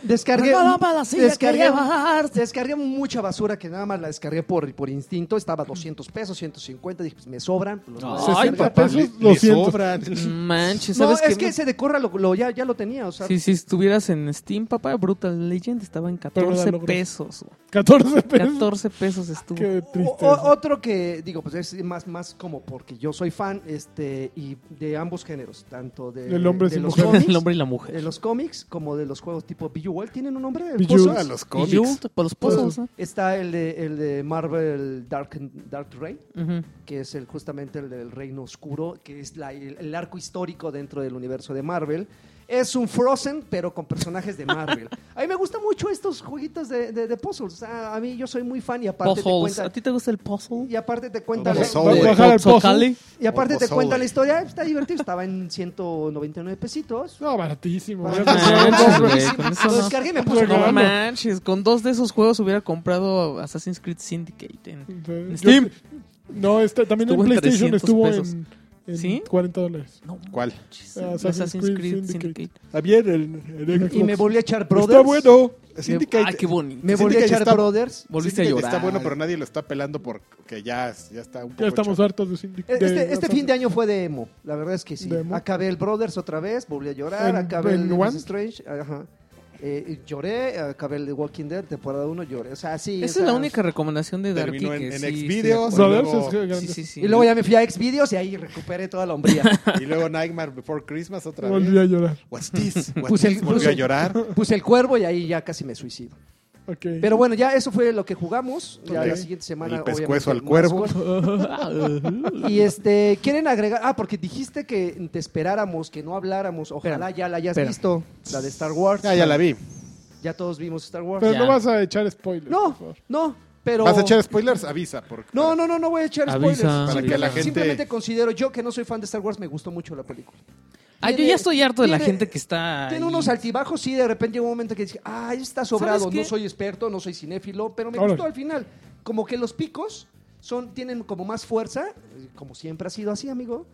Descargué, Pero no para la silla que descargué, llevas. descargué mucha basura que nada más la descargué por, por instinto. Estaba 200 pesos, 150. Dije, pues me sobran. pues, los voy a Ay, descargar. 60 Papá, pesos, le- lo le siento. sobran. Mm, Manches, No, ¿sabes es que qué? ese de Corra lo, lo- ya, ya lo tenía. O sea, Si, si estuvieras en Steam, papá, Brutal Legend estaba en Pero no da 14 logros. pesos. güey. 14 pesos. 14 pesos estuvo. Qué O- triste. o- otro que digo, pues es más, más como porque yo soy fan este y de ambos géneros, tanto de, Del hombre de sin los mujeres. cómics, El hombre y la de mujer. los cómics como de los juegos tipo Bejeweled tienen un nombre. Bejeweled. ah, Puzzles? A los Y cómics. Jolt, para los pozos, ¿no? Está el de, el de Marvel Dark, Dark Reign, ¿eh? Ujú. que es el, justamente el del Reino Oscuro, que es la- el, el arco histórico dentro del universo de Marvel. Es un Frozen, pero con personajes de Marvel. a mí me gustan mucho estos jueguitos de, de- de puzzles. O sea, a mí yo soy muy fan y aparte Puzzles. te ¿A cuenta... ti te gusta el puzzle? Y aparte te cuenta... la- Puzzle. Vas a bajar el puzzle. Socali. y aparte te Puzzle, cuenta la güey. historia. Está divertido. Estaba en 199 pesitos. No, Ah, baratísimo. Baratísimo. Manches, Ya güey, con eso Lo no. descargué y me puse Pues a No jugar. manches, con dos de esos juegos hubiera comprado Assassin's Creed Syndicate eh, en compré- Steam. No, este, también Estuvo en en PlayStation 300 estuvo pesos. en, en ¿Sí? 40 dólares. No, ¿Cuál? manches, Assassin's Assassin's Creed Creed Syndicate. Syndicate. Está bien, el, el Y me Xbox. volví a echar Brothers. Está bueno. Ah, qué bonito. Me volví a Syndicate echar está- Brothers. Volviste a Syndicate llorar. Está bueno, pero nadie lo está pelando porque ya, ya está un poco Ya estamos hecho. hartos de Eh, Syndicate. Este, este fin de año fue de emo, la verdad es que sí. ¿De emo? Acabé el Brothers otra vez, volví a llorar, ¿El- acabé el el Life is One? Strange, ajá. Eh, lloré, acabé el The Walking Dead, temporada 1, lloré. O sea, sí. o Esa sea, es la única recomendación de Darky. Terminó en, que en sí, estoy de Xvideos. acuerdo. Brothers luego- es grande. Sí, sí, sí. Y luego ya me fui a Xvideos y ahí recuperé toda la hombría. Y luego Nightmare Before Christmas otra vez. Volví a llorar. What's this? What's Puse el- this? Volvió puse- a llorar. Puse el cuervo y ahí ya casi me suicido. Ok. Pero bueno, ya eso fue lo que jugamos. Ya Ok. la siguiente semana. El pescuezo obviamente, más al cuervo. cosas. Y este, quieren agregar. Ah, porque dijiste que te esperáramos, que no habláramos. Ojalá Espérame, ya la hayas espérame. visto, la de Star Wars. Ya, ya la vi. Ya todos vimos Star Wars. Pero Ya. no vas a echar spoilers. por No, favor. no, pero. ¿Vas a echar spoilers? Avisa. Porque No, no, no, no voy a echar spoilers. Avisa. Para que Simplemente- la gente- Simplemente considero yo que no soy fan de Star Wars, me gustó mucho la película. Ah, yo Tiene- ya estoy harto de la tiene- gente que está. Tiene ahí. unos altibajos, sí, de repente llega un momento que dice, ah, está sobrado, ¿Sabes qué? no soy experto, no soy cinéfilo, pero me Órale. gustó al final. Como que los picos son, tienen como más fuerza, eh, como siempre ha sido así, amigo,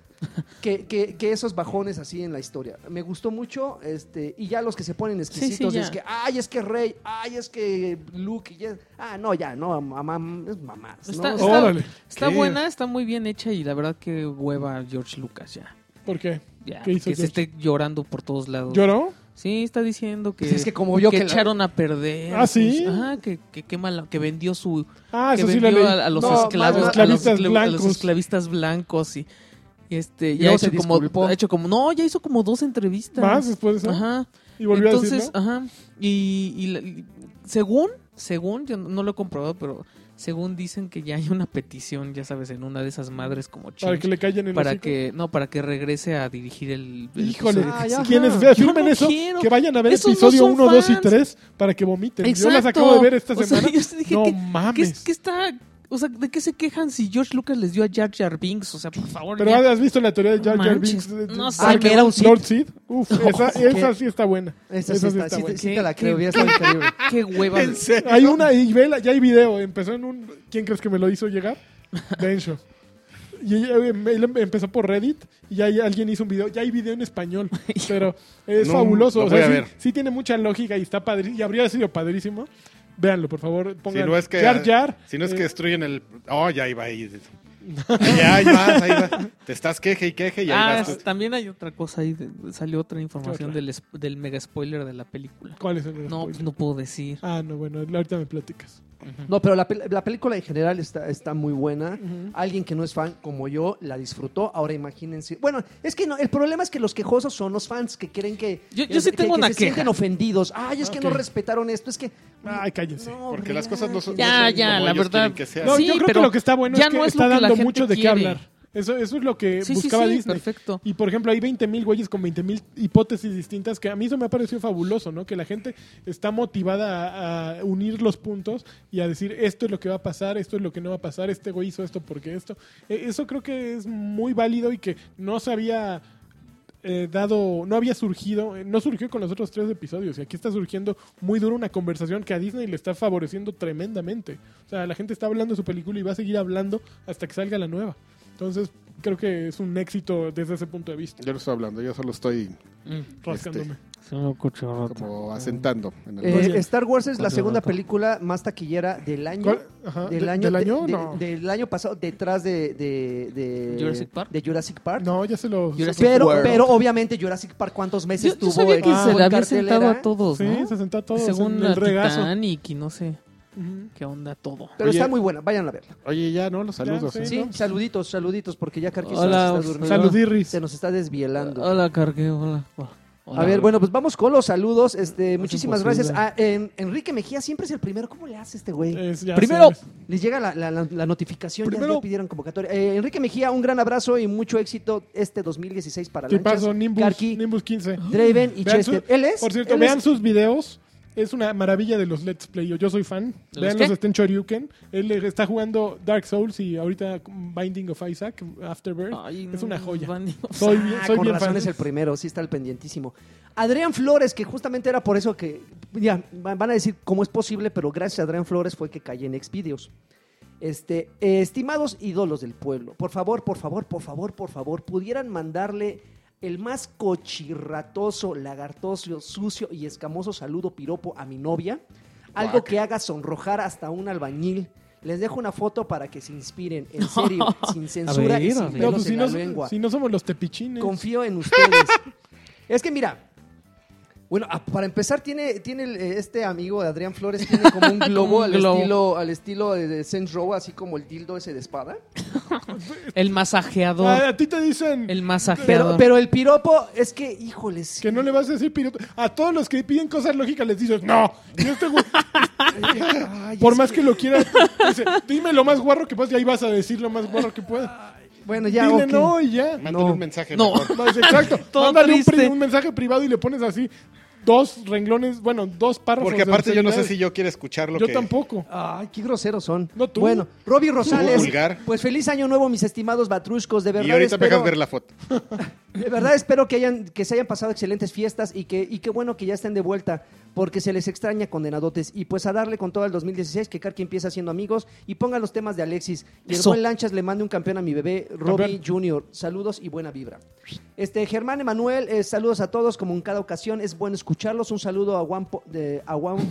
que, que- que esos bajones así en la historia. Me gustó mucho, este, y ya los que se ponen exquisitos, ya. es que, ay, es que Rey, ay, es que Luke, y ya- ah, no, ya, no, mamá, es mamá. Está, ¿no? está- Órale. está ¿Qué? buena, está muy bien hecha y la verdad que hueva George Lucas ya. ¿Por qué? Ya, ¿Qué que hizo se George? esté llorando por todos lados. ¿Lloró? Sí, está diciendo que, Es que como yo que, que la- echaron a perder. Ah, ¿sí? sus- ajá, que, que, que mala- que vendió su... Ah, que eso sí vendió lo leí. a, a los No, más esclavos, los a los esclavistas esclav- a los blancos. esclavistas blancos y... y este, ya luego hizo se como, disculpó. ha hecho como... No, ya hizo como dos entrevistas. ¿Más después de eso? Ajá. ¿Y volvió Entonces, a decirlo? ah, ajá. Y, y la- y según, según, yo no- no lo he comprobado, pero según dicen que ya hay una petición, ya sabes, en una de esas madres como Para que Chinch, le callen el para hocico. que no, para que regrese a dirigir el, el Híjole, episodio. Ay, si ajá. quienes ah, Yo afirmen no eso, quiero. que vayan a ver Esos no episodio son 1, 2 y fans. 3 para que vomiten. Exacto. Yo las acabo de ver esta O sea, semana. yo sí dije, no ¿qué- ¿Qué, mames. qué está, o sea, ¿de qué se quejan si George Lucas les dio a Jar Jar Binks? O sea, por favor, Pero ya. has visto la teoría de Jar Jar Manches, Binks. de- de- no de- sé. Ay, que era un Sith. Lord Sith. Uf, esa, qué- esa sí está buena. Esa sí está, sí, buena. sí te la ¿Qué- creo, qué- ya está increíble. qué Ah, hueva. Hay una, y vela, ya hay video. Empezó en un. ¿Quién crees que me lo hizo llegar? Densho. Y ella, em, él em- empezó por Reddit y ya hay- alguien hizo un video. Ya hay video en español, pero es No, fabuloso. lo o sea, voy a sí, ver. sí tiene mucha lógica y está padrísimo. Y habría sido padrísimo. Véanlo, por favor. Pongan Si no es que, Jar Jar. Si no es que eh, destruyen el... Oh, ya iba ahí. Ya, ahí vas, ahí vas. Te estás queje y queje y ahí Ah, vas. es- también hay otra cosa ahí, de- salió otra información Otra. del, es- del mega spoiler de la película. ¿Cuál es el No, pues spoiler? no puedo decir. Ah, no, bueno, ahorita me platicas. No, pero la, pel- la película en general está, está muy buena. Alguien que no es fan como yo la disfrutó. Ahora imagínense. Bueno, es que no, el problema es que los quejosos son los fans que creen que. Yo- yo que- sí que- tengo que una se queja. sienten ofendidos. Ay, es que no Ok. respetaron esto. Es que. Ay, cállense. no, Porque las cosas no son... Ya, no son ya, como la ellos verdad. quieren que sea. No, Sí, yo creo que pero lo que está bueno ya es que no es está lo que la dando gente mucho de qué quiere. hablar. Eso, eso es lo que Sí, sí, buscaba sí, Disney. perfecto. Y por ejemplo, hay 20.000 güeyes con 20.000 hipótesis distintas que a mí eso me ha parecido fabuloso, ¿no? Que la gente está motivada a, a unir los puntos y a decir esto es lo que va a pasar, esto es lo que no va a pasar, este güey hizo esto porque esto. Eh, Eso creo que es muy válido y que no se había eh, dado, no había surgido, eh, no surgió con los otros tres episodios. Y aquí está surgiendo muy duro una conversación que a Disney le está favoreciendo tremendamente. O sea, la gente está hablando de su película y va a seguir hablando hasta que salga la nueva. Entonces, creo que es un éxito desde ese punto de vista. Yo no estoy hablando, yo solo estoy Mm. Este, Rascándome. como asentando. en el- Eh, Muy bien. Star Wars es la Cuando segunda nota. película más taquillera del año. ¿Cuál? Ajá, Del ¿de- año, del de- año? de- No. del año pasado, detrás de, de, de- Jurassic Park. de Jurassic Park. No, ya se lo. Jurassic Pero, World. pero obviamente Jurassic Park, ¿cuántos meses Yo, tuvo? yo sabía que en- se en le había cartelera? sentado a todos, Sí, ¿no? se sentó a todos Según en la el regazo. Titanic y no sé Ujú. qué onda todo. Pero Oye. está muy buena, vayan a verla. Oye, ya, ¿no? Los saludos. ¿eh? sí. Sí, saluditos, saluditos, porque ya Carquis Hola, se nos está durmiendo. Saludirris. Se nos está desvielando. Hola, Cargue, hola. Hola. A ver, bueno, pues vamos con los saludos. Este, muchísimas imposible. gracias. Ah, en- Enrique Mejía siempre es el primero. ¿Cómo le hace este güey? Es- Eh, ya primero, sabes. les llega la, la- la- la notificación. ya- Primero. Ya, pidieron convocatoria. Eh, Enrique Mejía, un gran abrazo y mucho éxito este 2016 para ¿Qué la pasó? Nimbus, Nimbus 15. Draven y Vean su- Chester. Él es. Por cierto, él vean es- sus videos. Es una maravilla de los Let's Play. Yo- Yo soy fan. ¿De los Vean qué? los Sten Choryuken. Él eh, está jugando Dark Souls y ahorita Binding of Isaac, Afterbirth. Ay, es una no, joya. Van- Soy bien, Ah, soy con bien razón fan. es el primero, sí está el pendientísimo. Adrián Flores, que justamente era por eso que. Ya, va- van a decir cómo es posible, pero gracias a Adrián Flores fue que caí en Xvideos. Este, eh, estimados ídolos del pueblo, por favor, por favor, por favor, por favor, pudieran mandarle el más cochirratoso, lagartoso, sucio y escamoso saludo piropo a mi novia. Algo que haga sonrojar hasta un albañil. Les dejo una foto para que se inspiren, en serio, sin censura y ver, a ver. sin No, pelos pues, si, en la no, lengua. si no somos los tepichines. Confío en ustedes. es que mira, bueno, a- para empezar tiene, tiene el, eh, este amigo de Adrián Flores tiene como un globo, Como un al globo. estilo al estilo de, de Saints Row, así como el dildo ese de espada. El Ah, masajeador. a ti te dicen El Pero, masajeador. pero el piropo es que, híjoles. que no le vas a decir piropo. A todos los que piden cosas lógicas les dices, no. Y este güey, Ay, por es más que lo quiera, dice, dime lo más guarro que puedas y ahí vas a decir lo más guarro que puedas. que- Bueno, ya, Dile ok. no y ya. Mándale No. un mensaje. No. mejor. Más, Exacto. Todo Mándale un, pri- triste. un mensaje privado y le pones así dos renglones, bueno, dos párrafos. Porque aparte de yo no sé si obscenidades. yo quiero escuchar lo Yo que... tampoco. Ay, qué groseros son. No, tú. Bueno, Robbie Rosales. vulgar. Pues feliz año nuevo, mis estimados batruscos. De verdad Y ahorita me espero- dejas ver la foto. De verdad espero que hayan que se hayan pasado excelentes fiestas y que y qué bueno que ya estén de vuelta porque se les extraña condenadotes y pues a darle con todo el 2016 que Karki empieza siendo amigos y ponga los temas de Alexis y el Eso. buen Lanchas le mande un campeón a mi bebé Robbie Campeón. Jr. Saludos y buena vibra. Este Germán Emanuel, eh, saludos a todos como en cada ocasión es bueno escucharlos. Un saludo a One, Po- de- a One,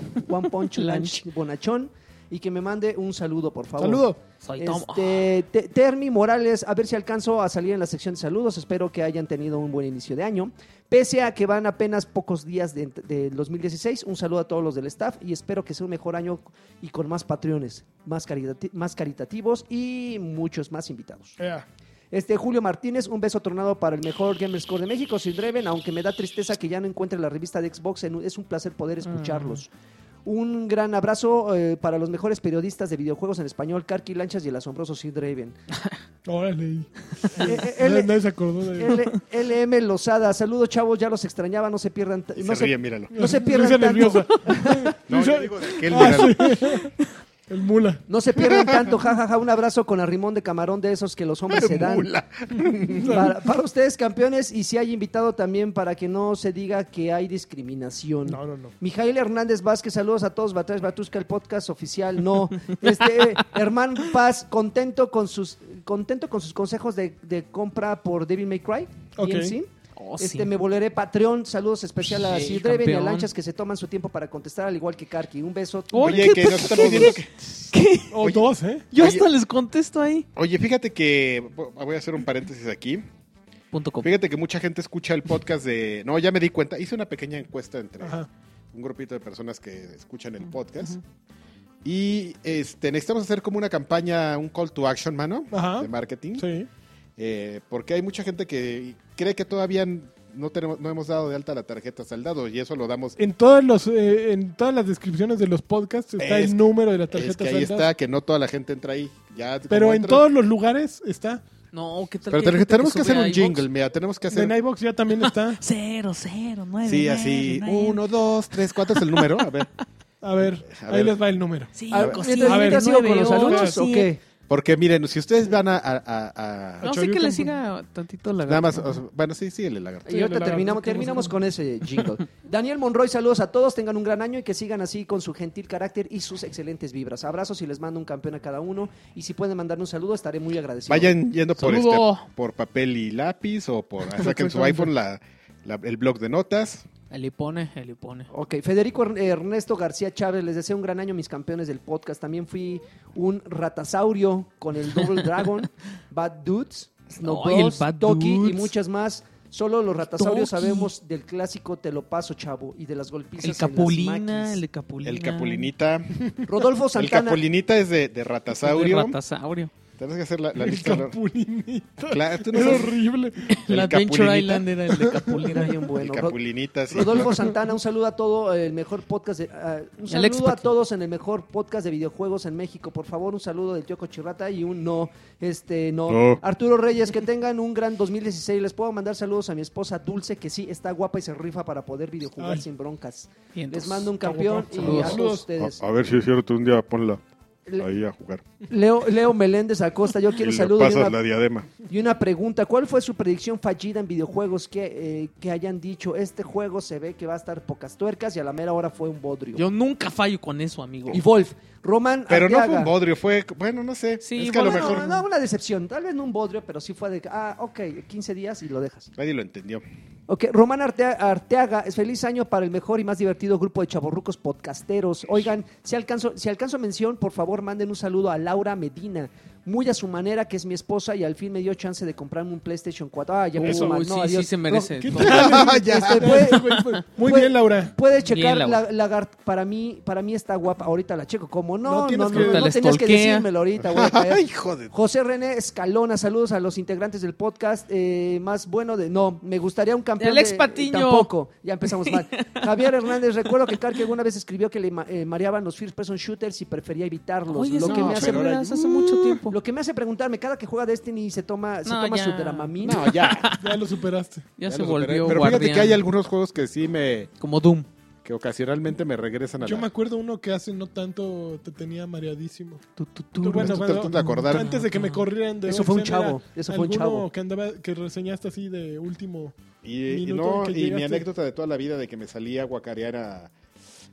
One Punch Lunch Bonachón y que me mande un saludo por favor. Saludo. Soy Tom. Este, Te- Termi Morales, a ver si alcanzo a salir en la sección de saludos. Espero que hayan tenido un buen inicio de año. Pese a que van apenas pocos días de- del 2016, un saludo a todos los del staff y espero que sea un mejor año y con más patrones, más, caritati- más caritativos y muchos más invitados. Ea. Este Julio Martínez, un beso tornado para el mejor Gamerscore de México, sin Dreven, aunque me da tristeza que ya no encuentre la revista de Xbox, en- es un placer poder escucharlos. Un gran abrazo eh, para los mejores periodistas de videojuegos en español, Karki Lanchas y el asombroso Sid Draven. Órale. Eh, eh, Nadie- L- Nadie se acordó de L- LM Lozada, saludos chavos, ya los extrañaba, no se pierdan. t- Y No se, ríe, se, míralo. no se pierdan Luisa tanto. nerviosa. No, Luisa- yo digo de aquel, Ah, míralo. sí. El mula. no se pierdan tanto, jajaja, un abrazo con arrimón de camarón de esos que los hombres se dan. Mula. Para, para ustedes, campeones, y si hay invitado también para que no se diga que hay discriminación. No, no, no. Mijael Hernández Vázquez, saludos a todos, Batrash Batusca, el podcast oficial, no. Este, eh, Herman Paz, contento con sus contento con sus consejos de, de compra por Devil May Cry, Ok. DMC. Oh, Este, sí. me volveré Patreon. Saludos especial a Sí, Sir Draven y a campeón. Lanchas que se toman su tiempo para contestar, al igual que Karki. Un beso. Oye, que nos están pidiendo que... ¿Qué? O Oye. dos, ¿eh? Yo Oye. hasta les contesto ahí. Oye, fíjate que... Voy a hacer un paréntesis aquí. Punto com. Fíjate que mucha gente escucha el podcast de... No, ya me di cuenta. Hice una pequeña encuesta entre Ajá. un grupito de personas que escuchan el podcast. Y este, necesitamos hacer como una campaña, un call to action, mano, Ajá. de marketing. Sí. Eh, porque hay mucha gente que cree que todavía no, tenemos, no hemos dado de alta la tarjeta saldado y eso lo damos. En todas, los, eh, en todas las descripciones de los podcasts está Es- el número de la Es tarjeta que ahí saldada. está, que no toda la gente entra ahí. Ya, Pero como en entra- todos los lugares está. No, ¿qué tal? Pero que tenemos- hay gente tenemos que sube hacer a un iVoox? jingle, mira, tenemos que En hacer... iBox ya también está. Cero, cero, nueve. Sí, así, nueve, nueve. uno, dos, tres, cuatro es el número. A ver, A ver, A ahí ver. les va el número. Cinco, A ver, mientras a ver, yo sigo con los nueve, saludos, ocho, ¿o qué? porque miren, si ustedes van a... a- a- a- No, sí que le siga tantito la nada más, o sea, bueno, sí, sí, el lagarto. Y ahorita Sí, la- terminamos, la- terminamos con ese jingle. Daniel Monroy, saludos a todos, tengan un gran año y que sigan así con su gentil carácter y sus excelentes vibras. Abrazos y les mando un campeón a cada uno. Y si pueden mandarme un saludo, estaré muy agradecido. Vayan yendo por este, Saludo. por papel y lápiz o por saquen su iPhone la, la- el blog de notas. El hipone, el hipone. Ok, Federico Ern- Ernesto García Chávez, les deseo un gran año mis campeones del podcast. También fui un ratasaurio con el Double Dragon, Bad Dudes, Ay, el Snowballs, Bad Toki y Dudes. muchas más. Solo los ratasaurios Toki. sabemos del clásico Te lo paso, chavo, y de las golpizas El en capulina, las maquis. el capulina. El capulinita. Rodolfo El Santana. capulinita es de, de El ratasaurio. ratasaurio. Tenés que hacer la, la el lista. ¿no? Capulinita. Claro, tú no Era sabes- horrible. Este, El La Adventure Capulinita. Island era el de Capulina. Era bien bueno. el Capulinita, sí. Rodolfo Santana, un saludo a todo el mejor podcast. de- ah, un saludo a expat. todos en el mejor podcast de videojuegos en México. Por favor, un saludo del Yoko Chirrata y un no. Este, no. No. Arturo Reyes, que tengan un gran 2016. Les puedo mandar saludos a mi esposa Dulce, que sí está guapa y se rifa para poder videojugar Ay. sin broncas. Les Vientos. mando un campeón y Saludos. a todos ustedes. A, a ver si es cierto, un día ponla Le- ahí a jugar. Leo, Leo Meléndez Acosta, yo Y quiero le un saludo y pasas una, la diadema. y una pregunta. ¿Cuál fue su predicción fallida en videojuegos que, eh, que hayan dicho? Este juego se ve que va a estar pocas tuercas y a la mera hora fue un bodrio. Yo nunca fallo con eso, amigo. Y Wolf, Roman Pero no fue Arteaga. un bodrio, fue, bueno, no sé. Sí, es que a lo bueno, mejor No, no, una decepción. Tal vez no un bodrio, pero sí fue de que, ah, ok, 15 días y lo dejas. nadie lo entendió. Ok, Román Artea- Arteaga, es feliz año para el mejor y más divertido grupo de chaborrucos podcasteros. Oigan, si alcanzo, si alcanzo mención, por favor manden un saludo a Laura Medina, muy a su manera, que es mi esposa y al fin me dio chance de comprarme un PlayStation 4. Ah, ya me Eso, mal, uy, no, sí, adiós. sí se merece. ¿Qué No. tal? No, este, puede- Muy puede- bien, Laura. Puede checar, Bien, la, Laura. lagart- para mí, para mí está guapa. Ahorita la checo. Como no, no, No tienes no, que- no, Ahorita no la tenías que stalkea. decírmelo ahorita. voy a caer. Ay, joder. José René Escalona, saludos a los integrantes del podcast. eh, más bueno de. No, me gustaría un campeón. Alex de- eh, Patiño. Tampoco, ya empezamos mal. Javier Hernández, recuerdo que Karki alguna vez escribió que le ma- eh, mareaban los first person shooters y prefería evitarlos. Oye, lo, eso que no, me hace, pero ahora- hace mucho tiempo. lo que me hace preguntarme, cada que juega Destiny se toma, se No, toma ya. su dramamine. No, Ah, ya. Ya lo superaste. ya, se lo superé. volvió Pero guardián. fíjate que hay algunos juegos que sí me. Como Doom. que ocasionalmente me regresan a Yo la- me acuerdo uno que hace no tanto te tenía mareadísimo. Tu, tu, tu. Tú, bueno, tú cuando- tratando de acordar. Antes de que me corrieran de Eso fue un Oxen era chavo, eso fue un alguno chavo. que andaba que reseñaste así de último. Y, y Minuto no, en que y mi llegaste. anécdota de toda la vida de que me salía a guacarear a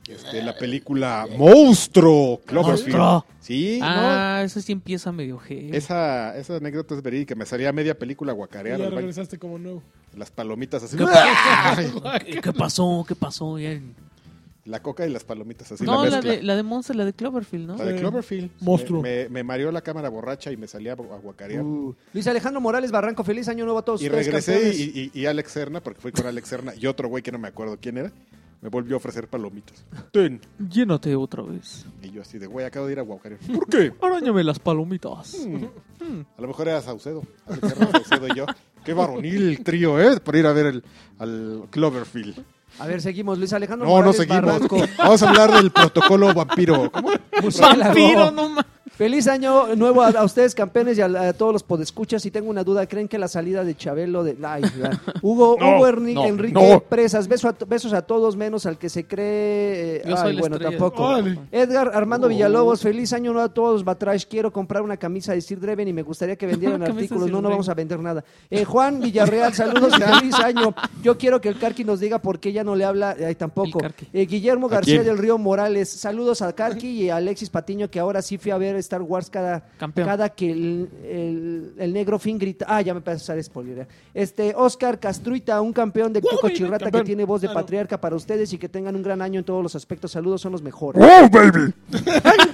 este, Ah. la película Monstruo Cloverfield. Monstruo. Sí, Ah, eso sí empieza medio G. no, esa, esa anécdota es verídica. Me salía media película a Y guacarear ya al baño. regresaste como nuevo. las palomitas así. ¿Qué, pa- ¿Qué- qué pasó? ¿Qué pasó? Ya- La coca y las palomitas así. no, la la, mezcla. de, la de Monster, la de Cloverfield, ¿no? La de Cloverfield. Monstruo. Me, me- me mareó la cámara borracha y me salía a guacarear. Uh, Luis Alejandro Morales Barranco, feliz año nuevo a todos y ustedes, regresé campeones. y, y- y Alex Serna, porque fui con Alex Serna y otro güey que no me acuerdo quién era, me volvió a ofrecer palomitas. Ten. Llénate otra vez. Y yo así de, güey, acabo de ir a guacarear. ¿Por qué? Arañame las palomitas. Mm. A lo mejor era Saucedo. Alex Serna, Saucedo y yo. Qué varonil trío, ¿eh? Por ir a ver el, al Cloverfield. A ver, seguimos. Luis Alejandro No, no Morales seguimos. Barranco. Vamos a hablar del protocolo vampiro. ¿Cómo? Murciélago. Vampiro, no ma- Feliz año nuevo a, a ustedes, campeones, y a, la- a todos los podescuchas. Si tengo una duda, ¿creen que la salida de Chabelo de... Ay, ya. Hugo, No, Hugo Erni- no, Enrique no. Presas, beso a to- besos a todos, menos al que se cree... eh, Yo soy ay, la bueno, estrella. tampoco. Órale. Edgar Oh. Armando Villalobos, feliz año nuevo a todos, Batrash. Quiero comprar una camisa de Sir Dreven y me gustaría que vendieran Una camisa de artículos. Sir No, no Dreven. vamos a vender nada. Eh, Juan Villarreal, saludos y feliz año. Yo quiero que el Carqui nos diga por qué ya no le habla. Ay, tampoco. El Carqui. Eh, Guillermo García quién? del Río Morales, saludos a Carqui y a Alexis Patiño, que ahora sí fui a ver Star Wars cada, Campeón. cada que el, el- el negro fin grita. Ah, ya me empezó a usar spoiler. Este, Oscar Castruita, un campeón de Coco Chirrata que campeón. tiene voz de Claro. patriarca para ustedes y que tengan un gran año en todos los aspectos. Saludos, son los mejores. ¡Wow, baby!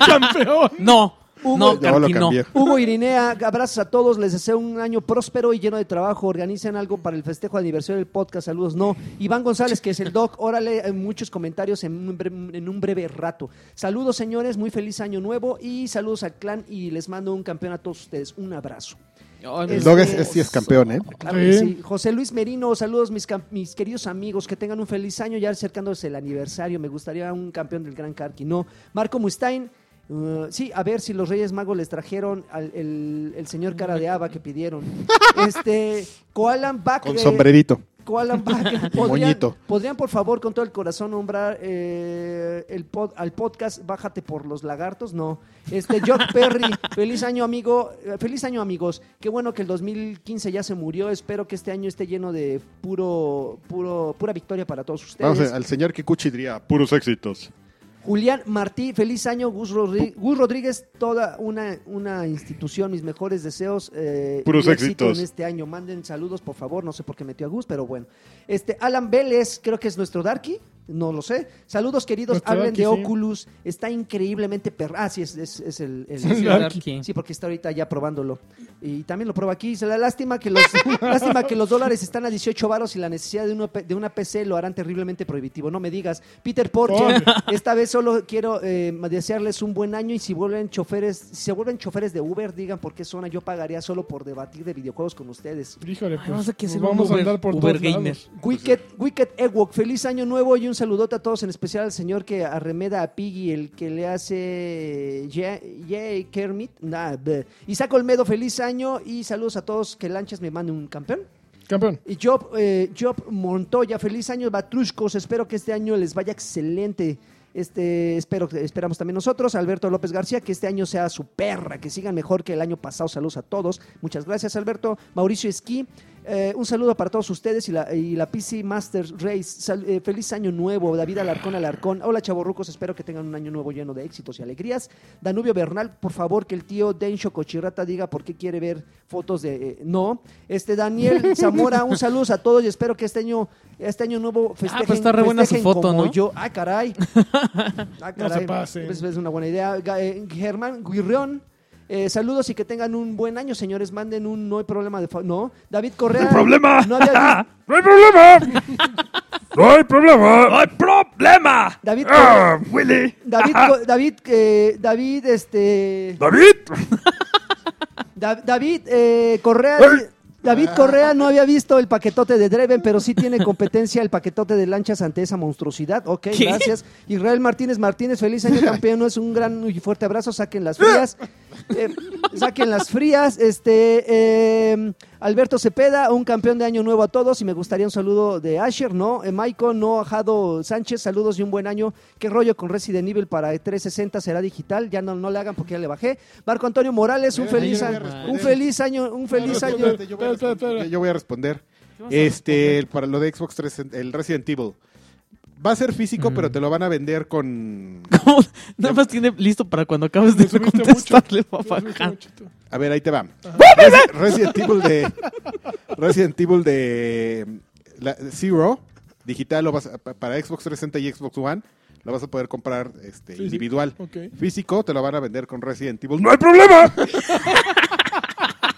¡Campeón! No, no, No, lo Carqui, no. cambié. Hugo Irinea, abrazos a todos, les deseo un año próspero y lleno de trabajo. Organicen algo para el festejo de aniversario del podcast, saludos. No, Iván González, que es el doc, órale, eh, muchos comentarios en un, bre- en un breve rato. Saludos, señores, muy feliz año nuevo y saludos al clan y les mando un campeón a todos ustedes. Un abrazo. Ay, El mi- El dog es, es- sí es campeón, ¿eh? Claro que Sí. sí. José Luis Merino, saludos mis, cam- mis queridos amigos, que tengan un feliz año ya acercándose el aniversario. Me gustaría un campeón del Gran Carqui, ¿no? Marco Mustain, uh, sí, a ver si los Reyes Magos les trajeron al el, el señor cara de haba que pidieron. Este, Koalan Back. Con eh, sombrerito. Koalan Back. ¿podrían, moñito. podrían, por favor, con todo el corazón nombrar eh, el pod- al podcast Bájate por los lagartos? No. Este, Jock Perry, feliz año, amigo. eh, Feliz año, amigos. Qué bueno que el 2015 ya se murió. Espero que este año esté lleno de puro, puro, pura victoria para todos Vamos, ustedes. a- al señor Kikuchi diría, Puros éxitos. Julián Martí, feliz año, Gus, Rodri- Gus Rodríguez, toda una, una institución, mis mejores deseos. eh, Puros y éxito éxitos. En este año, manden saludos, por favor, no sé por qué metió a Gus, pero bueno. Este, Alan Vélez, creo que es nuestro Darky. No lo sé. Saludos, queridos. Nuestro Hablen Darky, de sí. Oculus. Está increíblemente perra. Ah, sí, es, es- es el- el- Sí, el, Darky. Darky. Sí, porque está ahorita ya probándolo. Y también lo prueba aquí. Se la lástima que los lástima que los dólares están a 18 varos y la necesidad de una, pe- de una PC lo harán terriblemente prohibitivo. No me digas, Peter Porcher, esta vez solo quiero eh, desearles un buen año y si vuelven choferes, si se vuelven choferes de Uber, digan por qué zona yo pagaría solo por debatir de videojuegos con ustedes. Híjole, pues, Ay, vamos a que nos hacer vamos un Uber, a andar por Uber todos Gamer. lados. Wicked, Wicked Ewok, feliz año nuevo y un saludote a todos, en especial al señor que arremeda a Piggy, el que le hace Ye- Yay Kermit. Nah, bleh. Isaac Olmedo, feliz año y saludos a todos, que Lanchas me mande un campeón. Campeón. Y Job, eh, Job Montoya, feliz año Batruscos, espero que este año les vaya excelente. Este, espero, esperamos también nosotros, Alberto López García, que este año sea su perra, que sigan mejor que el año pasado. Saludos a todos. Muchas gracias, Alberto. Mauricio Esquí, eh, un saludo para todos ustedes y la, y la PC Masters Race. Sal- eh, feliz año nuevo, David Alarcón Alarcón. Hola, chavorrucos, espero que tengan un año nuevo lleno de éxitos y alegrías. Danubio Bernal, por favor, que el tío Dencho Cochirrata diga por qué quiere ver fotos de... eh, no. Este Daniel Zamora, un saludo a todos y espero que este año, este año nuevo festejen, pues está re buena su festejen foto, como ¿no? yo. Ah, caray. Ah, No se caray. pasen. Pues, es una buena idea. Ga- eh, Germán Guirrión. eh, saludos y que tengan un buen año, señores. Manden un no hay problema de fa- no. David Correa. No hay problema. ¡No hay problema! ¡No hay problema! ¡No hay problema! David, Correa- ¡Ah, Willy! David, Co- David, eh, David, este, ¡David! Da- David eh, Correa. di- David Correa no había visto el paquetote de Dreven, pero sí tiene competencia el paquetote de lanchas ante esa monstruosidad. Ok, gracias. Israel Martínez Martínez, feliz año campeón. Es un gran y fuerte abrazo. Saquen las frías. Eh, saquen las frías. Este eh, Alberto Cepeda, un campeón de año nuevo a todos. Y me gustaría un saludo de Asher, ¿no? Eh, Maiko, no Jado Sánchez, saludos y un buen año. ¿Qué rollo con Resident Evil para 360? ¿Será digital? Ya no, no le hagan porque ya le bajé. Marco Antonio Morales, un Eh, feliz yo voy a año. responder. Un feliz año, un feliz Espérate, año. espérate, Yo voy a Espera, espera, responder. espera. Yo voy a responder. Este, el- para lo de Xbox 3, el Resident Evil. Va a ser físico, Mm. pero te lo van a vender con. ¿Cómo? Nada más tiene listo para cuando acabes Me de subiste contestarle, mucho. papá. Me subiste muchito. A ver, ahí te va. Resi- Resident Evil de. Resident Evil de. la- Zero. Digital, lo vas a- pa- para Xbox 360 y Xbox One. Lo vas a poder comprar este, Sí, sí. individual. Ok. Físico, te lo van a vender con Resident Evil. ¡No hay problema!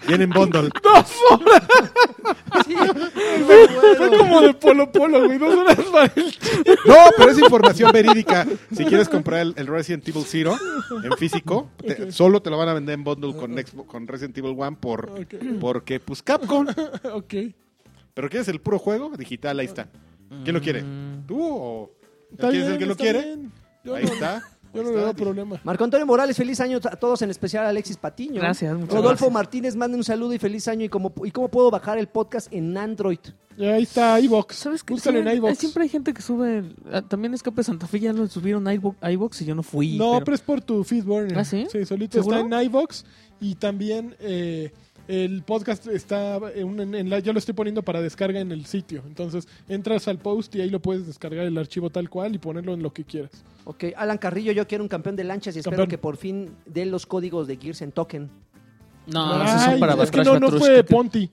Viene en bundle. Fue como de polo polo, güey. Dos horas para el No, pero es información verídica. Si quieres comprar el, el Resident Evil Zero en físico, te- solo te lo van a vender en bundle con, Xbox- con Resident Evil One por, Ok. porque, pues, Capcom. Ok. Pero quieres el puro juego digital, ahí está. ¿Quién lo quiere? ¿Tú o Está quién es el bien, que lo está quiere? bien. Yo ahí no, está. Yo no ahí le está. veo problema. Marco Antonio Morales, feliz año a todos, en especial a Alexis Patiño. Gracias, muchas Rodolfo gracias. Martínez, manda un saludo y feliz año. ¿Y cómo, ¿Y cómo puedo bajar el podcast en Android? Ahí está, iVox. ¿Sabes qué? Búscalo Siempre- en iVox. Siempre hay gente que sube. ah, También Escape Santa Fe ya lo subieron a iVo- iVox y yo no fui. No, pero... pero- es por tu feed burner. ¿Ah, sí? solito ¿Seguro? está en iVox y también eh, el podcast está en, un- en la, yo lo estoy poniendo para descarga en el sitio. Entonces, entras al post y ahí lo puedes descargar el archivo tal cual y ponerlo en lo que quieras. Ok, Alan Carrillo, yo quiero un campeón de lanchas y espero Campeón. que por fin den los códigos de Gears en token. Ah, No, Ay, esos son para es que Batrash no, no Batrushka, fue que- Ponti.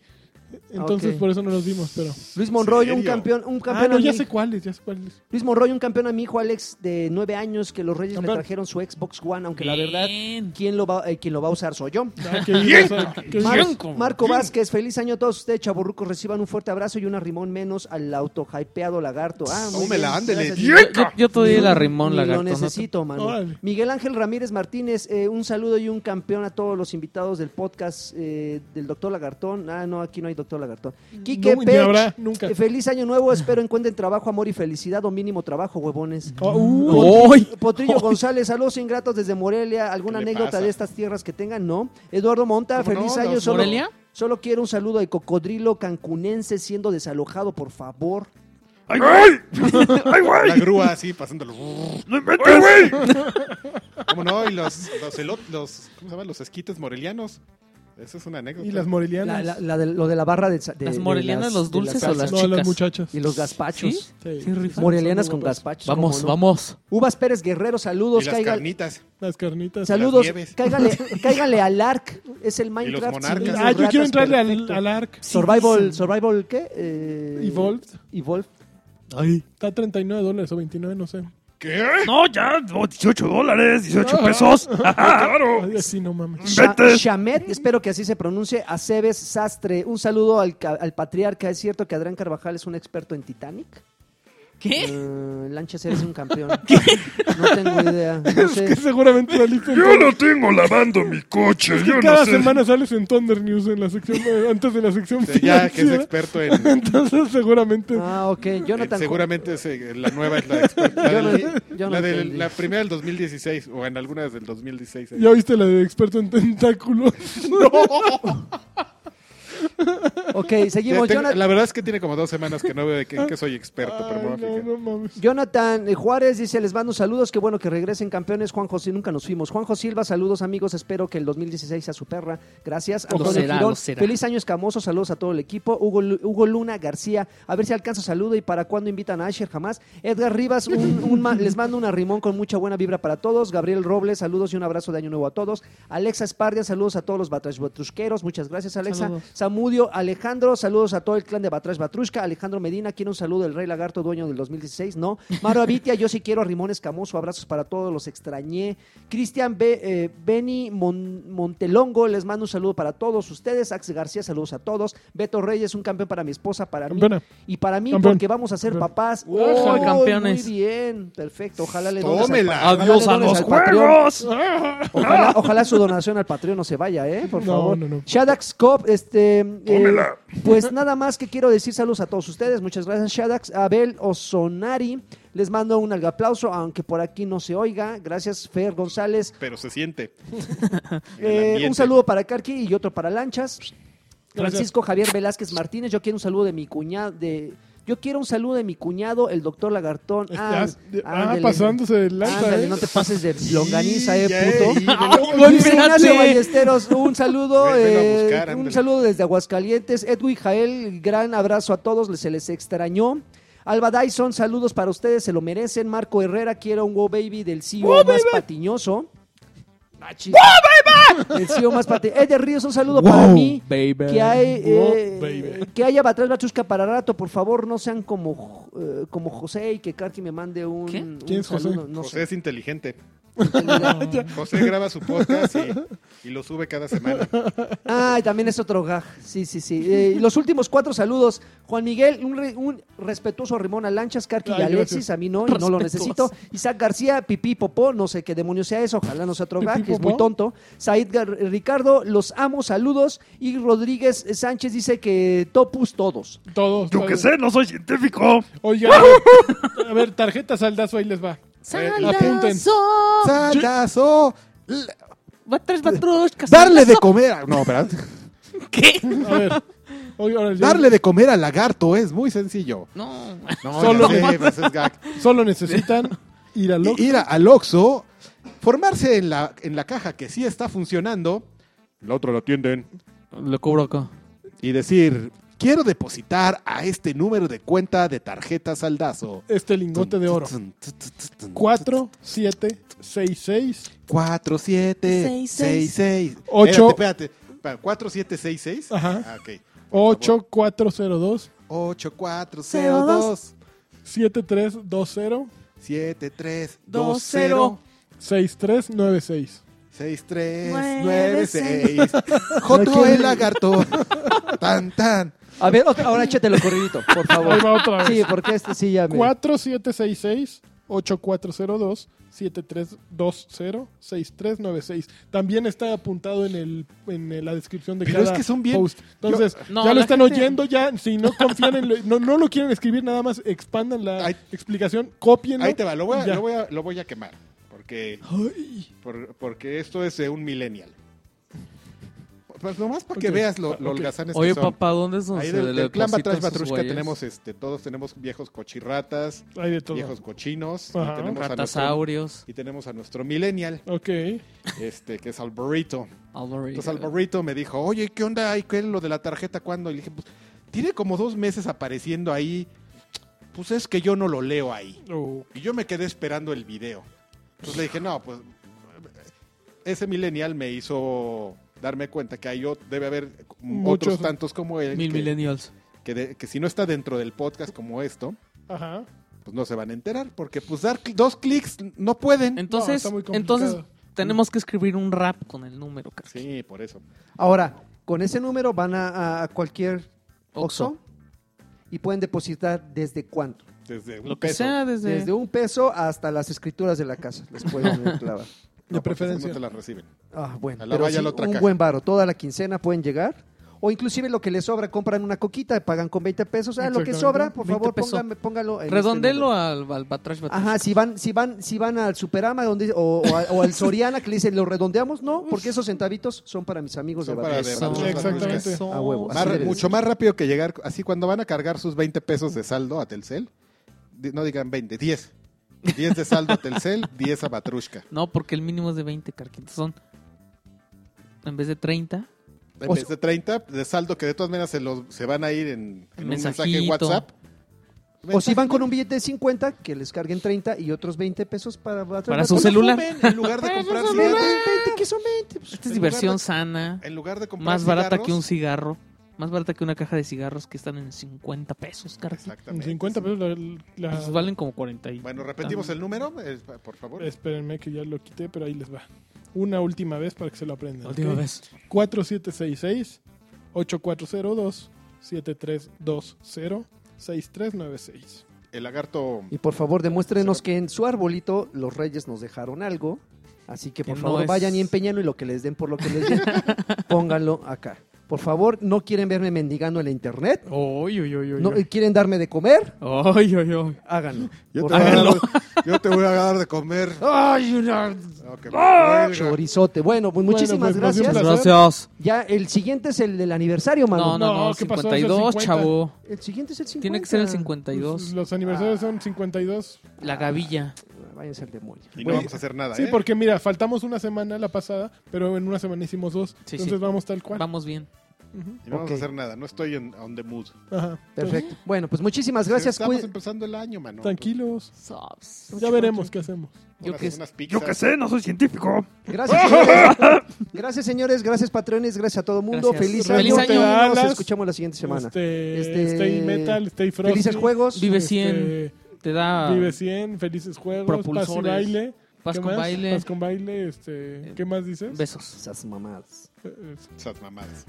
Entonces, Ok. por eso no los vimos, pero... Luis Monroy, un serio? campeón, un campeón. Ah, no, a ya mi- sé cuáles, ya sé cuáles. Luis Monroy, un campeón a mi hijo Alex de nueve años, que los Reyes Campeón. le trajeron su Xbox One, aunque la verdad, Bien. ¿quién lo va, eh, quien lo va a usar soy yo. Ah, qué bien, o sea, qué Mar- bien. Cinco. Marco Vázquez, feliz año a todos ustedes, chaburrucos. Reciban un fuerte abrazo y una rimón menos al autohypeado lagarto. Ah, muy Tómela, bien. ándele. Gracias. Yo- Yo, yo te doy el arrimón, Ni lagarto. Lo no te- necesito, mano. Órale. Miguel Ángel Ramírez Martínez, eh, un saludo y un campeón a todos los invitados del podcast eh, del Doctor Lagartón. Ah, no, aquí no hay Doctor Lagartón. Quique No, ni Pech, habrá, nunca. eh, feliz año nuevo. Espero encuentren trabajo, amor y felicidad o mínimo trabajo, huevones. Ah, uh, ¡Ay! Potrillo González, saludos ingratos desde Morelia. ¿Alguna ¿Qué le anécdota pasa? de estas tierras que tengan? No. Eduardo Monta, ¿Cómo no? feliz ¿Los año. Solo, Morelia? solo quiero un saludo al cocodrilo cancunense siendo desalojado, por favor. ¡Ay, güey! ¡Ay, La güey! grúa así, pasándolo. ¡No inventes, güey! ¿Cómo no? Y los, los, elot- los, ¿cómo se llama? los esquites morelianos. Esa es una anécdota. y las La- morelianas. la- la de- lo de la barra de... sa- de- ¿Las de morelianas, las- los de dulces las o las no, chicas? las muchachas. Y los gazpachos. ¿Sí? Sí. Sí, rifa. Morelianas Son con muy guapas. gazpachos. Vamos, ¿cómo no? vamos. Uvas Pérez Guerrero, Y saludos. las caiga- carnitas. Las carnitas. Saludos. las nieves. Cáigale, cáigale al ARC. Es el Minecraft. sin monarcas. nidos, Ah, yo quiero ratas, entrarle al, perfecto. al ARC. Survival, survival, ¿qué? Eh, Evolved. Evolved. Ay. Está a 39 dólares o 29, no sé. No, ya, no, 18 dólares, 18 pesos. Ajá, claro. Ay, así no mames. Sha- Vete. Shamet, espero que así se pronuncie, a Cebes Sastre. Un saludo al, ca- al patriarca. ¿Es cierto que Adrián Carvajal es un experto en Titanic? ¿Qué? Eh, Lanchas, eres un campeón. No tengo idea. No sé. Que seguramente saliste en Yo Thunder- lo tengo lavando mi coche, Es que yo cada no sé. semana sales en Thunder News en la sección, eh, antes de la sección Ya que es financiera. experto en. Entonces seguramente... Ah, ok. en- Jonathan, seguramente es, eh, la nueva es la experta. La, Yo no- del- yo no la del- entendí. la primera del 2016 o en algunas del 2016. eh. ¿Ya oíste la de experto en tentáculos? ok, Ya seguimos. tengo- Jonathan, la verdad es que tiene como dos semanas que no veo de qué, en qué soy experto. pero Ay, me voy a no, fijar. no mames. Jonathan eh, Juárez dice, les mando saludos, qué bueno que regresen campeones, Juan José, nunca nos fuimos. Juanjo Silva, saludos amigos, espero que el 2016 sea su perra, gracias. Lo Antonio será, Girón, lo será. feliz año escamoso, saludos a todo el equipo. Hugo, Lu- Hugo Luna García, a ver si alcanza saludo y para cuándo invitan a Asher, jamás. Edgar Rivas, un- un ma- les mando una rimón con mucha buena vibra para todos. Gabriel Robles, saludos y un abrazo de año nuevo a todos. Alexa Espardia, saludos a todos los batrash batrusqueros, muchas gracias Alexa. Saludos. Samudio Alejandro, saludos a todo el clan de Batrash Batrushka. Alejandro Medina, quiero un saludo del Rey Lagarto, dueño del 2016, ¿no? Maro Avitia, yo sí quiero a Rimón Escamoso, abrazos para todos, los extrañé. Cristian B- eh, Benny Mon- Montelongo, les mando un saludo para todos ustedes. Ax García, saludos a todos. Beto Reyes, un campeón para mi esposa, para mí. Campeona. Y para mí, Campeón. porque vamos a ser Campeón. papás. Ojo, ¡Uy, campeones. Muy bien, perfecto. Ojalá le dones al Tómela. pa- ojalá le Adiós a dones los al Patreon. ¡Juegos! Ojalá, ojalá su donación al Patreon no se vaya, ¿eh? Por No, favor. no, no. Shadax Cop, este. eh, Tómela. pues nada más que quiero decir saludos a todos ustedes. Muchas gracias, Shadax. Abel Osonari. Les mando un algaplauso, aunque por aquí no se oiga. Gracias, Fer González. Pero se siente. En el Eh, un ambiente. saludo para Karki y otro para Lanchas. Gracias. Francisco Javier Velázquez Martínez, yo quiero un saludo de mi cuñado, de, yo quiero un saludo de mi cuñado, el doctor Lagartón. Ah, Estás- ah, ándale. pasándose de lanza, Ándale, ¿eh? no te pases de longaniza, eh, puto. Ay, Dice Ignacio espérate. Ballesteros, un saludo, Ven, ven a eh, buscar, ándale. un saludo desde Aguascalientes. Edwin Jael, gran abrazo a todos, se les extrañó. Alba Dyson, saludos para ustedes, se lo merecen. Marco Herrera, quiero un Wow Baby del CEO más patiñoso. Ah, chis- El CEO más patiñoso. Eder Ríos, un saludo para mí. baby. Que, hay, Wow eh, Baby. que haya Batrás Bachusca para rato, por favor, no sean como, eh, como José y que Karki me mande un, ¿Qué? un ¿Quién es José? saludo. No José es inteligente. sé. José graba su podcast y, y lo sube cada semana. Ay, Ah, también es otro gaj. Sí, sí, sí. Eh, y los últimos cuatro saludos. Juan Miguel, un, re- un respetuoso rimón a Lanchas, Carqui y Ay, Alexis. gracias. A mí no, y no lo necesito. Respetuoso. Isaac García, Pipí Popó, no sé qué demonio sea eso. Ojalá no sea otro ¿Pipí gaj, que es Popó? muy tonto. Said Gar- eh, Ricardo, los amo, saludos. Y Rodríguez Sánchez dice que topus todos. Todos. Yo todos. qué sé, no soy científico. Oigan, a ver, a ver, tarjeta saldazo, ahí les va. Apunten. Saldazo. ¡Salazo! Batrash Batrushka. Darle de saldazo. comer a... No, ¿verdad? ¿Qué? A ver. Oye, ahora yo- Darle de comer al lagarto es muy sencillo. No. No, Solo- Solo... sé, pues es gag. Solo necesitan ir al Y ir a- al Oxxo, formarse en la, en la caja que sí está funcionando, la otra la atienden, Lo cobro acá. y decir, quiero depositar a este número de cuenta de tarjeta saldazo. este lingote de oro. 4, 7, 6, 6. 4, 7, Seis, 6, 6. Ocho. Espérate, espérate. 4, 7, 6, 6. Ajá. Ah, ok. 8, 4, 0, 2. 8, 4, 0, 2, 7, 3, 2, 0. 7, 3, 2, 0, Dos, cero. 6, 3, 9, 6. 6, 3, Nueve, 9, 6. Joto quiero- el lagarto. Tan, tan. A ver, otra- ahora échatelo corridito, por Ahí va favor. otra Sí, vez. porque este sí ya me... 4, 7, 6, 6. 8, 4, 0, 2. 7, 3, 2, 0. 6, 3, 9, 6. También está apuntado en, el, en la descripción de Pero cada es que son bien- post. Entonces, No, ya lo la están gente- oyendo, ya si no confían en... lo- no, no lo quieren escribir, nada más expandan la Ahí- explicación, copienlo. Ahí te va, lo voy a, y ya. lo voy a, lo voy a quemar. Porque, por- porque esto es de un millennial. Pues nomás para que Ok. veas lo, lo Ok. holgazanes que Oye, son. papá, ¿dónde es donde Ahí se del, le del clan depositan Batrash sus Batrushka güeyes? tenemos, este, todos tenemos viejos cochirratas, Hay de todo. viejos cochinos, Ajá. y tenemos, a nuestro, Ratasaurios. y tenemos a nuestro millennial, Ok. este, que es Alvarito. Alvarito. Entonces Alvarito me dijo, oye, ¿qué onda? ¿Y qué es lo de la tarjeta? ¿Cuándo? Y le dije, pues, tiene como dos meses apareciendo ahí. Pues es que yo no lo leo ahí. Oh. Y yo me quedé esperando el video. Entonces le dije, no, pues ese millennial me hizo darme cuenta que hay, ot- debe haber Muchos. otros tantos como él. Mil que, millennials. que de- que si no está dentro del podcast como esto, Ajá. pues no se van a enterar, porque pues dar cl- dos clics no pueden. No, Entonces, está muy complicado. entonces tenemos que escribir un rap con el número, Karki. Sí, por eso. Ahora, con ese número van a, a cualquier Oxxo. Oxxo y pueden depositar desde cuánto. Desde un Lo que peso. sea desde... Desde un peso hasta las escrituras de la casa. Les pueden clavar. De No, porque esas preferencia. No te las reciben. Ah, bueno. A la pero valla sí, la otra un caja. buen varo. Toda la quincena pueden llegar. O inclusive lo que les sobra, compran una coquita, pagan con 20 pesos. Ah, lo que Exactamente. sobra, por 20 favor, pesos. póngame- póngalo. en este Redondelo número. al, al Batrash Batrash. Ajá, si van, si van, si van al Superama donde, o, o, a- o al Soriana que le dicen, ¿lo redondeamos? No, porque esos centavitos son para mis amigos Son de para Batrash. de Eso, Batrash Exactamente. Batrash. eso. A huevo. Más- Así debe de mucho ser. más rápido que llegar. Así cuando van a cargar sus 20 pesos de saldo a Telcel, di- no digan 20, 10. 10 de saldo a Telcel, 10 a Batrushka. No, porque el mínimo es de 20, Karki. Entonces son... En vez de 30, En O vez de 30 de saldo que de todas maneras se, los, se van a ir en, en un mensaje en Mensajito. WhatsApp. O si van con un billete de 50, que les carguen 30 y otros 20 pesos para Batrash. Para su Batrash. celular. En lugar de comprar Pues, cigarro- 20, que son 20. pues. esta es En lugar diversión de- sana. en lugar de eh, comprar Más barata cigarros- que un cigarro. Más barata que una caja de cigarros que están en 50 pesos, Karki. En Exactamente. 50 pesos la... la- Pues valen como 40 y... Bueno, repetimos el número, eh, por favor. Espérenme que ya lo quité, pero ahí les va. Una última vez para que se lo aprendan. La última ¿ok? vez. 4766-8402-7320-6396. El lagarto Y por favor, demuéstrenos que en su arbolito los reyes nos dejaron algo. Así que Que por no favor es- vayan y empeñenlo y lo que les den por lo que les den, pónganlo acá. Por favor, no quieren verme mendigando en la internet. Oy, oy, oy, oy, No oy. quieren darme de comer, Oy, oy, oy. háganlo. Yo Por te, voy a favor. dar, yo te voy a dar de comer. Ay, una- No, que me huelga. Chorizote. Bueno, pues Bueno, muchísimas pues, nos dio un gracias. placer. Gracias. Ya el siguiente es el del aniversario, No, no, mano. no, No, ¿qué pasó? Es el 52, 50. chavo. El siguiente es el 50. Tiene que ser el Pues, 52. Los aniversarios son 52. La gavilla. Ah, Váyanse al demonio. Y no Bueno, vamos a hacer nada. Sí, ¿eh? porque mira, faltamos una semana la pasada, pero en una semana hicimos dos. Sí, entonces sí. vamos tal cual. Vamos bien. Y no vamos a Ok. hacer nada. No estoy en on the mood. Ajá. perfecto. Bueno, pues muchísimas gracias. Estamos Cuid- empezando el año, mano. Entonces, Tranquilos. Sobs. Ya veremos qué hacemos. Yo Unas- que es- unas pizzas. Yo qué sé, no soy científico. Gracias, señores. gracias, señores. Gracias, patrones. Gracias a todo el mundo. Gracias. Feliz, Feliz año. año. Nos Dallas. escuchamos la siguiente semana. Este, Este, Stay Metal, Stay Frosty. Felices juegos. Vive este, 100. Te da Vive 100, felices juegos, paz y Propulsores. baile. paz ¿Qué con más? baile. Paz con baile, este, ¿qué más dices? Besos. Esas mamadas. Eh, eh, Esas mamadas.